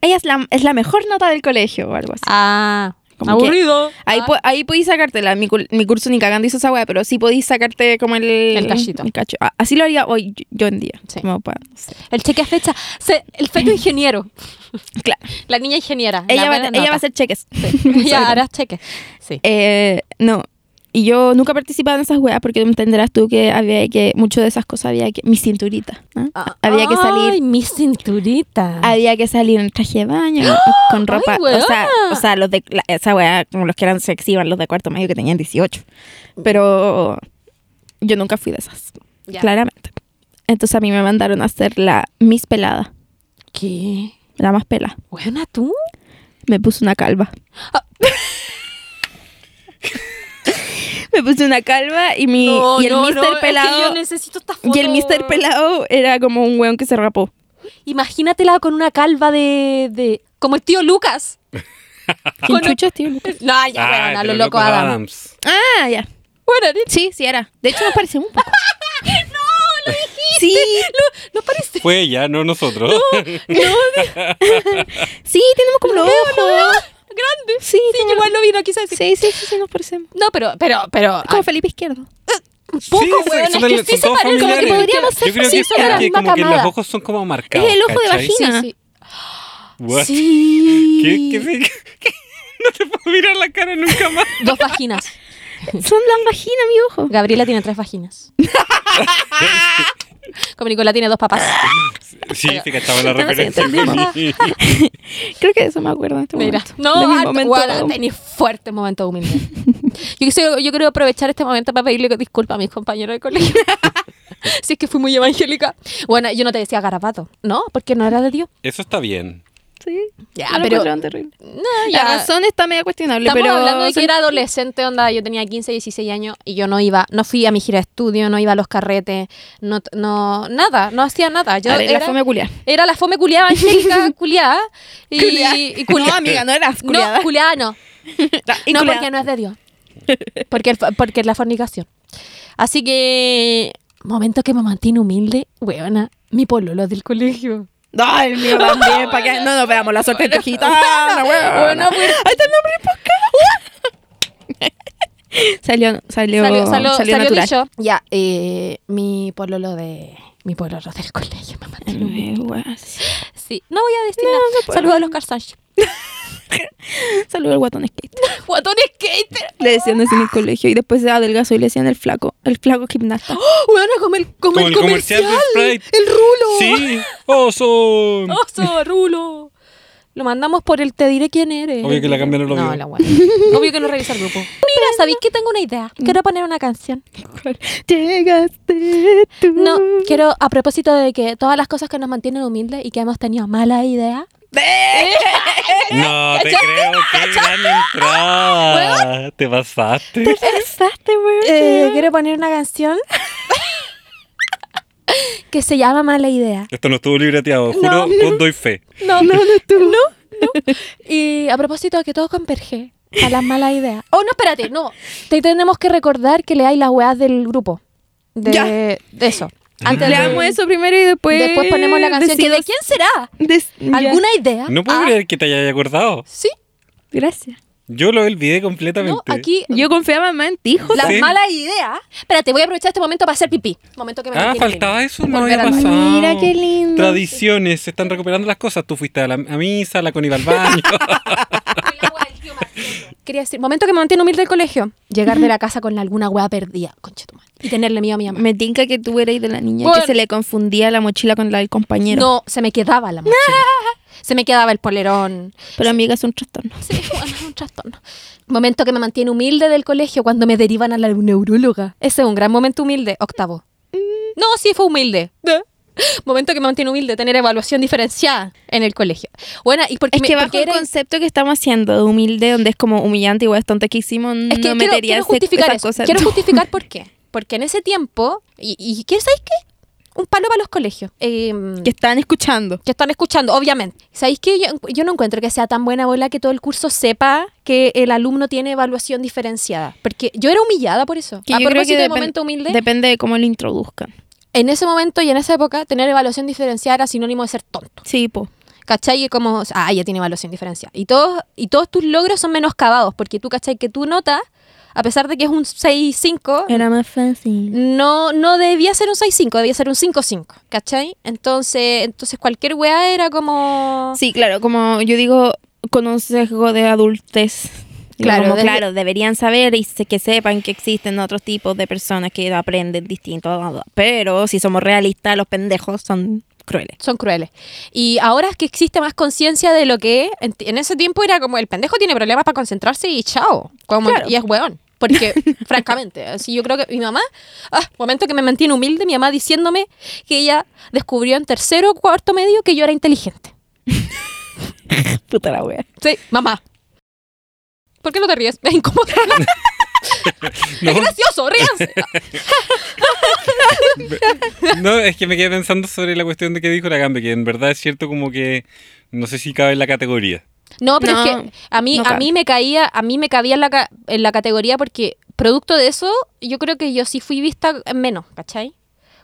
Speaker 4: Ella es la, es la mejor nota del colegio o algo así.
Speaker 2: Ah.
Speaker 4: Como
Speaker 2: Aburrido.
Speaker 4: Ahí,
Speaker 2: Ah.
Speaker 4: po- ahí podéis sacártela. Mi, cul- mi curso ni cagando hizo esa weá, pero sí podéis sacarte como el...
Speaker 2: El cachito.
Speaker 4: cacho. Ah, Así lo haría hoy yo- yo en día.
Speaker 2: Sí.
Speaker 4: Como pa- no sé.
Speaker 2: El cheque a fecha. Se- el
Speaker 4: [CLEARS THROAT]
Speaker 2: feto ingeniero.
Speaker 4: Claro.
Speaker 2: La niña ingeniera.
Speaker 4: Ella,
Speaker 2: la
Speaker 4: va,
Speaker 2: buena
Speaker 4: ella
Speaker 2: nota. [LAUGHS]
Speaker 4: va a hacer cheques.
Speaker 2: Sí. Ella hará cheque. Sí.
Speaker 4: Eh, no. Y yo nunca participaba en esas weas porque entenderás tú que había que, mucho de esas cosas había que, mi cinturita, ¿no?
Speaker 2: Ah,
Speaker 4: había que
Speaker 2: Ay,
Speaker 4: salir,
Speaker 2: mi cinturita.
Speaker 4: había que salir en traje
Speaker 2: [GASPS]
Speaker 4: de baño, con ropa, o sea,
Speaker 2: weona.
Speaker 4: o sea, los de, la- esa wea, como los que eran sexy, iban los de cuarto medio que tenían 18, pero yo nunca fui de esas,
Speaker 2: Ya.
Speaker 4: claramente. Entonces a mí me mandaron a hacer la Miss Pelada,
Speaker 2: ¿Qué?
Speaker 4: la más pela.
Speaker 2: Buena tú.
Speaker 4: Me puse una calva.
Speaker 2: Ah.
Speaker 4: [LAUGHS] me puse una calva y mi
Speaker 2: No,
Speaker 4: y el
Speaker 2: no,
Speaker 4: Mr.
Speaker 2: no, es que
Speaker 4: pelado
Speaker 2: yo necesito esta
Speaker 4: y el
Speaker 2: foto.
Speaker 4: Mr. pelado era como un weón que se rapó.
Speaker 2: Imagínatela con una calva de. de como el tío Lucas.
Speaker 4: ¿Quién
Speaker 2: Bueno.
Speaker 4: chucha es tío Lucas?
Speaker 2: No, ya,
Speaker 3: Ah,
Speaker 2: weón, a
Speaker 3: de
Speaker 2: lo
Speaker 3: los
Speaker 2: loco
Speaker 3: locos
Speaker 2: Adam.
Speaker 3: Adams.
Speaker 4: Ah, ya.
Speaker 2: Bueno, ni-
Speaker 4: Sí, sí era. De hecho nos parecemos
Speaker 2: pues.
Speaker 4: un poco.
Speaker 2: [LAUGHS] no, lo dijiste.
Speaker 4: Sí.
Speaker 2: No, no
Speaker 4: [LAUGHS]
Speaker 2: parece.
Speaker 3: Fue ella, no nosotros.
Speaker 4: [LAUGHS]
Speaker 3: [LAUGHS]
Speaker 4: Sí, tenemos como los
Speaker 2: No, no,
Speaker 4: ojos.
Speaker 2: grande.
Speaker 4: Sí,
Speaker 2: Sí, igual lo vino, quizás. Sí.
Speaker 4: sí, sí, sí, sí, nos parecemos.
Speaker 2: No, pero, pero, pero.
Speaker 4: Como
Speaker 2: ay,
Speaker 4: Felipe Izquierdo.
Speaker 2: un poco,
Speaker 3: Sí,
Speaker 2: weón. Es
Speaker 3: son-
Speaker 2: que
Speaker 3: son
Speaker 2: sí se
Speaker 3: todos
Speaker 2: parece.
Speaker 3: familiares.
Speaker 4: que podríamos ser
Speaker 3: Yo creo
Speaker 4: sí,
Speaker 3: que,
Speaker 4: son de la
Speaker 3: es que
Speaker 2: misma
Speaker 3: como que los
Speaker 2: camada.
Speaker 3: ojos son como marcados.
Speaker 4: Es el ojo de
Speaker 3: ¿cachai?
Speaker 4: vagina.
Speaker 2: Sí, sí.
Speaker 3: What?
Speaker 2: Sí.
Speaker 3: [LAUGHS] ¿Qué- qué se- qué? No te puedo mirar la cara nunca más.
Speaker 2: Dos [LAUGHS] vaginas.
Speaker 4: Son la vagina, mi ojo.
Speaker 2: Gabriela tiene tres [LAUGHS] vaginas. Como Nicolás tiene dos papás.
Speaker 3: Sí, te cachaba la
Speaker 4: No, sí,
Speaker 3: referencia. [LAUGHS]
Speaker 4: entendemos. Creo que de eso me acuerdo en este
Speaker 2: Mira,
Speaker 4: momento. De mi
Speaker 2: no,
Speaker 4: momento-
Speaker 2: tenéis fuerte momento humilde. [LAUGHS] Yo, quise- yo quiero aprovechar este momento para pedirle disculpas a mis compañeros de [LAUGHS] colegio. si es que fui muy evangélica. Bueno, yo no te decía garabato, ¿no? Porque no era de Dios.
Speaker 3: Eso está bien.
Speaker 4: Sí.
Speaker 2: Ya,
Speaker 4: Yo lo
Speaker 2: pero-
Speaker 4: encontraba terrible.
Speaker 2: No,
Speaker 4: La
Speaker 2: ya.
Speaker 4: razón está medio cuestionable,
Speaker 2: Estamos
Speaker 4: pero
Speaker 2: hablando de que
Speaker 4: son-
Speaker 2: era adolescente, onda, yo tenía 15, 16 años y yo no iba, no fui a mi gira de estudio, no iba a los carretes, no, no nada, no hacía nada. Yo
Speaker 4: A ver, la
Speaker 2: era-
Speaker 4: fome culiá.
Speaker 2: Era la fome culiada
Speaker 4: [LAUGHS]
Speaker 2: evangélica, culiada. Y, y culiá.
Speaker 4: No, amiga, [LAUGHS] no eras culiada.
Speaker 2: No, culiada [LAUGHS] no.
Speaker 4: Y
Speaker 2: No,
Speaker 4: culiá.
Speaker 2: porque no es de Dios. Porque, el fa- porque es la fornicación. Así que momento que me mantiene humilde, weona, mi pololo del colegio.
Speaker 4: Ay, el
Speaker 2: [LAUGHS]
Speaker 4: mío también. ¿Para que No nos veamos la suerte de tu gitana, weón.
Speaker 2: Bueno, pues-
Speaker 4: Ahí está el nombre podcast. salió, salió,
Speaker 2: salió, salió, salió
Speaker 4: natural.
Speaker 2: dicho. Ya, eh, mi pololo de... Mi pololo del colegio me mantiene humilde.
Speaker 4: Ay, weón, sí.
Speaker 2: Sí, no voy a decir nada.
Speaker 4: puedo.
Speaker 2: Saludos a los Carsash.
Speaker 4: Salió el guatón
Speaker 2: [LAUGHS]
Speaker 4: skate.
Speaker 2: Guatón skater.
Speaker 4: Le decían así en el colegio y después se adelgazó y le decían el flaco, el flaco
Speaker 2: [GASPS]
Speaker 4: gimnasta.
Speaker 2: Weona, como el, como
Speaker 3: Como
Speaker 2: el
Speaker 3: el comercial
Speaker 2: comercial.
Speaker 3: de Sprite.
Speaker 2: El rulo.
Speaker 3: Sí,
Speaker 2: [LAUGHS]
Speaker 3: oh, oso.
Speaker 2: Oso, rulo. Lo mandamos por el te diré quién eres.
Speaker 3: Obvio que la Cami no lo
Speaker 2: No,
Speaker 3: vio.
Speaker 2: la guay. [LAUGHS] Obvio que no revisa el grupo. Mira, ¿sabéis que tengo una idea? Quiero poner una canción.
Speaker 4: Llegaste tú.
Speaker 2: No, quiero, a propósito de que todas las cosas que nos mantienen humildes y que hemos tenido mala idea.
Speaker 3: No, te creo, qué gran entrada. Te pasaste.
Speaker 4: Pensaste, weón.
Speaker 2: eh, quiero poner una canción que se llama Mala Idea.
Speaker 3: Esto no estuvo libreteado, juro, os doy fe.
Speaker 2: No, no,
Speaker 4: tú.
Speaker 2: Y a propósito de que todo converge a las malas [LAUGHS] ideas. Oh, no, espérate, no. Te tenemos que recordar que leáis las weas del grupo. De,
Speaker 4: Ya.
Speaker 2: de eso.
Speaker 3: Ah.
Speaker 2: Antes de-
Speaker 4: Leamos eso primero y después.
Speaker 2: Después ponemos la canción. que ¿De quién será? ¿Alguna idea?
Speaker 3: No puedo
Speaker 2: Ah,
Speaker 3: creer que te hayas acordado.
Speaker 2: Sí,
Speaker 4: Gracias.
Speaker 3: Yo lo olvidé completamente.
Speaker 2: no, aquí.
Speaker 4: Yo confiaba más en ti, hijo.
Speaker 2: Las
Speaker 3: Sí.
Speaker 2: malas ideas. Espérate, voy a aprovechar este momento para hacer pipí. Momento que me
Speaker 3: Ah,
Speaker 2: mantiene
Speaker 3: faltaba
Speaker 2: libre.
Speaker 3: eso, no
Speaker 2: Volver
Speaker 3: había
Speaker 2: al baño.
Speaker 3: pasado.
Speaker 4: Mira, qué lindo.
Speaker 3: Tradiciones, se están recuperando las cosas. Tú fuiste a la a misa, la con al
Speaker 2: [LAUGHS]
Speaker 3: baño. [LAUGHS]
Speaker 2: El agua del tío Marcelo. Quería decir, momento que me mantiene humilde el colegio. Llegar de la casa con alguna wea perdida, conchetumal. Y tenerle miedo a mi mamá.
Speaker 4: Me tinca que tú eras de la niña
Speaker 2: Por-
Speaker 4: que se le confundía la mochila con la del compañero.
Speaker 2: No, se me quedaba la [LAUGHS] mochila. se me quedaba el polerón.
Speaker 4: Pero amiga, es un trastorno.
Speaker 2: Sí, bueno, es un trastorno. Momento que me mantiene humilde del colegio cuando me derivan a la neuróloga. Ese es un gran momento humilde, octavo. No, sí fue humilde. [LAUGHS] Momento que me mantiene humilde tener evaluación diferenciada en el colegio. Bueno, y porque
Speaker 4: Es
Speaker 2: me-
Speaker 4: que bajo
Speaker 2: porque
Speaker 4: el
Speaker 2: era-
Speaker 4: concepto que estamos haciendo de humilde, donde es como humillante igual es tonto que hicimos,
Speaker 2: es que
Speaker 4: no
Speaker 2: quiero,
Speaker 4: metería
Speaker 2: quiero
Speaker 4: ese-
Speaker 2: justificar
Speaker 4: esas
Speaker 2: eso.
Speaker 4: cosas. [LAUGHS]
Speaker 2: Quiero justificar por qué. Porque en ese tiempo, y, y ¿qué sabéis qué? Un palo para los colegios. Em,
Speaker 4: que están escuchando.
Speaker 2: que están escuchando, obviamente. ¿Sabéis que yo, yo no encuentro que sea tan buena bola que todo el curso sepa que el alumno tiene evaluación diferenciada? Porque yo era humillada por eso.
Speaker 4: Que
Speaker 2: a
Speaker 4: yo creo que
Speaker 2: propósito de
Speaker 4: depen-
Speaker 2: momento humilde,
Speaker 4: Depende de cómo lo introduzcan.
Speaker 2: en ese momento y en esa época, tener evaluación diferenciada era sinónimo de ser tonto.
Speaker 4: Sí, po.
Speaker 2: ¿Cachai? Y como, ah, ya tiene evaluación diferenciada. Y todos, y todos tus logros son menoscabados, porque tú, ¿cachai? Que tu nota, a pesar de que es un 6-5,
Speaker 4: Era más fácil.
Speaker 2: no, no debía ser un 6-5, debía ser un 5-5, ¿cachai? Entonces, entonces cualquier weá era como...
Speaker 4: Sí, claro, como yo digo, con un sesgo de adultez. Digo,
Speaker 2: Claro,
Speaker 4: como,
Speaker 2: desde-
Speaker 4: claro, deberían saber y se- que sepan que existen otros tipos de personas que aprenden distinto. bla, bla. Pero si somos realistas, los pendejos son crueles.
Speaker 2: son crueles. Y ahora es que existe más conciencia de lo que es. En, en ese tiempo era como el pendejo tiene problemas para concentrarse y chao. Como,
Speaker 4: Claro.
Speaker 2: Y es weón. Porque, francamente, así yo creo que mi mamá, ah, momento que me mantiene humilde, mi mamá diciéndome que ella descubrió en tercero o cuarto medio que yo era inteligente.
Speaker 4: Puta la wea.
Speaker 2: Sí, mamá. ¿Por qué no te ríes? [LAUGHS] Es incómodo.
Speaker 3: No,
Speaker 2: Es gracioso, ríanse.
Speaker 3: no, es que me quedé pensando sobre la cuestión de que dijo la Gambe, que en verdad es cierto como que no sé si cabe en la categoría.
Speaker 2: No, pero es
Speaker 4: No,
Speaker 2: que a mí,
Speaker 4: no
Speaker 2: a
Speaker 4: cabe.
Speaker 2: mí me caía, a mí me cabía en la, ca- en la categoría porque producto de eso, yo creo que yo sí fui vista en menos, ¿cachai?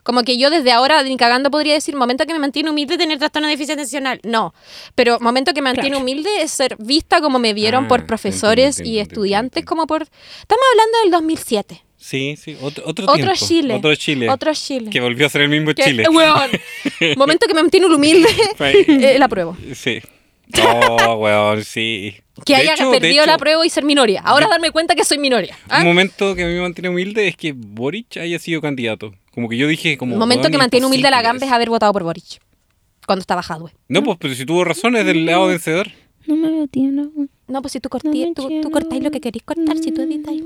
Speaker 2: Como que yo desde ahora, ni cagando, podría decir, momento que me mantiene humilde tener trastorno de deficiencia atencional. No, pero momento que me mantiene
Speaker 4: Claro.
Speaker 2: humilde es ser vista como me vieron
Speaker 3: Ah,
Speaker 2: por profesores
Speaker 3: entiendo,
Speaker 2: y
Speaker 3: entiendo,
Speaker 2: estudiantes,
Speaker 3: entiendo.
Speaker 2: como por... Estamos hablando del 2007.
Speaker 3: Sí, sí, otro, otro,
Speaker 2: Otro
Speaker 3: tiempo,
Speaker 2: Chile.
Speaker 3: Otro Chile.
Speaker 2: Otro Chile.
Speaker 3: Que volvió a ser el mismo
Speaker 2: Que- [LAUGHS]
Speaker 3: Chile.
Speaker 2: weón, momento que me mantiene
Speaker 3: [LAUGHS]
Speaker 2: humilde, eh, la prueba.
Speaker 3: Sí. Oh, [LAUGHS] weón, sí.
Speaker 2: Que
Speaker 3: De
Speaker 2: haya
Speaker 3: hecho- de
Speaker 2: perdido la
Speaker 3: hecho,
Speaker 2: prueba y ser minoria. Ahora darme cuenta que soy minoria. ¿ah?
Speaker 3: Un momento que a mí me mantiene humilde es que Boric haya sido candidato. Como que yo dije, como.
Speaker 2: El momento
Speaker 3: "Weón,
Speaker 2: que mantiene humilde a la
Speaker 3: imposible
Speaker 2: Gamba es haber votado por Boric. Cuando estaba Hadwe.
Speaker 3: No, pues, pero si tuvo razón, es
Speaker 4: Mm.
Speaker 3: del lado vencedor.
Speaker 4: No me lo tiene.
Speaker 2: No, pues si tú,
Speaker 4: No Mm.
Speaker 2: cortí,
Speaker 4: me
Speaker 2: tú, tú
Speaker 4: quiero.
Speaker 2: cortáis lo que querís cortar, si tú editáis.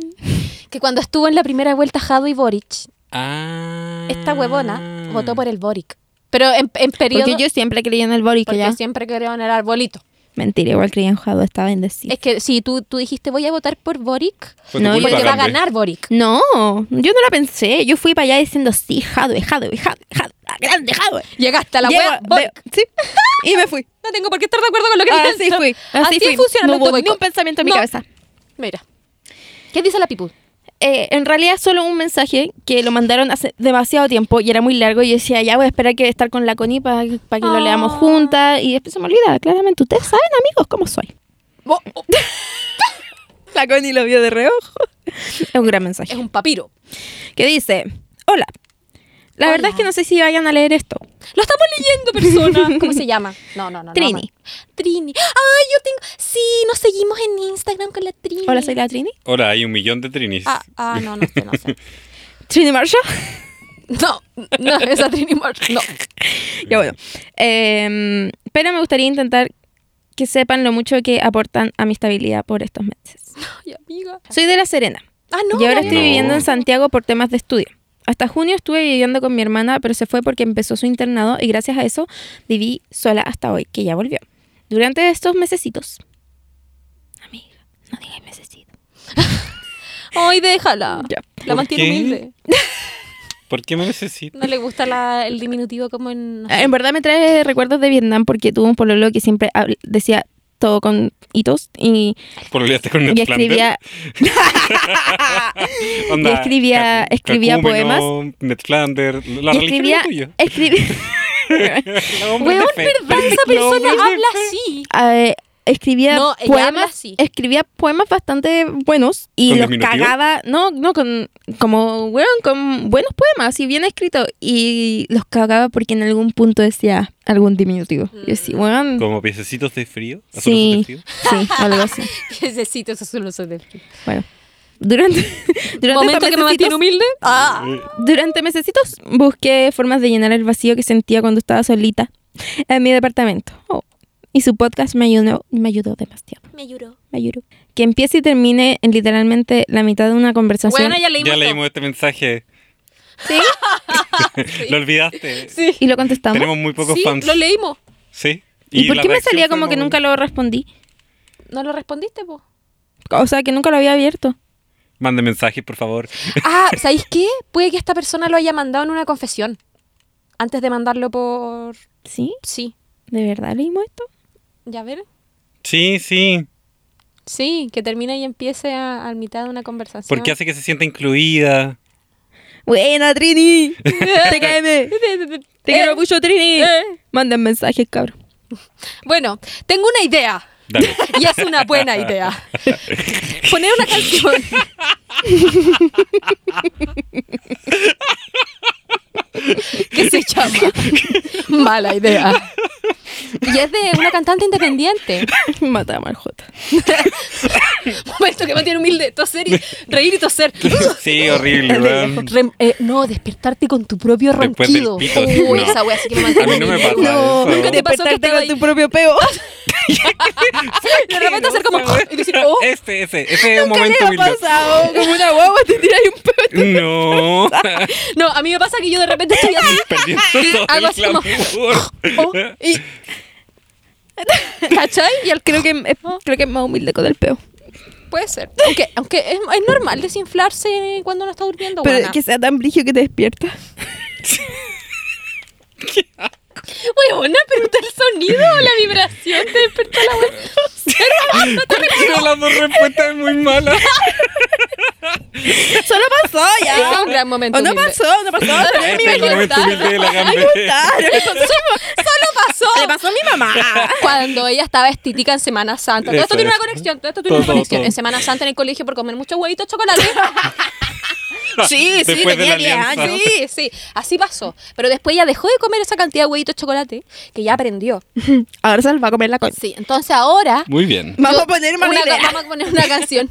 Speaker 2: Que cuando estuvo en la primera vuelta Hadwe y Boric,
Speaker 3: Ah.
Speaker 2: esta huevona votó por el Boric. Pero en, en periodo...
Speaker 4: Porque yo siempre creí en el Boric,
Speaker 2: porque
Speaker 4: ya.
Speaker 2: siempre creo en el arbolito.
Speaker 4: Mentira, igual creía en Jado, estaba bendecido.
Speaker 2: Es que si tú, tú dijiste voy a votar por Boric,
Speaker 3: Fue tu
Speaker 4: No,
Speaker 3: culpa,
Speaker 2: porque va a
Speaker 3: Gambe.
Speaker 2: ganar Boric.
Speaker 4: No, yo no la pensé. Yo fui para allá diciendo, sí, Jadwe, Jadwe, Jadwe, Jadwe, la grande Jadwe.
Speaker 2: Llegaste a la
Speaker 4: Llego,
Speaker 2: wea, Boric.
Speaker 4: veo- sí, y me fui.
Speaker 2: No tengo por qué estar de acuerdo con [LAUGHS] lo que
Speaker 4: Así
Speaker 2: pienso.
Speaker 4: Ah, fui.
Speaker 2: Así,
Speaker 4: fui.
Speaker 2: funciona
Speaker 4: No
Speaker 2: el
Speaker 4: hubo ni
Speaker 2: boicot.
Speaker 4: un pensamiento en mi
Speaker 2: No.
Speaker 4: cabeza.
Speaker 2: Mira. ¿Qué dice la people?
Speaker 4: eh, en realidad solo un mensaje que lo mandaron hace demasiado tiempo y era muy largo y yo decía, ya voy a esperar que estar con la Connie para que lo leamos
Speaker 2: Ah.
Speaker 4: juntas y después se me olvida, claramente. Ustedes saben, amigos, cómo soy.
Speaker 2: Bo-
Speaker 4: [LAUGHS]
Speaker 2: oh,
Speaker 4: La Connie lo vio de reojo. Es un gran mensaje.
Speaker 2: es un papiro.
Speaker 4: Que dice, hola. La
Speaker 2: Hola.
Speaker 4: verdad es que no sé si vayan a leer esto.
Speaker 2: Lo estamos leyendo,
Speaker 4: [LAUGHS]
Speaker 2: persona. ¿Cómo se llama? No, no, no. no,
Speaker 4: Trini.
Speaker 2: ma- Trini. Ay, yo tengo. Sí, nos seguimos en Instagram con la Trini.
Speaker 4: Hola, soy la Trini.
Speaker 3: Hola, hay un millón de trinis.
Speaker 2: Ah, ah, no, no sé, no
Speaker 4: [LAUGHS]
Speaker 2: sé.
Speaker 4: Trini
Speaker 2: [LAUGHS]
Speaker 4: Marshall. [LAUGHS]
Speaker 2: No, no, esa Trini March. No.
Speaker 4: Ya bueno. Em, pero me gustaría intentar que sepan lo mucho que aportan a mi estabilidad por estos meses.
Speaker 2: Ay, amiga.
Speaker 4: Soy de La Serena
Speaker 2: Ah, no.
Speaker 4: y ahora
Speaker 2: ya
Speaker 4: estoy
Speaker 3: no.
Speaker 2: vi.
Speaker 4: viviendo en Santiago por temas de estudio. Hasta junio estuve viviendo con mi hermana, pero se fue porque empezó su internado y gracias a eso viví sola hasta hoy, que ya volvió. Durante estos mesecitos. Amiga, no digas mesecito.
Speaker 2: Ay, déjala.
Speaker 4: Ya.
Speaker 2: La
Speaker 3: ¿Por
Speaker 2: mantiene
Speaker 3: qué?
Speaker 2: humilde.
Speaker 3: ¿Por qué me necesitas?
Speaker 2: No le gusta la- el diminutivo como en.
Speaker 4: Ah, En verdad me trae recuerdos de Vietnam porque tuve un pololo que siempre habl- decía todo con hitos
Speaker 3: [LAUGHS]
Speaker 4: y,
Speaker 3: Por olvidarte con Ned
Speaker 4: y escribía [LAUGHS]
Speaker 3: Flanders. Onda,
Speaker 4: y escribía-
Speaker 3: Cacu-
Speaker 4: escribía
Speaker 3: Cacúmeno,
Speaker 4: poemas.
Speaker 3: Ned Flanders, la
Speaker 4: y
Speaker 3: religión
Speaker 4: escribía,
Speaker 3: es tuya. [LAUGHS]
Speaker 4: escribía,
Speaker 3: La hombre
Speaker 2: Weón,
Speaker 3: de fe.
Speaker 2: ¿verdad? Esa
Speaker 3: La
Speaker 2: persona
Speaker 3: hombre de
Speaker 2: habla
Speaker 3: fe.
Speaker 2: así.
Speaker 4: [LAUGHS]
Speaker 2: [LAUGHS]
Speaker 4: eh, escribía
Speaker 2: No, ella habla
Speaker 4: poemas,
Speaker 2: así.
Speaker 4: escribía poemas bastante buenos y
Speaker 3: ¿Con
Speaker 4: los
Speaker 3: diminutivo?
Speaker 4: cagaba, no, no con como weón, con buenos poemas y bien escritos y los cagaba porque en algún punto decía algún diminutivo. Yo
Speaker 2: Mm.
Speaker 4: decía, weón,
Speaker 3: Como piececitos de frío.
Speaker 4: Sí.
Speaker 3: azulosos de frío.
Speaker 4: sí,
Speaker 2: [LAUGHS]
Speaker 4: algo así.
Speaker 2: Necesito esos solución de frío.
Speaker 4: Bueno, durante [LAUGHS] durante
Speaker 2: Momento
Speaker 4: estos
Speaker 2: que me mantiene
Speaker 4: mesecitos-
Speaker 2: humilde. Ah.
Speaker 3: Eh,
Speaker 4: Durante mesecitos busqué formas de llenar el vacío que sentía cuando estaba solita en mi departamento. Oh, Y su podcast me ayudó, me ayudó demasiado.
Speaker 2: Me ayudó.
Speaker 4: Me ayudó. Que empiece y termine en literalmente la mitad de una conversación.
Speaker 2: Bueno, ya leímos.
Speaker 3: Ya
Speaker 2: todo.
Speaker 3: leímos este mensaje.
Speaker 4: ¿Sí?
Speaker 3: Lo olvidaste.
Speaker 2: Sí.
Speaker 4: Y lo contestamos.
Speaker 3: Tenemos muy pocos
Speaker 2: sí,
Speaker 3: fans.
Speaker 2: lo leímos.
Speaker 3: Sí.
Speaker 4: ¿Y, por
Speaker 3: la
Speaker 4: qué me
Speaker 3: reacción
Speaker 4: salía
Speaker 3: fue
Speaker 4: como que nunca lo respondí?
Speaker 2: ¿No lo respondiste, po?
Speaker 4: O sea, que nunca lo había abierto.
Speaker 3: Mande mensajes, por favor. [LAUGHS]
Speaker 2: Ah, ¿sabéis qué? Puede que esta persona lo haya mandado en una confesión. Antes de mandarlo por...
Speaker 4: ¿Sí?
Speaker 2: Sí.
Speaker 4: ¿De verdad leímos esto?
Speaker 2: ¿Ya ver?
Speaker 3: Sí, sí.
Speaker 2: Sí, que termine y empiece a, a mitad de una conversación. [LAUGHS]
Speaker 3: Porque hace que se sienta incluida.
Speaker 4: Buena, [LAUGHS] Trini. TKM. Te quiero mucho, Trini.
Speaker 2: Eh.
Speaker 4: Manden mensajes, cabrón. [LAUGHS]
Speaker 2: Bueno, tengo una idea. [LAUGHS]
Speaker 3: Dale.
Speaker 2: Y es una buena
Speaker 3: [LAUGHS]
Speaker 2: idea. Poner una canción. que se
Speaker 3: [LAUGHS]
Speaker 2: llama Mala idea. Y es de una cantante independiente.
Speaker 4: Matamos al Jota.
Speaker 2: [LAUGHS] Momento que mantiene humilde, toser y reír y toser.
Speaker 3: [LAUGHS]
Speaker 2: [LAUGHS]
Speaker 3: Sí, horrible, weón.
Speaker 2: Rem- eh, no, despertarte con tu propio
Speaker 3: Después del
Speaker 2: ronquido.
Speaker 3: pito,
Speaker 2: Uy,
Speaker 3: no.
Speaker 2: esa wea sí que me
Speaker 3: A
Speaker 2: mantiene
Speaker 3: mí no me
Speaker 2: humilde.
Speaker 3: pasa eso.
Speaker 2: Nunca te pasó que
Speaker 4: Despertarte
Speaker 2: estaba
Speaker 4: con
Speaker 2: ahí.
Speaker 4: tu
Speaker 2: [LAUGHS]
Speaker 4: propio peo.
Speaker 2: De repente hacer como. [LAUGHS] Y decir, oh,
Speaker 3: Este, ese, ese es un
Speaker 4: ¿Qué
Speaker 3: momento
Speaker 4: le ha
Speaker 3: humilde.
Speaker 4: pasado? [LAUGHS] Como una guagua te tiras un [LAUGHS] peo.
Speaker 2: [LAUGHS]
Speaker 3: No.
Speaker 2: No, a mí me pasa que yo de repente estoy así.
Speaker 3: [LAUGHS]
Speaker 2: [LAUGHS]
Speaker 3: Perdiendo
Speaker 2: Y
Speaker 3: todo
Speaker 2: hago
Speaker 3: el
Speaker 2: así como,
Speaker 3: glamour.
Speaker 2: oh,
Speaker 3: [LAUGHS]
Speaker 2: y- ¿Cachai? Y al
Speaker 4: Creo que es, creo que es más humilde con el peo.
Speaker 2: puede ser. Aunque, aunque es, es normal desinflarse cuando uno está durmiendo.
Speaker 4: Pero
Speaker 2: buena.
Speaker 4: que sea tan brillo que te despierta.
Speaker 2: Weona, pero está el sonido, la vibración, te despertó la
Speaker 3: [LAUGHS]
Speaker 2: buena. Hermano, [LAUGHS] te
Speaker 3: Pero las dos respuestas es
Speaker 2: [LAUGHS]
Speaker 3: muy mala.
Speaker 4: [LAUGHS] Solo pasó [LAUGHS]
Speaker 2: recuerdo.
Speaker 4: ya.
Speaker 2: Es un gran momento.
Speaker 4: O no
Speaker 2: humilde.
Speaker 4: pasó, no pasó. [LAUGHS]
Speaker 2: Ay,
Speaker 4: Pero me
Speaker 3: Este es el
Speaker 2: imagino-
Speaker 3: momento humilde de la gambe.
Speaker 4: imagino-
Speaker 2: [LAUGHS] Solo pasó.
Speaker 4: Le pasó a mi mamá.
Speaker 2: Cuando ella estaba estítica en Semana Santa. Todo esto
Speaker 3: Eso
Speaker 2: tiene
Speaker 3: es.
Speaker 2: una conexión. Todo esto tiene una
Speaker 3: Todo,
Speaker 2: conexión.
Speaker 3: todo. Ah,
Speaker 2: En Semana Santa en el colegio por comer muchos huevitos de chocolate.
Speaker 3: [LAUGHS]
Speaker 2: Ah,
Speaker 4: Sí, sí,
Speaker 3: Después de
Speaker 4: tenía
Speaker 3: la
Speaker 4: 10
Speaker 3: alianza.
Speaker 4: años.
Speaker 2: Sí, sí, así pasó. Pero después ella dejó de comer esa cantidad de huevitos de chocolate que ya aprendió.
Speaker 4: Ahora se los va a comer la coña.
Speaker 2: Sí, entonces ahora
Speaker 3: Muy bien.
Speaker 4: Vamos
Speaker 2: yo-
Speaker 4: a poner
Speaker 2: una
Speaker 4: más
Speaker 2: ca-
Speaker 4: idea.
Speaker 2: vamos a poner una canción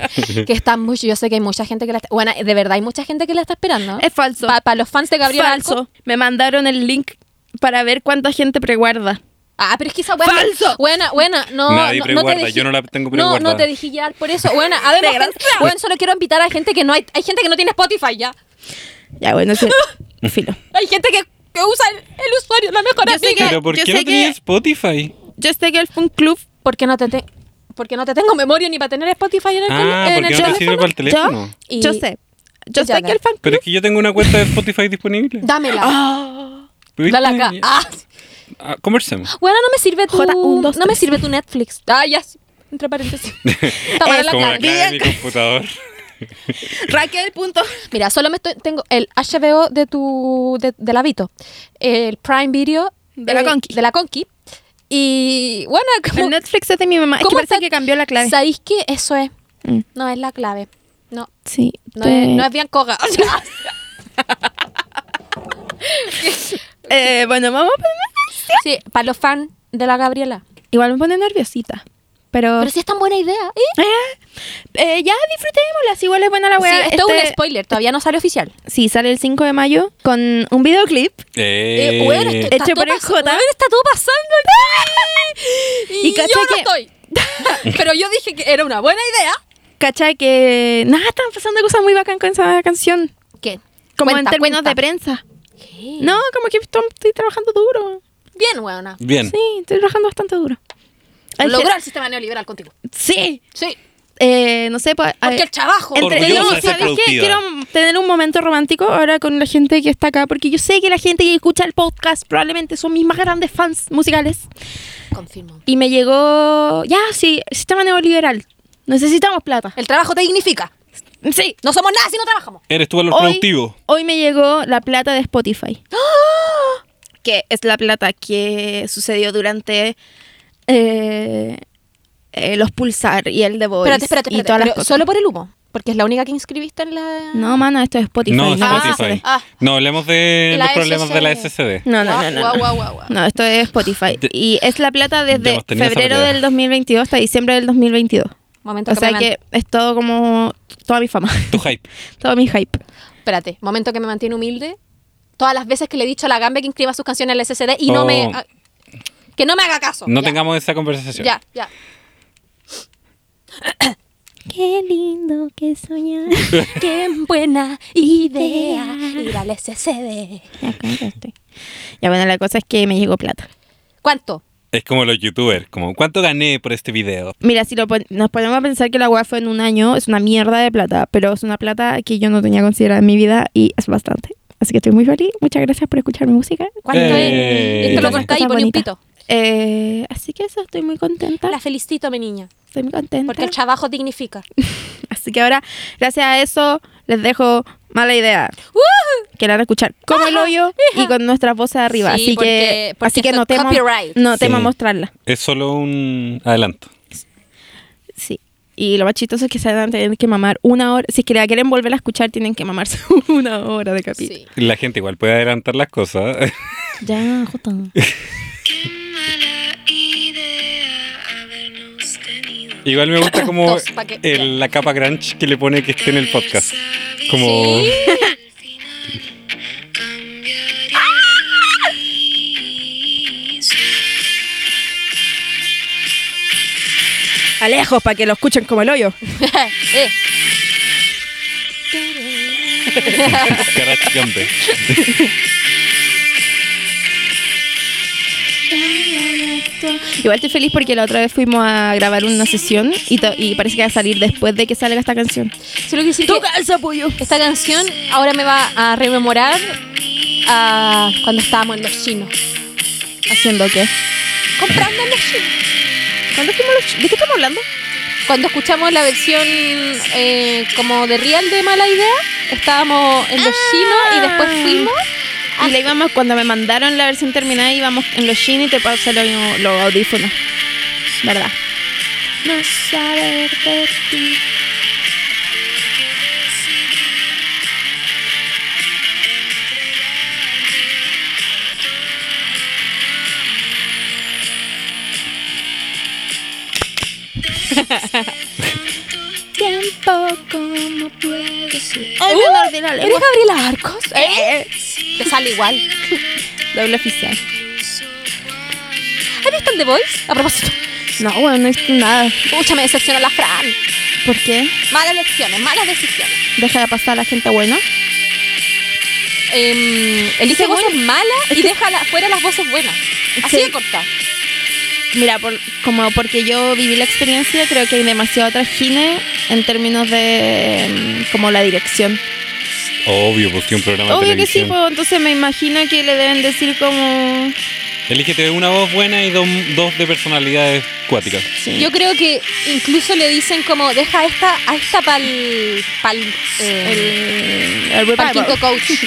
Speaker 2: que está mucho. Yo sé que hay mucha gente que la está. Bueno, de verdad hay mucha gente que la está esperando.
Speaker 4: Es falso.
Speaker 2: Para los fans de Gabriel
Speaker 4: Falso.
Speaker 2: Alco.
Speaker 4: Me mandaron el link para ver cuánta gente preguarda.
Speaker 2: Ah, pero es que esa buena.
Speaker 4: Falso.
Speaker 2: Buena, buena. No,
Speaker 3: Nadie
Speaker 2: no, no
Speaker 3: preguarda,
Speaker 2: te dejé-
Speaker 3: yo no la tengo
Speaker 2: No,
Speaker 3: preguardada.
Speaker 2: no te dije ya por eso.
Speaker 4: [LAUGHS]
Speaker 2: Bueno, además, gente, bueno, solo quiero invitar a gente que no hay. Hay gente que no tiene Spotify ya.
Speaker 4: Ya, bueno, [LAUGHS] sí. Filo.
Speaker 2: Hay gente que, que usa el, el usuario, la mejor
Speaker 4: Yo sé
Speaker 2: amiga.
Speaker 4: que-
Speaker 3: Pero ¿por
Speaker 4: yo
Speaker 3: qué
Speaker 4: sé
Speaker 3: no tenía
Speaker 4: que-
Speaker 3: Spotify?
Speaker 4: Yo sé que el Fun Club
Speaker 2: Porque no te, te- porque no te tengo memoria ni para tener Spotify en el,
Speaker 3: Ah,
Speaker 2: en el
Speaker 3: porque no te sirve
Speaker 2: teléfono.
Speaker 3: para el teléfono.
Speaker 4: Yo,
Speaker 2: Y-
Speaker 4: yo sé. Yo
Speaker 2: Ya,
Speaker 4: sé que el fan
Speaker 3: Pero es que yo tengo una cuenta de Spotify disponible.
Speaker 2: Dámela.
Speaker 3: Ah, ¿Viste?
Speaker 2: Dale acá. Ah,
Speaker 3: Ah, conversemos.
Speaker 2: bueno, no me sirve tu,
Speaker 4: J, un, dos,
Speaker 2: no me
Speaker 3: [LAUGHS]
Speaker 4: tres.
Speaker 2: sirve tu Netflix. Ah, ya. Entre paréntesis. Tamara la
Speaker 3: Como la
Speaker 2: clave.
Speaker 3: clave de mi computador.
Speaker 4: Raquel, punto.
Speaker 2: Mira, solo me estoy- tengo el HBO de tu de, de la Vito, el Prime Video eh,
Speaker 4: De la Conqui.
Speaker 2: de la Conqui y bueno, como,
Speaker 4: El Netflix es de mi mamá. Es que
Speaker 2: ¿Cómo
Speaker 4: parece
Speaker 2: está-
Speaker 4: que cambió la clave.
Speaker 2: ¿sabéis qué? Eso es,
Speaker 4: Mm.
Speaker 2: no es la clave. No,
Speaker 4: Sí.
Speaker 2: no,
Speaker 4: te-
Speaker 2: es, no es bien [LAUGHS] coga.
Speaker 4: Eh, bueno, vamos a poner-
Speaker 2: sí, para los fans de la Gabriela.
Speaker 4: Igual me pone nerviosita. Pero.
Speaker 2: Pero sí es tan buena idea. ¿eh?
Speaker 4: [LAUGHS] Eh, ya disfrutémosla. Si igual es buena la
Speaker 2: Sí,
Speaker 4: weá.
Speaker 2: esto es un
Speaker 4: Este-
Speaker 2: spoiler, todavía no sale oficial.
Speaker 4: Sí, sale el 5 de mayo con un videoclip.
Speaker 3: Eh,
Speaker 2: Eh, weón, esto está
Speaker 4: Hecho
Speaker 2: todo
Speaker 4: por el
Speaker 2: pas-
Speaker 4: Jota.
Speaker 2: weón, está todo pasando aquí.
Speaker 4: [LAUGHS] Y
Speaker 2: Y,
Speaker 4: cacha
Speaker 2: yo no
Speaker 4: que- [LAUGHS]
Speaker 2: estoy. Pero yo dije que era una buena idea.
Speaker 4: Cacha que. Nada, están pasando cosas muy bacán con esa canción.
Speaker 2: ¿Qué?
Speaker 4: Como
Speaker 2: Cuenta,
Speaker 4: en términos
Speaker 2: cuenta.
Speaker 4: de prensa.
Speaker 2: ¿Qué?
Speaker 4: No, como que estoy estoy trabajando duro.
Speaker 2: Bien, weona.
Speaker 3: Bien.
Speaker 4: Sí, estoy trabajando bastante duro. Hay
Speaker 2: Logró
Speaker 4: gente-
Speaker 2: el sistema neoliberal contigo.
Speaker 4: Sí.
Speaker 2: Sí.
Speaker 4: Eh, no sé, pues.
Speaker 2: Porque el trabajo.
Speaker 3: Entre- Orgullosa
Speaker 4: Entretenido,
Speaker 3: de ser
Speaker 4: ¿sabes qué?
Speaker 3: productiva.
Speaker 4: Quiero tener un momento romántico ahora con la gente que está acá, porque yo sé que la gente que escucha el podcast probablemente son mis más grandes fans musicales.
Speaker 2: Confirmo.
Speaker 4: Y me llegó, ya, sí, sistema neoliberal. Necesitamos plata.
Speaker 2: El trabajo te dignifica.
Speaker 4: Sí.
Speaker 2: No somos nada si no trabajamos.
Speaker 3: Eres tú valor productivo.
Speaker 4: hoy me llegó la plata de Spotify. ¡Ah! Que es la plata que sucedió durante eh, eh, los Pulsar y el The Voice.
Speaker 2: Espérate, espérate,
Speaker 4: Y
Speaker 2: espérate.
Speaker 4: todas las
Speaker 2: pero
Speaker 4: cosas.
Speaker 2: solo por el humo. Porque es la única que inscribiste en la.
Speaker 4: No, mano, esto es Spotify.
Speaker 3: No,
Speaker 4: no
Speaker 2: Ah,
Speaker 3: Spotify.
Speaker 2: ah.
Speaker 3: No, hablemos de
Speaker 2: La
Speaker 3: los problemas de la
Speaker 2: SSD.
Speaker 3: SSD.
Speaker 4: No, no,
Speaker 2: Guau,
Speaker 4: no, no.
Speaker 2: Ah, guau,
Speaker 4: no.
Speaker 2: guau, guau, guau.
Speaker 4: No, esto es Spotify.
Speaker 3: De-
Speaker 4: y es la plata
Speaker 3: Ya
Speaker 4: desde
Speaker 3: hemos tenido esa
Speaker 4: febrero
Speaker 3: pelea.
Speaker 4: del 2022 hasta diciembre del 2022.
Speaker 2: Momento
Speaker 4: O
Speaker 2: que
Speaker 4: sea
Speaker 2: me
Speaker 4: que es todo como toda mi fama,
Speaker 3: Tu hype.
Speaker 4: [LAUGHS] todo mi hype.
Speaker 2: man- Espérate. Momento que me mantiene humilde. Todas las veces que le he dicho a la Gambe que inscriba sus canciones en el SSD y no
Speaker 3: Oh.
Speaker 2: me. ah, Que no me haga caso.
Speaker 3: No
Speaker 2: Ya,
Speaker 3: tengamos esa conversación.
Speaker 2: Ya, ya.
Speaker 5: Qué lindo que
Speaker 3: [LAUGHS]
Speaker 5: soñar.
Speaker 2: Qué buena idea [LAUGHS] ir al SSD.
Speaker 4: Ya, con eso estoy. Ya, bueno, la cosa es que me llegó plata.
Speaker 2: ¿Cuánto?
Speaker 3: Es como los youtubers, como ¿cuánto gané por este video?
Speaker 4: Mira, si lo pon- nos ponemos a pensar que la weá fue en un año, es una mierda de plata, pero es una plata que yo no tenía considerada en mi vida y es bastante. Así que estoy muy feliz. Muchas gracias por escuchar mi música.
Speaker 2: ¿Cuánto
Speaker 3: Eh,
Speaker 2: es? Esto lo
Speaker 4: Esas
Speaker 2: cortáis y
Speaker 4: cosas
Speaker 2: poní un
Speaker 4: bonitas.
Speaker 2: pito.
Speaker 4: Eh, así que eso, estoy muy contenta.
Speaker 2: La felicito, mi niña.
Speaker 4: Estoy muy contenta.
Speaker 2: Porque el trabajo dignifica.
Speaker 4: Así que ahora, gracias a eso, les dejo mala idea. Que la van a escuchar como el hoyo y con nuestras voces arriba.
Speaker 2: Sí,
Speaker 4: así
Speaker 2: porque-
Speaker 4: que,
Speaker 2: porque
Speaker 4: así que
Speaker 2: esto
Speaker 4: no
Speaker 2: es
Speaker 4: temo,
Speaker 2: copyright.
Speaker 4: no temo
Speaker 3: Sí.
Speaker 4: mostrarla.
Speaker 3: Es solo un adelanto.
Speaker 4: Sí. Y lo más chistoso es que se van a tener que mamar una hora. Si es que la quieren volver a escuchar, tienen que mamarse [LAUGHS] una hora de capítulo.
Speaker 2: Sí. [LAUGHS]
Speaker 3: La gente igual puede adelantar las cosas. [LAUGHS]
Speaker 4: Ya, [LAUGHS] justo.
Speaker 3: Igual me gusta como
Speaker 2: Dos, pa' que-
Speaker 3: el- la capa grunge que le pone que esté en el podcast. Como [LAUGHS]
Speaker 4: Alejos para que lo escuchen como el hoyo.
Speaker 2: Eh,
Speaker 3: Garage Gambe.
Speaker 4: Igual estoy feliz porque la otra vez fuimos a grabar una sesión y, to- y parece que va a salir después de que salga esta canción.
Speaker 2: solo que decir que
Speaker 4: calza, pollo!
Speaker 2: esta canción ahora me va a rememorar a cuando estábamos en los chinos.
Speaker 4: ¿Haciendo qué?
Speaker 2: Comprando en los chinos.
Speaker 4: ¿Cuándo fuimos los chi- ¿De qué estamos hablando?
Speaker 2: Cuando escuchamos la versión eh, como de Real de Mala Idea, estábamos en los chinos y después fuimos.
Speaker 4: Y la íbamos, cuando me mandaron la versión terminada, íbamos en los jeans y te pasé los, los audífonos. ¿Verdad? No saber de ti. [LAUGHS] Tiempo como puede ser. Uh, Ay, me mordí la lengua.
Speaker 2: ¿Eres Gabriela Arcos? ¿Eh? Te sale igual.
Speaker 4: Doble oficial.
Speaker 2: ¿Has visto el The Voice? A propósito. [LAUGHS]
Speaker 4: No, bueno, no es nada.
Speaker 2: Pucha, me decepcionó la Fran.
Speaker 4: ¿Por qué?
Speaker 2: Malas lecciones, malas decisiones.
Speaker 4: Deja de pasar a la gente buena.
Speaker 2: Em, elige
Speaker 4: Según-
Speaker 2: voces malas y deja la- fuera las voces buenas. Así
Speaker 4: Sí.
Speaker 2: de corta.
Speaker 4: Mira, por, como porque yo viví la experiencia, creo que hay demasiado trajine en términos de mm, como la dirección.
Speaker 3: Obvio, porque un programa de
Speaker 4: Obvio que sí,
Speaker 3: televisión.
Speaker 4: pues entonces me imagino que le deben decir como
Speaker 3: Elígete una voz buena y dos- dos de personalidades cuáticas.
Speaker 4: Sí.
Speaker 2: Yo creo que incluso le dicen como, deja esta, a esta pal, pal, eh,
Speaker 4: el, el Oh.
Speaker 2: pal
Speaker 4: revival.
Speaker 2: quinto coach.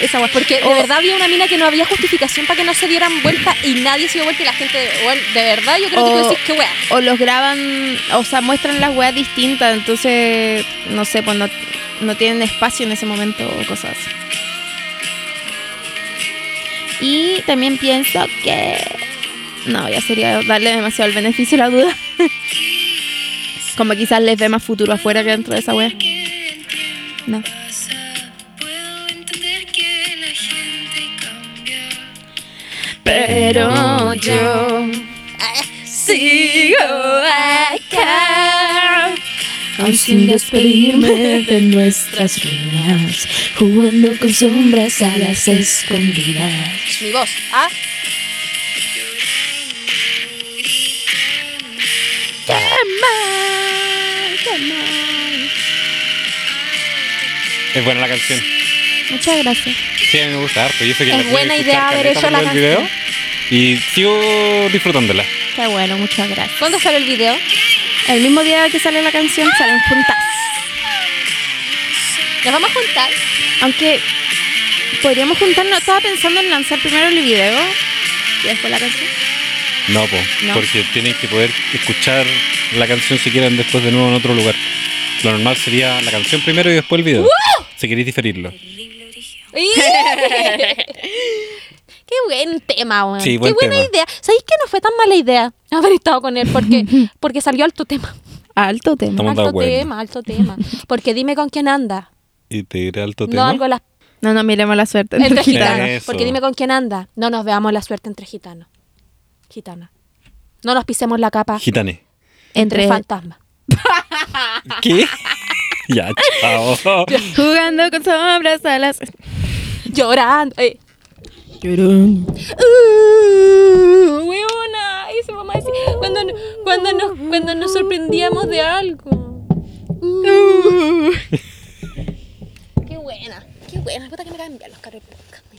Speaker 2: Esa guay. Porque [LAUGHS] de
Speaker 4: O-
Speaker 2: verdad había una mina que no había justificación para que no se dieran vuelta y nadie se dio vuelta y la gente, bueno, de verdad yo creo que tú
Speaker 4: O-
Speaker 2: decís, qué wea.
Speaker 4: O los graban, o sea, muestran las weas distintas, entonces, no sé, pues no, no tienen espacio en ese momento o cosas así. Y también pienso que... No, ya sería darle demasiado el beneficio a la duda. [LAUGHS] Como quizás les ve más futuro afuera que dentro de esa wea. No. Pero yo sigo acá.
Speaker 6: Aún sin despedirme de nuestras ruinas, jugando con sombras a las escondidas.
Speaker 2: Es mi voz, ¿ah?
Speaker 3: Es buena la canción.
Speaker 4: Muchas gracias.
Speaker 3: Sí, a mí me gusta harto. Y eso que
Speaker 2: Es
Speaker 3: la fui a
Speaker 2: buena
Speaker 3: escuchar
Speaker 2: idea haber
Speaker 3: caleta
Speaker 2: hecho
Speaker 3: para
Speaker 2: la
Speaker 3: ver el video. Y sigo disfrutándola.
Speaker 4: Qué bueno, muchas gracias.
Speaker 2: ¿Cuándo sale el video?
Speaker 4: El mismo día que sale la canción salen juntas.
Speaker 2: Nos vamos a juntar.
Speaker 4: Aunque podríamos juntarnos. Estaba pensando en lanzar primero el video y después la canción.
Speaker 3: No, po,
Speaker 4: No.
Speaker 3: porque tienen que poder escuchar la canción si quieren después de nuevo en otro lugar. Lo normal sería la canción primero y después el video. Si queréis diferirlo. [LAUGHS]
Speaker 2: Qué buen tema, weón.
Speaker 3: Sí,
Speaker 2: Qué
Speaker 3: buen
Speaker 2: buena
Speaker 3: tema.
Speaker 2: idea. ¿Sabéis que no fue tan mala idea haber estado con él? Porque,
Speaker 3: [LAUGHS]
Speaker 2: porque salió alto tema.
Speaker 4: Alto tema.
Speaker 3: Estamos de
Speaker 2: Alto
Speaker 3: acuerdo.
Speaker 2: tema, alto tema. Porque dime con quién anda.
Speaker 3: Y te diré [LAUGHS] alto
Speaker 2: No
Speaker 3: tema.
Speaker 2: algo las
Speaker 4: No, no, miremos la suerte.
Speaker 2: entre
Speaker 3: gitanos.
Speaker 2: gitanos.
Speaker 3: Eso.
Speaker 2: Porque dime con quién anda. No nos veamos la suerte entre gitanos. Gitana. No nos pisemos la capa
Speaker 3: Gitane.
Speaker 2: entre
Speaker 4: Entre
Speaker 2: fantasmas. [LAUGHS]
Speaker 3: ¿Qué? ya, chao.
Speaker 4: jugando con sombras a las...
Speaker 2: [LAUGHS] Llorando. Eh.
Speaker 1: Llorón.
Speaker 2: ¡Uh, ¡Hueona! Eso mamá dice, cuando, cuando, nos, cuando nos sorprendíamos de algo. ¡Uh! ¡Qué buena! ¡Qué buena! Puta que me cambian los carros de podcast.